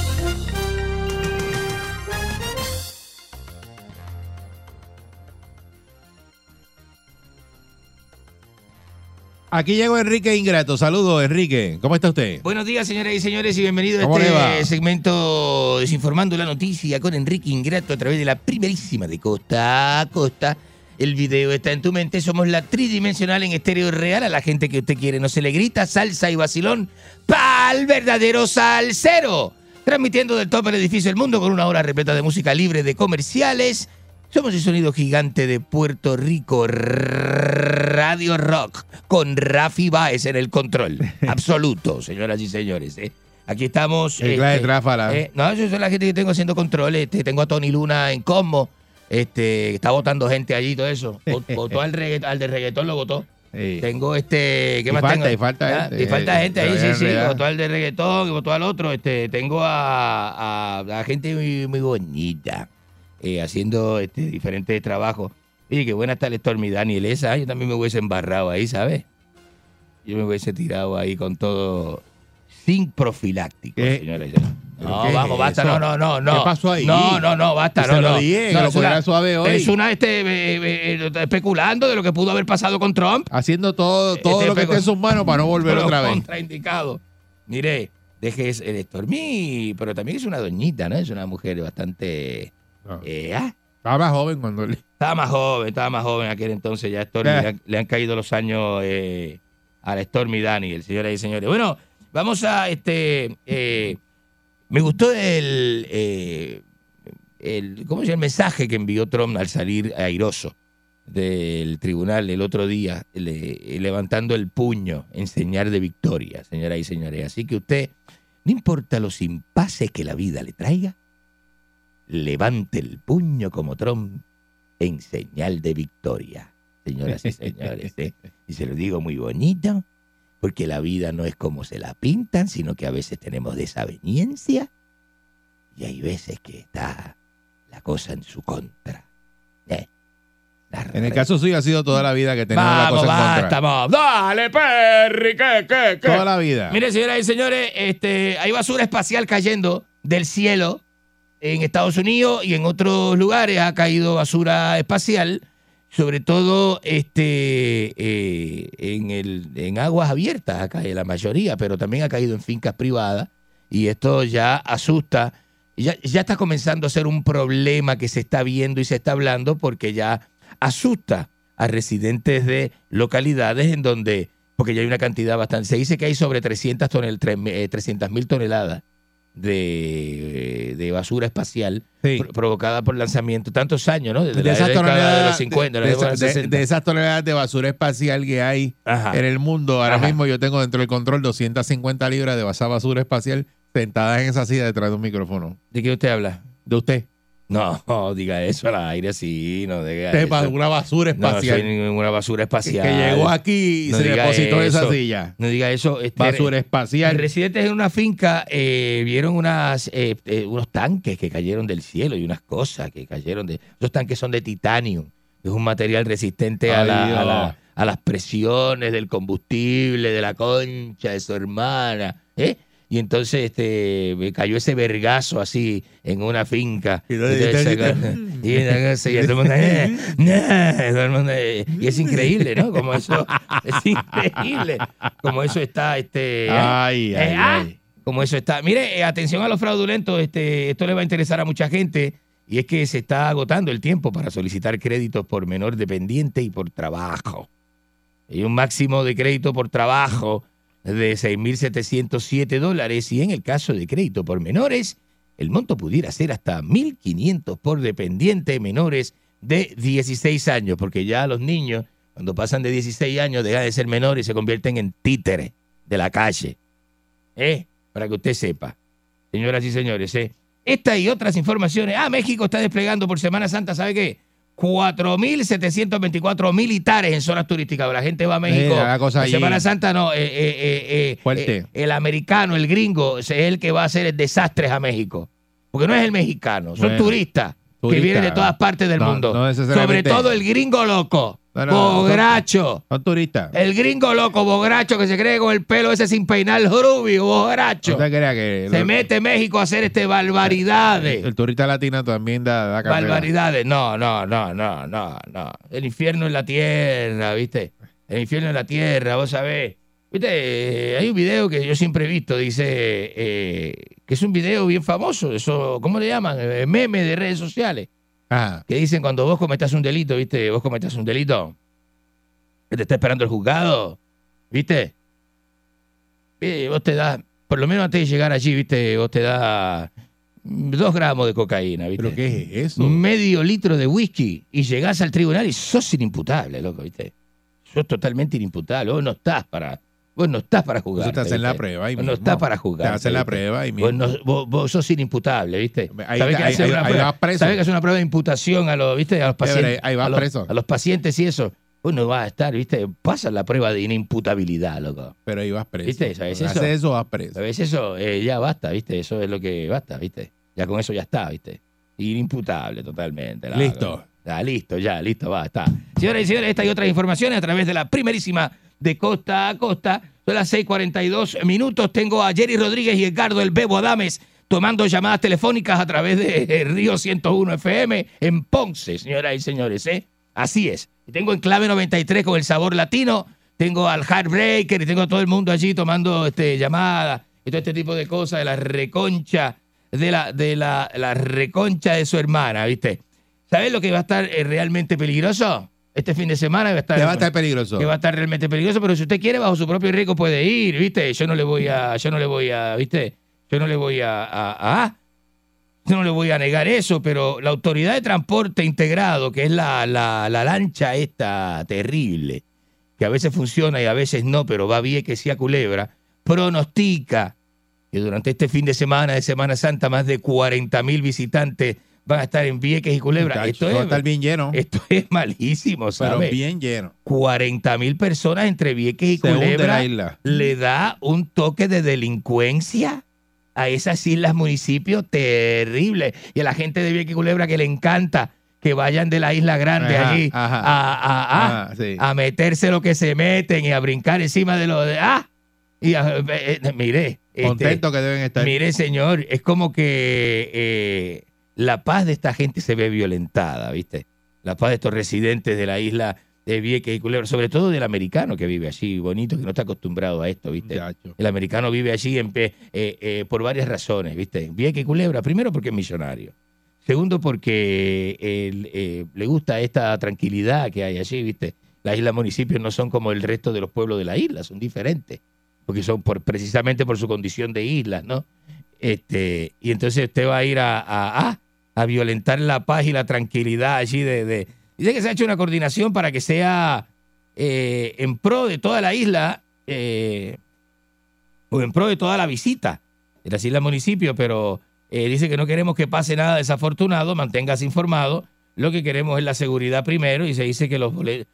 [SPEAKER 3] Aquí llegó Enrique Ingrato. Saludos, Enrique. ¿Cómo está usted?
[SPEAKER 4] Buenos días, señoras y señores, y bienvenidos
[SPEAKER 3] ¿Cómo
[SPEAKER 4] a
[SPEAKER 3] le va?
[SPEAKER 4] este segmento Desinformando la Noticia con Enrique Ingrato a través de la primerísima de Costa a Costa. El video está en tu mente, somos la tridimensional en estéreo real a la gente que usted quiere. No se le grita salsa y vacilón pa'l verdadero salsero. Transmitiendo del top del edificio El Mundo con una hora repleta de música libre de comerciales. Somos el sonido gigante de Puerto Rico. Radio Rock con Rafi Baez en el control. Absoluto, señoras y señores. ¿eh? Aquí estamos.
[SPEAKER 3] El Glass de Tráfala.
[SPEAKER 4] eh, no, yo soy la gente que tengo haciendo control. Este, tengo a Tony Luna en Cosmo. Este, está votando gente allí y todo eso.
[SPEAKER 3] [LAUGHS]
[SPEAKER 4] Vot- Votó al, regga- al de reggaetón, lo votó. Tengo este. ¿Qué
[SPEAKER 3] Y
[SPEAKER 4] más
[SPEAKER 3] falta,
[SPEAKER 4] tengo?
[SPEAKER 3] y falta
[SPEAKER 4] Ah,
[SPEAKER 3] gente.
[SPEAKER 4] Y falta
[SPEAKER 3] Eh,
[SPEAKER 4] gente ahí, sí,
[SPEAKER 3] en
[SPEAKER 4] sí.
[SPEAKER 3] realidad.
[SPEAKER 4] Votó al de reggaetón, votó al otro. Este, tengo a, a, a gente muy, muy bonita eh, haciendo este, diferentes trabajos. Oye, qué buena está el Stormy Daniel esa. Yo también me hubiese embarrado ahí, ¿sabes? Yo me hubiese tirado ahí con todo sin profiláctico, señores. No,
[SPEAKER 3] qué es
[SPEAKER 4] vamos, basta,
[SPEAKER 3] eso?
[SPEAKER 4] no, no, no, no.
[SPEAKER 3] ¿Qué pasó ahí?
[SPEAKER 4] No, no, no, basta,
[SPEAKER 3] Que
[SPEAKER 4] no,
[SPEAKER 3] se lo
[SPEAKER 4] no. No,
[SPEAKER 3] dije, que lo
[SPEAKER 4] es una-
[SPEAKER 3] cogiera suave hoy.
[SPEAKER 4] Es una, este, eh, eh, eh, especulando de lo que pudo haber pasado con Trump.
[SPEAKER 3] Haciendo todo, todo
[SPEAKER 4] Este
[SPEAKER 3] lo que
[SPEAKER 4] pegó-
[SPEAKER 3] esté en sus manos para no volver
[SPEAKER 4] Pero
[SPEAKER 3] otra vez.
[SPEAKER 4] Contraindicado. Mire, deje es- el Stormy, pero también es una doñita, ¿no? Es una mujer bastante. eh, ah,
[SPEAKER 3] Estaba más joven cuando le...
[SPEAKER 4] estaba más joven, estaba más joven aquel entonces. Ya Stormy,
[SPEAKER 3] Eh.
[SPEAKER 4] le, han, le han caído los años eh, a la Stormy Daniel, señoras y señores. Bueno, vamos a este. eh, me gustó el, eh, el. ¿Cómo se llama? El mensaje que envió Trump al salir airoso del tribunal el otro día, le- levantando el puño en señal de victoria, señoras y señores. Así que usted, no importa los impases que la vida le traiga, levante el puño como Trump en señal de victoria, señoras y señores. ¿eh? Y se lo digo muy bonito, porque la vida no es como se la pintan, sino que a veces tenemos desaveniencia y hay veces que está la cosa en su contra. ¿eh?
[SPEAKER 3] En el caso suyo ha sido toda la vida que tenemos la
[SPEAKER 4] Vamos,
[SPEAKER 3] cosa en
[SPEAKER 4] basta,
[SPEAKER 3] contra.
[SPEAKER 4] vamos. Dale, Perry, que, que, que.
[SPEAKER 3] Toda la vida.
[SPEAKER 4] Mire, señoras y señores, este, hay basura espacial cayendo del cielo en Estados Unidos y en otros lugares ha caído basura espacial, sobre todo este, eh, en, el, en aguas abiertas, acá caído la mayoría, pero también ha caído en fincas privadas y esto ya asusta. Ya, ya está comenzando a ser un problema que se está viendo y se está hablando porque ya asusta a residentes de localidades en donde, porque ya hay una cantidad bastante, se dice que hay sobre 300 mil eh, toneladas de, de basura espacial pro- provocada por lanzamiento tantos años, ¿no? Desde
[SPEAKER 3] de
[SPEAKER 4] la
[SPEAKER 3] esas
[SPEAKER 4] década de
[SPEAKER 3] toneladas
[SPEAKER 4] los
[SPEAKER 3] de,
[SPEAKER 4] 50, la
[SPEAKER 3] de
[SPEAKER 4] década de
[SPEAKER 3] esa-
[SPEAKER 4] los
[SPEAKER 3] de-
[SPEAKER 4] 60.
[SPEAKER 3] de esas toneladas de basura espacial que hay
[SPEAKER 4] Ajá.
[SPEAKER 3] en el mundo ahora
[SPEAKER 4] Ajá.
[SPEAKER 3] mismo yo tengo dentro del control 250 libras de esa basura espacial sentadas en esa silla detrás de un micrófono
[SPEAKER 4] ¿De qué usted habla?
[SPEAKER 3] de usted
[SPEAKER 4] No, [LAUGHS] diga eso al aire así, no diga
[SPEAKER 3] Usted es
[SPEAKER 4] eso.
[SPEAKER 3] ba- una basura
[SPEAKER 4] No,
[SPEAKER 3] espacial
[SPEAKER 4] soy ninguna basura espacial.
[SPEAKER 3] que llegó aquí y
[SPEAKER 4] No
[SPEAKER 3] se
[SPEAKER 4] diga
[SPEAKER 3] depositó en esa
[SPEAKER 4] eso.
[SPEAKER 3] silla
[SPEAKER 4] No diga eso. este,
[SPEAKER 3] basura
[SPEAKER 4] Los
[SPEAKER 3] espacial
[SPEAKER 4] Residentes en una finca eh, vieron unas, eh, eh, unos tanques que cayeron del cielo y unas cosas que cayeron de. Los tanques son de titanio, que es un material resistente a,
[SPEAKER 3] Ay,
[SPEAKER 4] la-
[SPEAKER 3] Dios.
[SPEAKER 4] a la- a las presiones del combustible, de la concha de su hermana. ¿eh? Y entonces este, me cayó ese vergazo así en una finca. Y,
[SPEAKER 3] y-
[SPEAKER 4] entonces,
[SPEAKER 3] [LAUGHS]
[SPEAKER 4] y una cosa, y todo el mundo, "Eh, nah", [LAUGHS] todo el mundo, eh, y es increíble, ¿no? Como eso es increíble. Como eso está este eh,
[SPEAKER 3] Ay,
[SPEAKER 4] eh,
[SPEAKER 3] ay,
[SPEAKER 4] ah,
[SPEAKER 3] ay.
[SPEAKER 4] como eso está. Mire, eh, atención a los fraudulentos, este, esto le va a interesar a mucha gente y es que se está agotando el tiempo para solicitar créditos por menor dependiente y por trabajo. Hay un máximo de crédito por trabajo de 6.707 dólares y en el caso de crédito por menores, el monto pudiera ser hasta 1.500 por dependiente menores de 16 años, porque ya los niños, cuando pasan de 16 años, dejan de ser menores y se convierten en títeres de la calle. ¿eh? Para que usted sepa, señoras y señores. ¿eh? Esta y otras informaciones. Ah, México está desplegando por Semana Santa, ¿sabe qué? 4.724 militares en zonas turísticas. La gente va a México.
[SPEAKER 3] Mira, la Eh, cosa
[SPEAKER 4] en
[SPEAKER 3] allí.
[SPEAKER 4] Semana Santa no. eh, eh, eh, eh,
[SPEAKER 3] Fuerte.
[SPEAKER 4] eh, el americano, el gringo, es el que va a hacer el desastres a México. Porque no es el mexicano, son
[SPEAKER 3] Bueno,
[SPEAKER 4] turistas que
[SPEAKER 3] turista.
[SPEAKER 4] vienen de todas partes del
[SPEAKER 3] No,
[SPEAKER 4] mundo.
[SPEAKER 3] no
[SPEAKER 4] Sobre
[SPEAKER 3] necesariamente.
[SPEAKER 4] todo el gringo loco,
[SPEAKER 3] No, no, no,
[SPEAKER 4] bogracho.
[SPEAKER 3] son turistas
[SPEAKER 4] El gringo loco, bogracho, que se cree con el pelo ese sin peinar, rubio, bogracho.
[SPEAKER 3] no te creas que
[SPEAKER 4] Se
[SPEAKER 3] lo-
[SPEAKER 4] mete México a hacer este barbaridades.
[SPEAKER 3] el turista latino también da, da carrera.
[SPEAKER 4] Barbaridades. No, no, no, no, no, no. El infierno en la tierra, ¿viste? El infierno en la tierra, vos sabés. ¿Viste? eh, hay un video que yo siempre he visto, dice, eh, que es un video bien famoso, eso, ¿cómo le llaman? Eh, Meme de redes sociales.
[SPEAKER 3] Ajá.
[SPEAKER 4] Que dicen cuando vos cometas un delito, ¿viste? Vos cometas un delito, que te está esperando el juzgado, ¿viste? Eh, vos te das, por lo menos antes de llegar allí, ¿viste? Vos te das mm, dos gramos de cocaína, ¿viste?
[SPEAKER 3] pero qué es eso
[SPEAKER 4] medio litro de whisky y llegás al tribunal y sos inimputable, loco, ¿viste? Eso es totalmente inimputable. Vos no estás para, vos no estás para jugar.
[SPEAKER 3] Eso te hacen la
[SPEAKER 4] ¿viste?
[SPEAKER 3] prueba ahí
[SPEAKER 4] Vos
[SPEAKER 3] mismo.
[SPEAKER 4] No estás para jugar.
[SPEAKER 3] Te hacen la prueba ahí
[SPEAKER 4] Vos,
[SPEAKER 3] mismo.
[SPEAKER 4] no- vos- vos sos inimputable, ¿viste?
[SPEAKER 3] Ahí
[SPEAKER 4] Sabés
[SPEAKER 3] está,
[SPEAKER 4] que
[SPEAKER 3] ahí-
[SPEAKER 4] hacen
[SPEAKER 3] ahí-
[SPEAKER 4] una
[SPEAKER 3] ahí
[SPEAKER 4] prueba-
[SPEAKER 3] vas preso.
[SPEAKER 4] sabés que es una prueba de imputación a los, ¿viste? A los
[SPEAKER 3] Chévere,
[SPEAKER 4] pacientes.
[SPEAKER 3] ahí vas
[SPEAKER 4] a los,
[SPEAKER 3] preso.
[SPEAKER 4] A los pacientes y eso. Vos no vas a estar, ¿viste? Pasa la prueba de inimputabilidad, loco.
[SPEAKER 3] Pero ahí vas preso.
[SPEAKER 4] ¿Viste? ¿Sabes
[SPEAKER 3] Cuando
[SPEAKER 4] eso?
[SPEAKER 3] haces eso, vas preso.
[SPEAKER 4] ¿Sabes eso? Eh, ya basta, ¿viste? Eso es lo que basta, ¿viste? Ya con eso ya está, ¿viste? Inimputable totalmente. la-
[SPEAKER 3] Listo.
[SPEAKER 4] Ah, listo, ya, listo, va, está. Señoras y señores, esta y otras informaciones a través de la primerísima de Costa a Costa. Son las 6.42 minutos. Tengo a Jerry Rodríguez y Edgardo El Bebo Adames tomando llamadas telefónicas a través de [LAUGHS] eh, Río 101 FM en Ponce, señoras y señores. ¿eh? Así es. Y Tengo en clave 93 con el sabor latino. Tengo al Heartbreaker y tengo a todo el mundo allí tomando este, llamadas y todo este tipo de cosas de la reconcha, de la, de la, la reconcha de su hermana, ¿viste? ¿Sabes lo que va a estar eh, realmente peligroso? Este fin de semana va a estar...
[SPEAKER 3] Te va a estar peligroso.
[SPEAKER 4] Que va a estar realmente peligroso, pero si usted quiere, bajo su propio riesgo puede ir, ¿viste? Yo no le voy a, yo no le voy a, ¿viste? Yo no le voy a, a- a- yo no le voy a negar eso, pero la autoridad de transporte integrado, que es la, la, la lancha esta terrible, que a veces funciona y a veces no, pero va bien que sea culebra, pronostica que durante este fin de semana de Semana Santa más de 40 mil visitantes van a estar en Vieques y Culebra.
[SPEAKER 3] Muchacho,
[SPEAKER 4] esto
[SPEAKER 3] eso
[SPEAKER 4] es,
[SPEAKER 3] va a estar bien lleno.
[SPEAKER 4] Esto es malísimo,
[SPEAKER 3] Pero
[SPEAKER 4] ¿sabes?
[SPEAKER 3] bien lleno.
[SPEAKER 4] 40 mil personas entre Vieques y
[SPEAKER 3] Se hunde
[SPEAKER 4] Culebra
[SPEAKER 3] la isla.
[SPEAKER 4] le da un toque de delincuencia a esas islas municipios terrible. Y a la gente de Vieques y Culebra que le encanta que vayan de la isla grande
[SPEAKER 3] Ajá,
[SPEAKER 4] allí a,
[SPEAKER 3] ajá.
[SPEAKER 4] a- a-
[SPEAKER 3] Ajá, Ah, sí.
[SPEAKER 4] a meterse lo que se meten y a brincar encima de lo de... ¡Ah! Y a- eh, eh, mire, este,
[SPEAKER 3] Contento que deben estar.
[SPEAKER 4] Mire, señor, es como que eh, la paz de esta gente se ve violentada, ¿viste? La paz de estos residentes de la isla de Vieques y Culebra, sobre todo del americano que vive allí, bonito, que no está acostumbrado a esto, ¿viste?
[SPEAKER 3] Muchacho.
[SPEAKER 4] El americano vive allí en pe- eh, eh, por varias razones, ¿viste? Vieques y Culebra, primero porque es millonario. Segundo, porque él, eh, le gusta esta tranquilidad que hay allí, ¿viste? Las islas municipios no son como el resto de los pueblos de la isla, son diferentes, porque son por, precisamente por su condición de islas, ¿no? Este, y entonces usted va a ir a, a- a- a violentar la paz y la tranquilidad allí de, de- Dice que se ha hecho una coordinación para que sea eh, en pro de toda la isla eh, o en pro de toda la visita de las islas municipio, pero eh, dice que no queremos que pase nada desafortunado, manténgase informado. Lo que queremos es la seguridad primero y se dice que los boletos,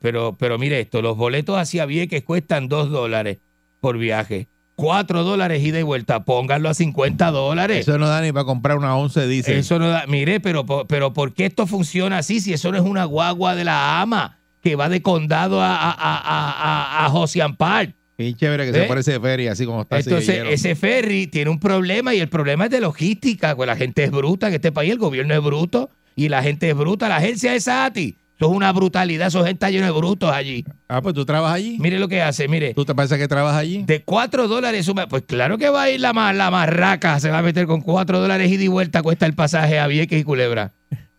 [SPEAKER 4] pero, pero mire esto, los boletos hacia Vieques cuestan 2 dólares por viaje, 4 dólares ida y vuelta, pónganlo a 50 dólares.
[SPEAKER 3] Eso no da ni para comprar una 11, dice.
[SPEAKER 4] Eso no da. Mire, pero, po- pero ¿por qué esto funciona así si eso no es una guagua de la ama que va de condado a, a, a, a, a- a Ocean Park?
[SPEAKER 3] Bien chévere que
[SPEAKER 4] ¿Eh?
[SPEAKER 3] se parece de feria, así como está. así de
[SPEAKER 4] Entonces,
[SPEAKER 3] lleno.
[SPEAKER 4] ese ferry tiene un problema y el problema es de logística, pues la gente es bruta en este país, el gobierno es bruto y la gente es bruta, la agencia es ATI. Eso es una brutalidad, esos gente está lleno de brutos allí.
[SPEAKER 3] Ah, pues tú trabajas allí.
[SPEAKER 4] Mire lo que hace, mire.
[SPEAKER 3] ¿Tú te parece que trabajas allí?
[SPEAKER 4] De 4 dólares, suma- pues claro que va a ir la, ma- la marraca, se va a meter con 4 dólares ida y vuelta, cuesta el pasaje a Vieques y Culebra.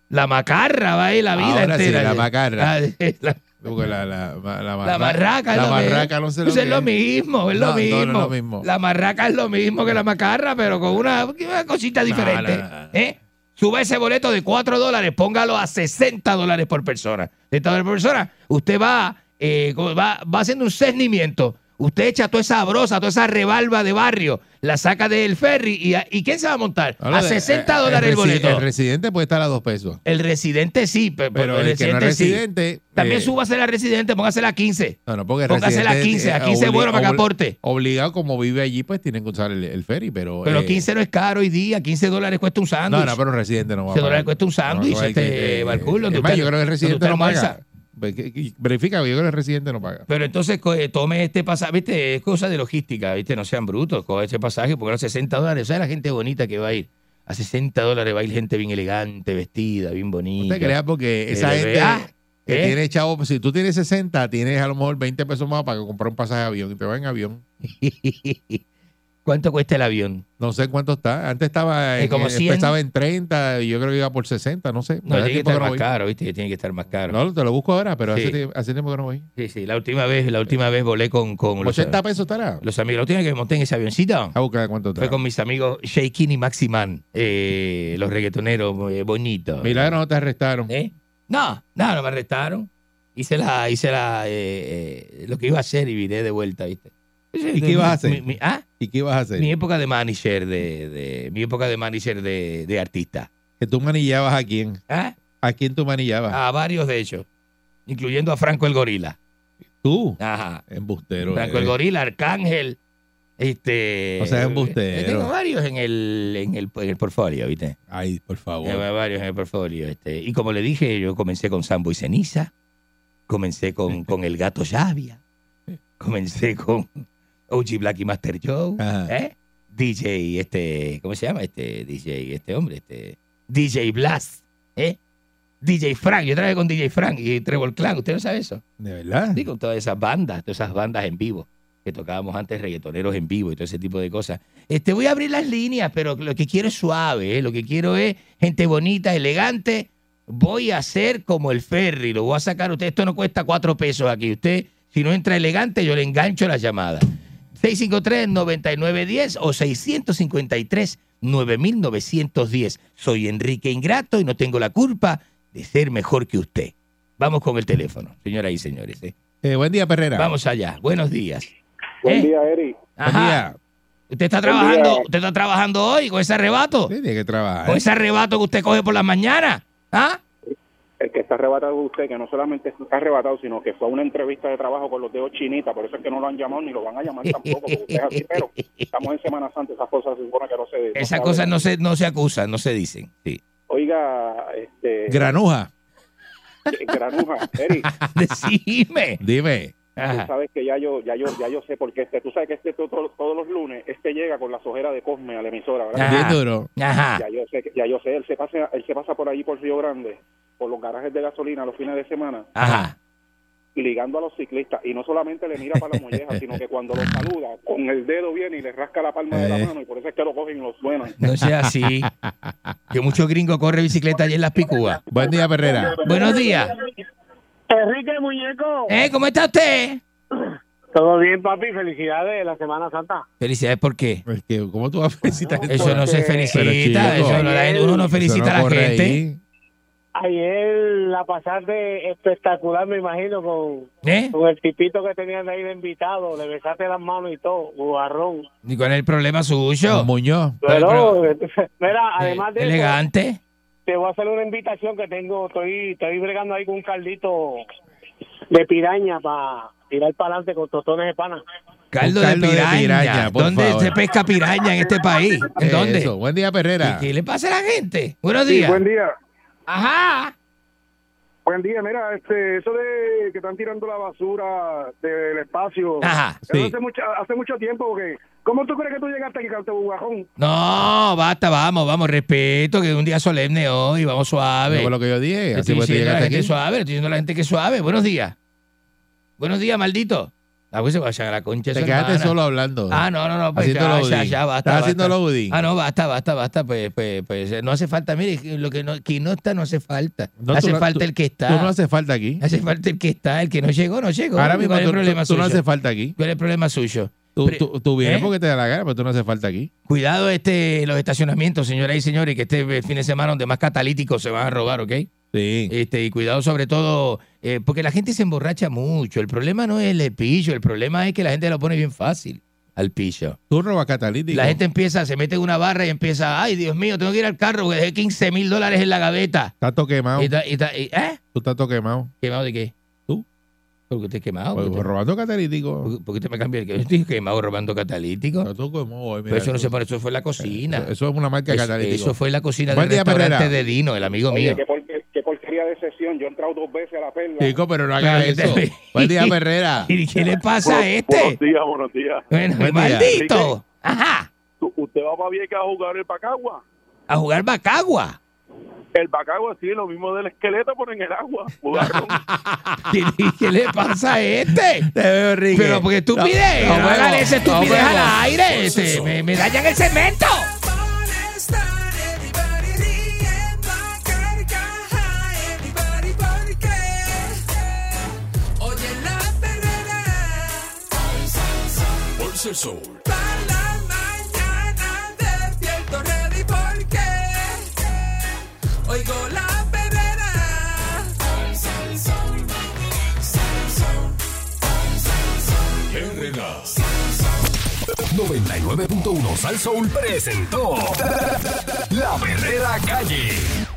[SPEAKER 4] La macarra va a ir la vida
[SPEAKER 3] Ahora sí,
[SPEAKER 4] entera.
[SPEAKER 3] la macarra.
[SPEAKER 4] Ah, [LAUGHS] la,
[SPEAKER 3] Porque la, la, la,
[SPEAKER 4] la marraca es
[SPEAKER 3] la
[SPEAKER 4] lo
[SPEAKER 3] marraca,
[SPEAKER 4] mismo.
[SPEAKER 3] no sé
[SPEAKER 4] Pues
[SPEAKER 3] lo
[SPEAKER 4] es
[SPEAKER 3] que
[SPEAKER 4] lo mismo, es lo,
[SPEAKER 3] No, no,
[SPEAKER 4] mismo.
[SPEAKER 3] no es lo mismo.
[SPEAKER 4] La marraca es lo mismo que la macarra, pero con una, una cosita diferente.
[SPEAKER 3] no, no, no.
[SPEAKER 4] ¿eh? Suba ese boleto de 4 dólares, póngalo a 60 dólares por persona. 60 dólares por persona, usted va, eh, como va, va haciendo un cernimiento. Usted echa toda esa brosa, toda esa rebalba de barrio, la saca del ferry y, a- ¿y quién se va a montar?
[SPEAKER 3] Habla
[SPEAKER 4] a
[SPEAKER 3] de-
[SPEAKER 4] 60
[SPEAKER 3] eh,
[SPEAKER 4] dólares el
[SPEAKER 3] resi- El
[SPEAKER 4] boleto.
[SPEAKER 3] residente puede estar a dos pesos.
[SPEAKER 4] El residente sí, pe-
[SPEAKER 3] Pero el que no es
[SPEAKER 4] sí.
[SPEAKER 3] residente.
[SPEAKER 4] También
[SPEAKER 3] eh,
[SPEAKER 4] súbase la residente, póngasela a 15.
[SPEAKER 3] No, no, porque el
[SPEAKER 4] Póngasela a
[SPEAKER 3] residente,
[SPEAKER 4] 15, a
[SPEAKER 3] eh,
[SPEAKER 4] 15
[SPEAKER 3] obli-
[SPEAKER 4] bueno para que
[SPEAKER 3] obli-
[SPEAKER 4] aporte.
[SPEAKER 3] Obligado, como vive allí, pues tienen que usar el, el ferry, pero.
[SPEAKER 4] Pero
[SPEAKER 3] eh,
[SPEAKER 4] 15 no es caro hoy día, 15 dólares cuesta un sándwich.
[SPEAKER 3] No, no, pero un residente no va a
[SPEAKER 4] 15 dólares
[SPEAKER 3] pagar.
[SPEAKER 4] cuesta un sándwich,
[SPEAKER 3] No, no, hay que-
[SPEAKER 4] este,
[SPEAKER 3] eh,
[SPEAKER 4] Barculo, donde
[SPEAKER 3] es más,
[SPEAKER 4] usted-
[SPEAKER 3] yo creo que el
[SPEAKER 4] donde
[SPEAKER 3] residente
[SPEAKER 4] usted
[SPEAKER 3] no
[SPEAKER 4] almuerza.
[SPEAKER 3] paga. Ve- que- que- Verifica, yo creo que el residente no paga.
[SPEAKER 4] Pero entonces co- eh, tome este pasaje, viste, es cosa de logística, viste, no sean brutos, coge este pasaje, porque a 60 dólares, o sea, la gente bonita que va a ir. A 60 dólares va a ir gente bien elegante, vestida, bien bonita. Eh,
[SPEAKER 3] Usted crea porque
[SPEAKER 4] Que
[SPEAKER 3] esa
[SPEAKER 4] le
[SPEAKER 3] gente
[SPEAKER 4] vea,
[SPEAKER 3] que
[SPEAKER 4] ¿eh?
[SPEAKER 3] tiene chavo, pues, si tú tienes 60, tienes a lo mejor 20 pesos más para comprar un pasaje de avión y te va en avión.
[SPEAKER 4] [LAUGHS] ¿Cuánto cuesta el avión?
[SPEAKER 3] No sé cuánto está. Antes estaba
[SPEAKER 4] Es
[SPEAKER 3] en,
[SPEAKER 4] como
[SPEAKER 3] eh,
[SPEAKER 4] 100.
[SPEAKER 3] empezaba en 30 y yo creo que iba por 60, no sé.
[SPEAKER 4] No, tiene
[SPEAKER 3] Hace
[SPEAKER 4] que
[SPEAKER 3] tiempo
[SPEAKER 4] estar
[SPEAKER 3] no
[SPEAKER 4] más
[SPEAKER 3] voy.
[SPEAKER 4] caro, viste, que tiene que estar más caro.
[SPEAKER 3] No, te lo busco ahora, pero hace,
[SPEAKER 4] Sí.
[SPEAKER 3] tie- hace tiempo que no voy.
[SPEAKER 4] Sí, sí, la última vez, la última vez volé con, con los,
[SPEAKER 3] 80 pesos estará.
[SPEAKER 4] los amigos. La última que me monté en ese avioncito.
[SPEAKER 3] A buscar cuánto está.
[SPEAKER 4] Fue con mis amigos Shakin y Maximan, eh, los reggaetoneros eh, bonitos.
[SPEAKER 3] Milagro no te arrestaron.
[SPEAKER 4] ¿Eh? No, no, no me arrestaron. hice la, hice la, eh, eh, lo que iba a hacer y viré de vuelta, ¿viste? Pues,
[SPEAKER 3] ¿Y qué ibas a hacer?
[SPEAKER 4] Mi- mi- ah,
[SPEAKER 3] ¿Y qué ibas a hacer?
[SPEAKER 4] mi época de manager de, de- mi época de manager de, de artista.
[SPEAKER 3] ¿Que tú manillabas a quién?
[SPEAKER 4] ¿Ah?
[SPEAKER 3] ¿A quién tú manillabas?
[SPEAKER 4] A varios de ellos, incluyendo a Franco el Gorila.
[SPEAKER 3] Tú.
[SPEAKER 4] Ajá.
[SPEAKER 3] Embustero.
[SPEAKER 4] Franco el
[SPEAKER 3] eres.
[SPEAKER 4] Gorila, Arcángel, este...
[SPEAKER 3] O sea,
[SPEAKER 4] eh,
[SPEAKER 3] embustero.
[SPEAKER 4] Tengo varios en el, en el, en el portfolio, ¿viste?
[SPEAKER 3] Ay, por favor.
[SPEAKER 4] Tengo varios en el portfolio. Este. Y como le dije, yo comencé con Sambo y Ceniza, comencé
[SPEAKER 3] [LAUGHS]
[SPEAKER 4] con, con El Gato Llavia, comencé con OG Black y Master Joe, ¿eh? DJ, este, ¿cómo se llama este DJ, este hombre? Este, DJ Blast, ¿eh? DJ Frank, yo trabajé con DJ Frank y Trevor Clan, ¿usted no sabe eso?
[SPEAKER 3] ¿De verdad?
[SPEAKER 4] Sí, con todas esas bandas, todas esas bandas en vivo que tocábamos antes, reggaetoneros en vivo y todo ese tipo de cosas. Este, voy a abrir las líneas, pero lo que quiero es suave, ¿eh? lo que quiero es gente bonita, elegante. Voy a hacer como el ferry, lo voy a sacar a usted. Esto no cuesta cuatro pesos aquí. Usted, si no entra elegante, yo le engancho la llamada. 653-9910 o 653-9910. Soy Enrique Ingrato y no tengo la culpa de ser mejor que usted. Vamos con el teléfono, señoras y señores. ¿eh?
[SPEAKER 3] Eh, buen día, Perrera.
[SPEAKER 4] Vamos allá. Buenos días.
[SPEAKER 19] Buen
[SPEAKER 4] ¿Eh?
[SPEAKER 19] día, Eri.
[SPEAKER 4] Ajá. ¿Usted está trabajando, usted está trabajando hoy con ese arrebato?
[SPEAKER 3] Tiene que trabajar.
[SPEAKER 4] ¿Con ese arrebato que usted coge por las mañanas? ¿Ah?
[SPEAKER 19] El que está arrebatado es usted, que no solamente está arrebatado, sino que fue a una entrevista de trabajo con los dedos chinitas, por eso es que no lo han llamado ni lo van a llamar tampoco, porque usted es así, pero estamos en Semana Santa, esas cosas se supone que no se... no
[SPEAKER 4] Esas
[SPEAKER 19] saben.
[SPEAKER 4] cosas no se, no se acusan, no se dicen. Sí.
[SPEAKER 19] Oiga, este...
[SPEAKER 3] Granuja.
[SPEAKER 19] eh, Granuja, Eri,
[SPEAKER 4] [LAUGHS] Decime.
[SPEAKER 3] Dime.
[SPEAKER 19] tú sabes que ya yo, ya yo, ya yo sé por qué este, tú sabes que este to- to- todos los lunes, este llega con la sojera de Cosme a la emisora, ¿verdad?
[SPEAKER 3] Bien duro.
[SPEAKER 4] Ajá.
[SPEAKER 19] Ya yo sé, que- ya yo sé, él se pasa, él se pasa por allí por Río Grande, por los garajes de gasolina los fines de semana,
[SPEAKER 4] Ajá.
[SPEAKER 19] ligando a los ciclistas y no solamente le mira para la molleja, sino que cuando lo saluda con el dedo viene y le rasca la palma de la
[SPEAKER 3] Eh.
[SPEAKER 19] mano y por eso es que lo cogen y lo suenan.
[SPEAKER 4] No sea
[SPEAKER 3] [LAUGHS]
[SPEAKER 4] así. Que muchos gringos corren bicicleta allí en las picúas.
[SPEAKER 3] Buen día, Perrera.
[SPEAKER 4] Buenos días.
[SPEAKER 20] Enrique Muñeco.
[SPEAKER 4] ¿Eh? ¿Cómo está usted?
[SPEAKER 20] Todo bien, papi. Felicidades la Semana Santa.
[SPEAKER 4] Felicidades, ¿por qué?
[SPEAKER 3] Es que, ¿Cómo tú vas
[SPEAKER 19] Ah,
[SPEAKER 3] a felicitar?
[SPEAKER 4] Eso no se
[SPEAKER 3] Pero,
[SPEAKER 4] felicita.
[SPEAKER 3] chico,
[SPEAKER 4] Eso no, la gente- uno no
[SPEAKER 3] eso
[SPEAKER 4] felicita
[SPEAKER 3] no
[SPEAKER 4] a la
[SPEAKER 3] corre
[SPEAKER 4] gente.
[SPEAKER 3] ahí.
[SPEAKER 20] Ayer la pasaste espectacular, me imagino, con,
[SPEAKER 4] ¿Eh?
[SPEAKER 20] con el tipito que tenían ahí de invitado. Le besaste las manos y todo, guarrón.
[SPEAKER 4] ¿Y cuál es el problema suyo?
[SPEAKER 3] Muñoz.
[SPEAKER 20] Pero, [LAUGHS] mira, además de eso,
[SPEAKER 4] eh, Elegante.
[SPEAKER 20] te voy a hacer una invitación que tengo. Estoy, estoy bregando ahí con un caldito de piraña para tirar para adelante con tostones de pana.
[SPEAKER 4] Caldo,
[SPEAKER 3] Un
[SPEAKER 4] de
[SPEAKER 3] caldo de
[SPEAKER 4] piraña.
[SPEAKER 3] piraña, por
[SPEAKER 4] ¿Dónde
[SPEAKER 3] favor.
[SPEAKER 4] se pesca piraña en este país? ¿En
[SPEAKER 3] Eh,
[SPEAKER 4] dónde?
[SPEAKER 3] eso. Buen día, Perrera.
[SPEAKER 4] ¿Y ¿Qué le pasa a la gente? Buenos
[SPEAKER 19] Sí,
[SPEAKER 4] días.
[SPEAKER 19] buen día.
[SPEAKER 4] Ajá.
[SPEAKER 19] Buen día, mira, este, eso de que están tirando la basura del espacio.
[SPEAKER 4] Ajá,
[SPEAKER 19] Eso
[SPEAKER 3] sí.
[SPEAKER 19] hace, mucho, hace mucho tiempo que... ¿Cómo tú crees que tú llegaste aquí, Cante Bugajón?
[SPEAKER 4] No, basta, vamos, vamos, respeto, que es un día solemne hoy, vamos
[SPEAKER 3] No
[SPEAKER 4] suave.
[SPEAKER 3] fue lo que yo dije.
[SPEAKER 4] Le
[SPEAKER 3] Así
[SPEAKER 4] estoy
[SPEAKER 3] fue que
[SPEAKER 4] diciendo a la
[SPEAKER 3] llegaste
[SPEAKER 4] gente
[SPEAKER 3] aquí.
[SPEAKER 4] suave, le estoy diciendo a la gente que suave. Buenos días. Buenos días, maldito. Ah, pues se vayan a la concha. de
[SPEAKER 3] Te
[SPEAKER 4] su
[SPEAKER 3] quedaste
[SPEAKER 4] hermana.
[SPEAKER 3] solo hablando.
[SPEAKER 4] Ah, no, no, no, pues
[SPEAKER 3] Haciendo
[SPEAKER 4] ya,
[SPEAKER 3] lo
[SPEAKER 4] ya,
[SPEAKER 3] budín.
[SPEAKER 4] ya, basta.
[SPEAKER 3] Estás
[SPEAKER 4] basta.
[SPEAKER 3] haciendo lo budín.
[SPEAKER 4] Ah, no, basta, basta, basta, pues, pues, pues, eh, no hace falta, mire, lo que no, quien no está no hace falta.
[SPEAKER 3] No, tú
[SPEAKER 4] hace
[SPEAKER 3] no-
[SPEAKER 4] falta
[SPEAKER 3] tú-
[SPEAKER 4] el que está.
[SPEAKER 3] Tú no hace falta aquí.
[SPEAKER 4] Hace falta el que está, el que no llegó, no llegó.
[SPEAKER 3] Ahora mismo
[SPEAKER 4] ¿Cuál
[SPEAKER 3] tú,
[SPEAKER 4] es el problema
[SPEAKER 3] tú- tú no
[SPEAKER 4] suyo?
[SPEAKER 3] hace falta aquí.
[SPEAKER 4] ¿Cuál es el problema suyo?
[SPEAKER 3] Tú,
[SPEAKER 4] Pre-
[SPEAKER 3] tú- tú vienes
[SPEAKER 4] ¿Eh?
[SPEAKER 3] porque te da la gana, pero tú no hace falta aquí.
[SPEAKER 4] Cuidado este, los estacionamientos, señoras y señores, que este eh, fin de semana donde más catalíticos se van a robar, ¿ok?
[SPEAKER 3] Sí.
[SPEAKER 4] Este, y cuidado sobre todo, eh, porque la gente se emborracha mucho. El problema no es el pillo, el problema es que la gente lo pone bien fácil al pillo.
[SPEAKER 3] Tú robas catalítico.
[SPEAKER 4] La gente empieza, se mete en una barra y empieza, ay Dios mío, tengo que ir al carro porque dejé 15 mil dólares en la gaveta.
[SPEAKER 3] Estás todo quemado.
[SPEAKER 4] Y ta- y ta- y- ¿Eh?
[SPEAKER 3] Tú estás todo quemado.
[SPEAKER 4] ¿Quemado de qué?
[SPEAKER 3] ¿Tú?
[SPEAKER 4] Porque usted es quemado.
[SPEAKER 3] Pues,
[SPEAKER 4] ¿Por qué
[SPEAKER 3] pues,
[SPEAKER 4] usted-
[SPEAKER 3] robando catalítico.
[SPEAKER 4] ¿Por por qué usted me cambia el que [LAUGHS] yo estoy quemado robando catalítico?
[SPEAKER 3] Estás todo quemado hoy,
[SPEAKER 4] Pero
[SPEAKER 3] mira,
[SPEAKER 4] eso no
[SPEAKER 3] tú.
[SPEAKER 4] se pone, eso fue en la cocina.
[SPEAKER 3] Eso, eso es una marca de
[SPEAKER 4] Eso-
[SPEAKER 3] catalítico.
[SPEAKER 4] eso fue en la cocina
[SPEAKER 3] Buen
[SPEAKER 4] del
[SPEAKER 3] día,
[SPEAKER 4] restaurante
[SPEAKER 3] Perrera.
[SPEAKER 4] de Dino, el amigo mío.
[SPEAKER 19] Oye, qué, porque- qué porquería de sesión. Yo he entrado dos veces a la perla.
[SPEAKER 3] Chico, pero no hagas
[SPEAKER 4] Pero que
[SPEAKER 3] eso.
[SPEAKER 4] te-
[SPEAKER 3] Buen día, Perrera.
[SPEAKER 4] [LAUGHS] ¿Y qué le pasa a este?
[SPEAKER 19] días, buenos días.
[SPEAKER 4] Bueno,
[SPEAKER 3] Buen día.
[SPEAKER 4] maldito. Ajá.
[SPEAKER 19] ¿Usted va para Vieca a jugar el Pacagua?
[SPEAKER 4] A jugar bacagua.
[SPEAKER 19] El Pacagua sí, lo mismo del esqueleto, pero en el agua.
[SPEAKER 4] ¿Y qué le pasa a este?
[SPEAKER 3] Te veo, Enrique.
[SPEAKER 4] Pero porque estupidez.
[SPEAKER 3] No,
[SPEAKER 4] No,
[SPEAKER 3] no juego,
[SPEAKER 4] hagan esa
[SPEAKER 3] no
[SPEAKER 4] estupidez
[SPEAKER 3] juego.
[SPEAKER 4] al aire. este, me, me dañan el cemento.
[SPEAKER 8] Oye la perrera. Por ser sol. Para la mañana despierto ready porque oigo la perrera. Por ser sol.
[SPEAKER 14] 99.1 Sal Soul presentó La Verdadera Calle.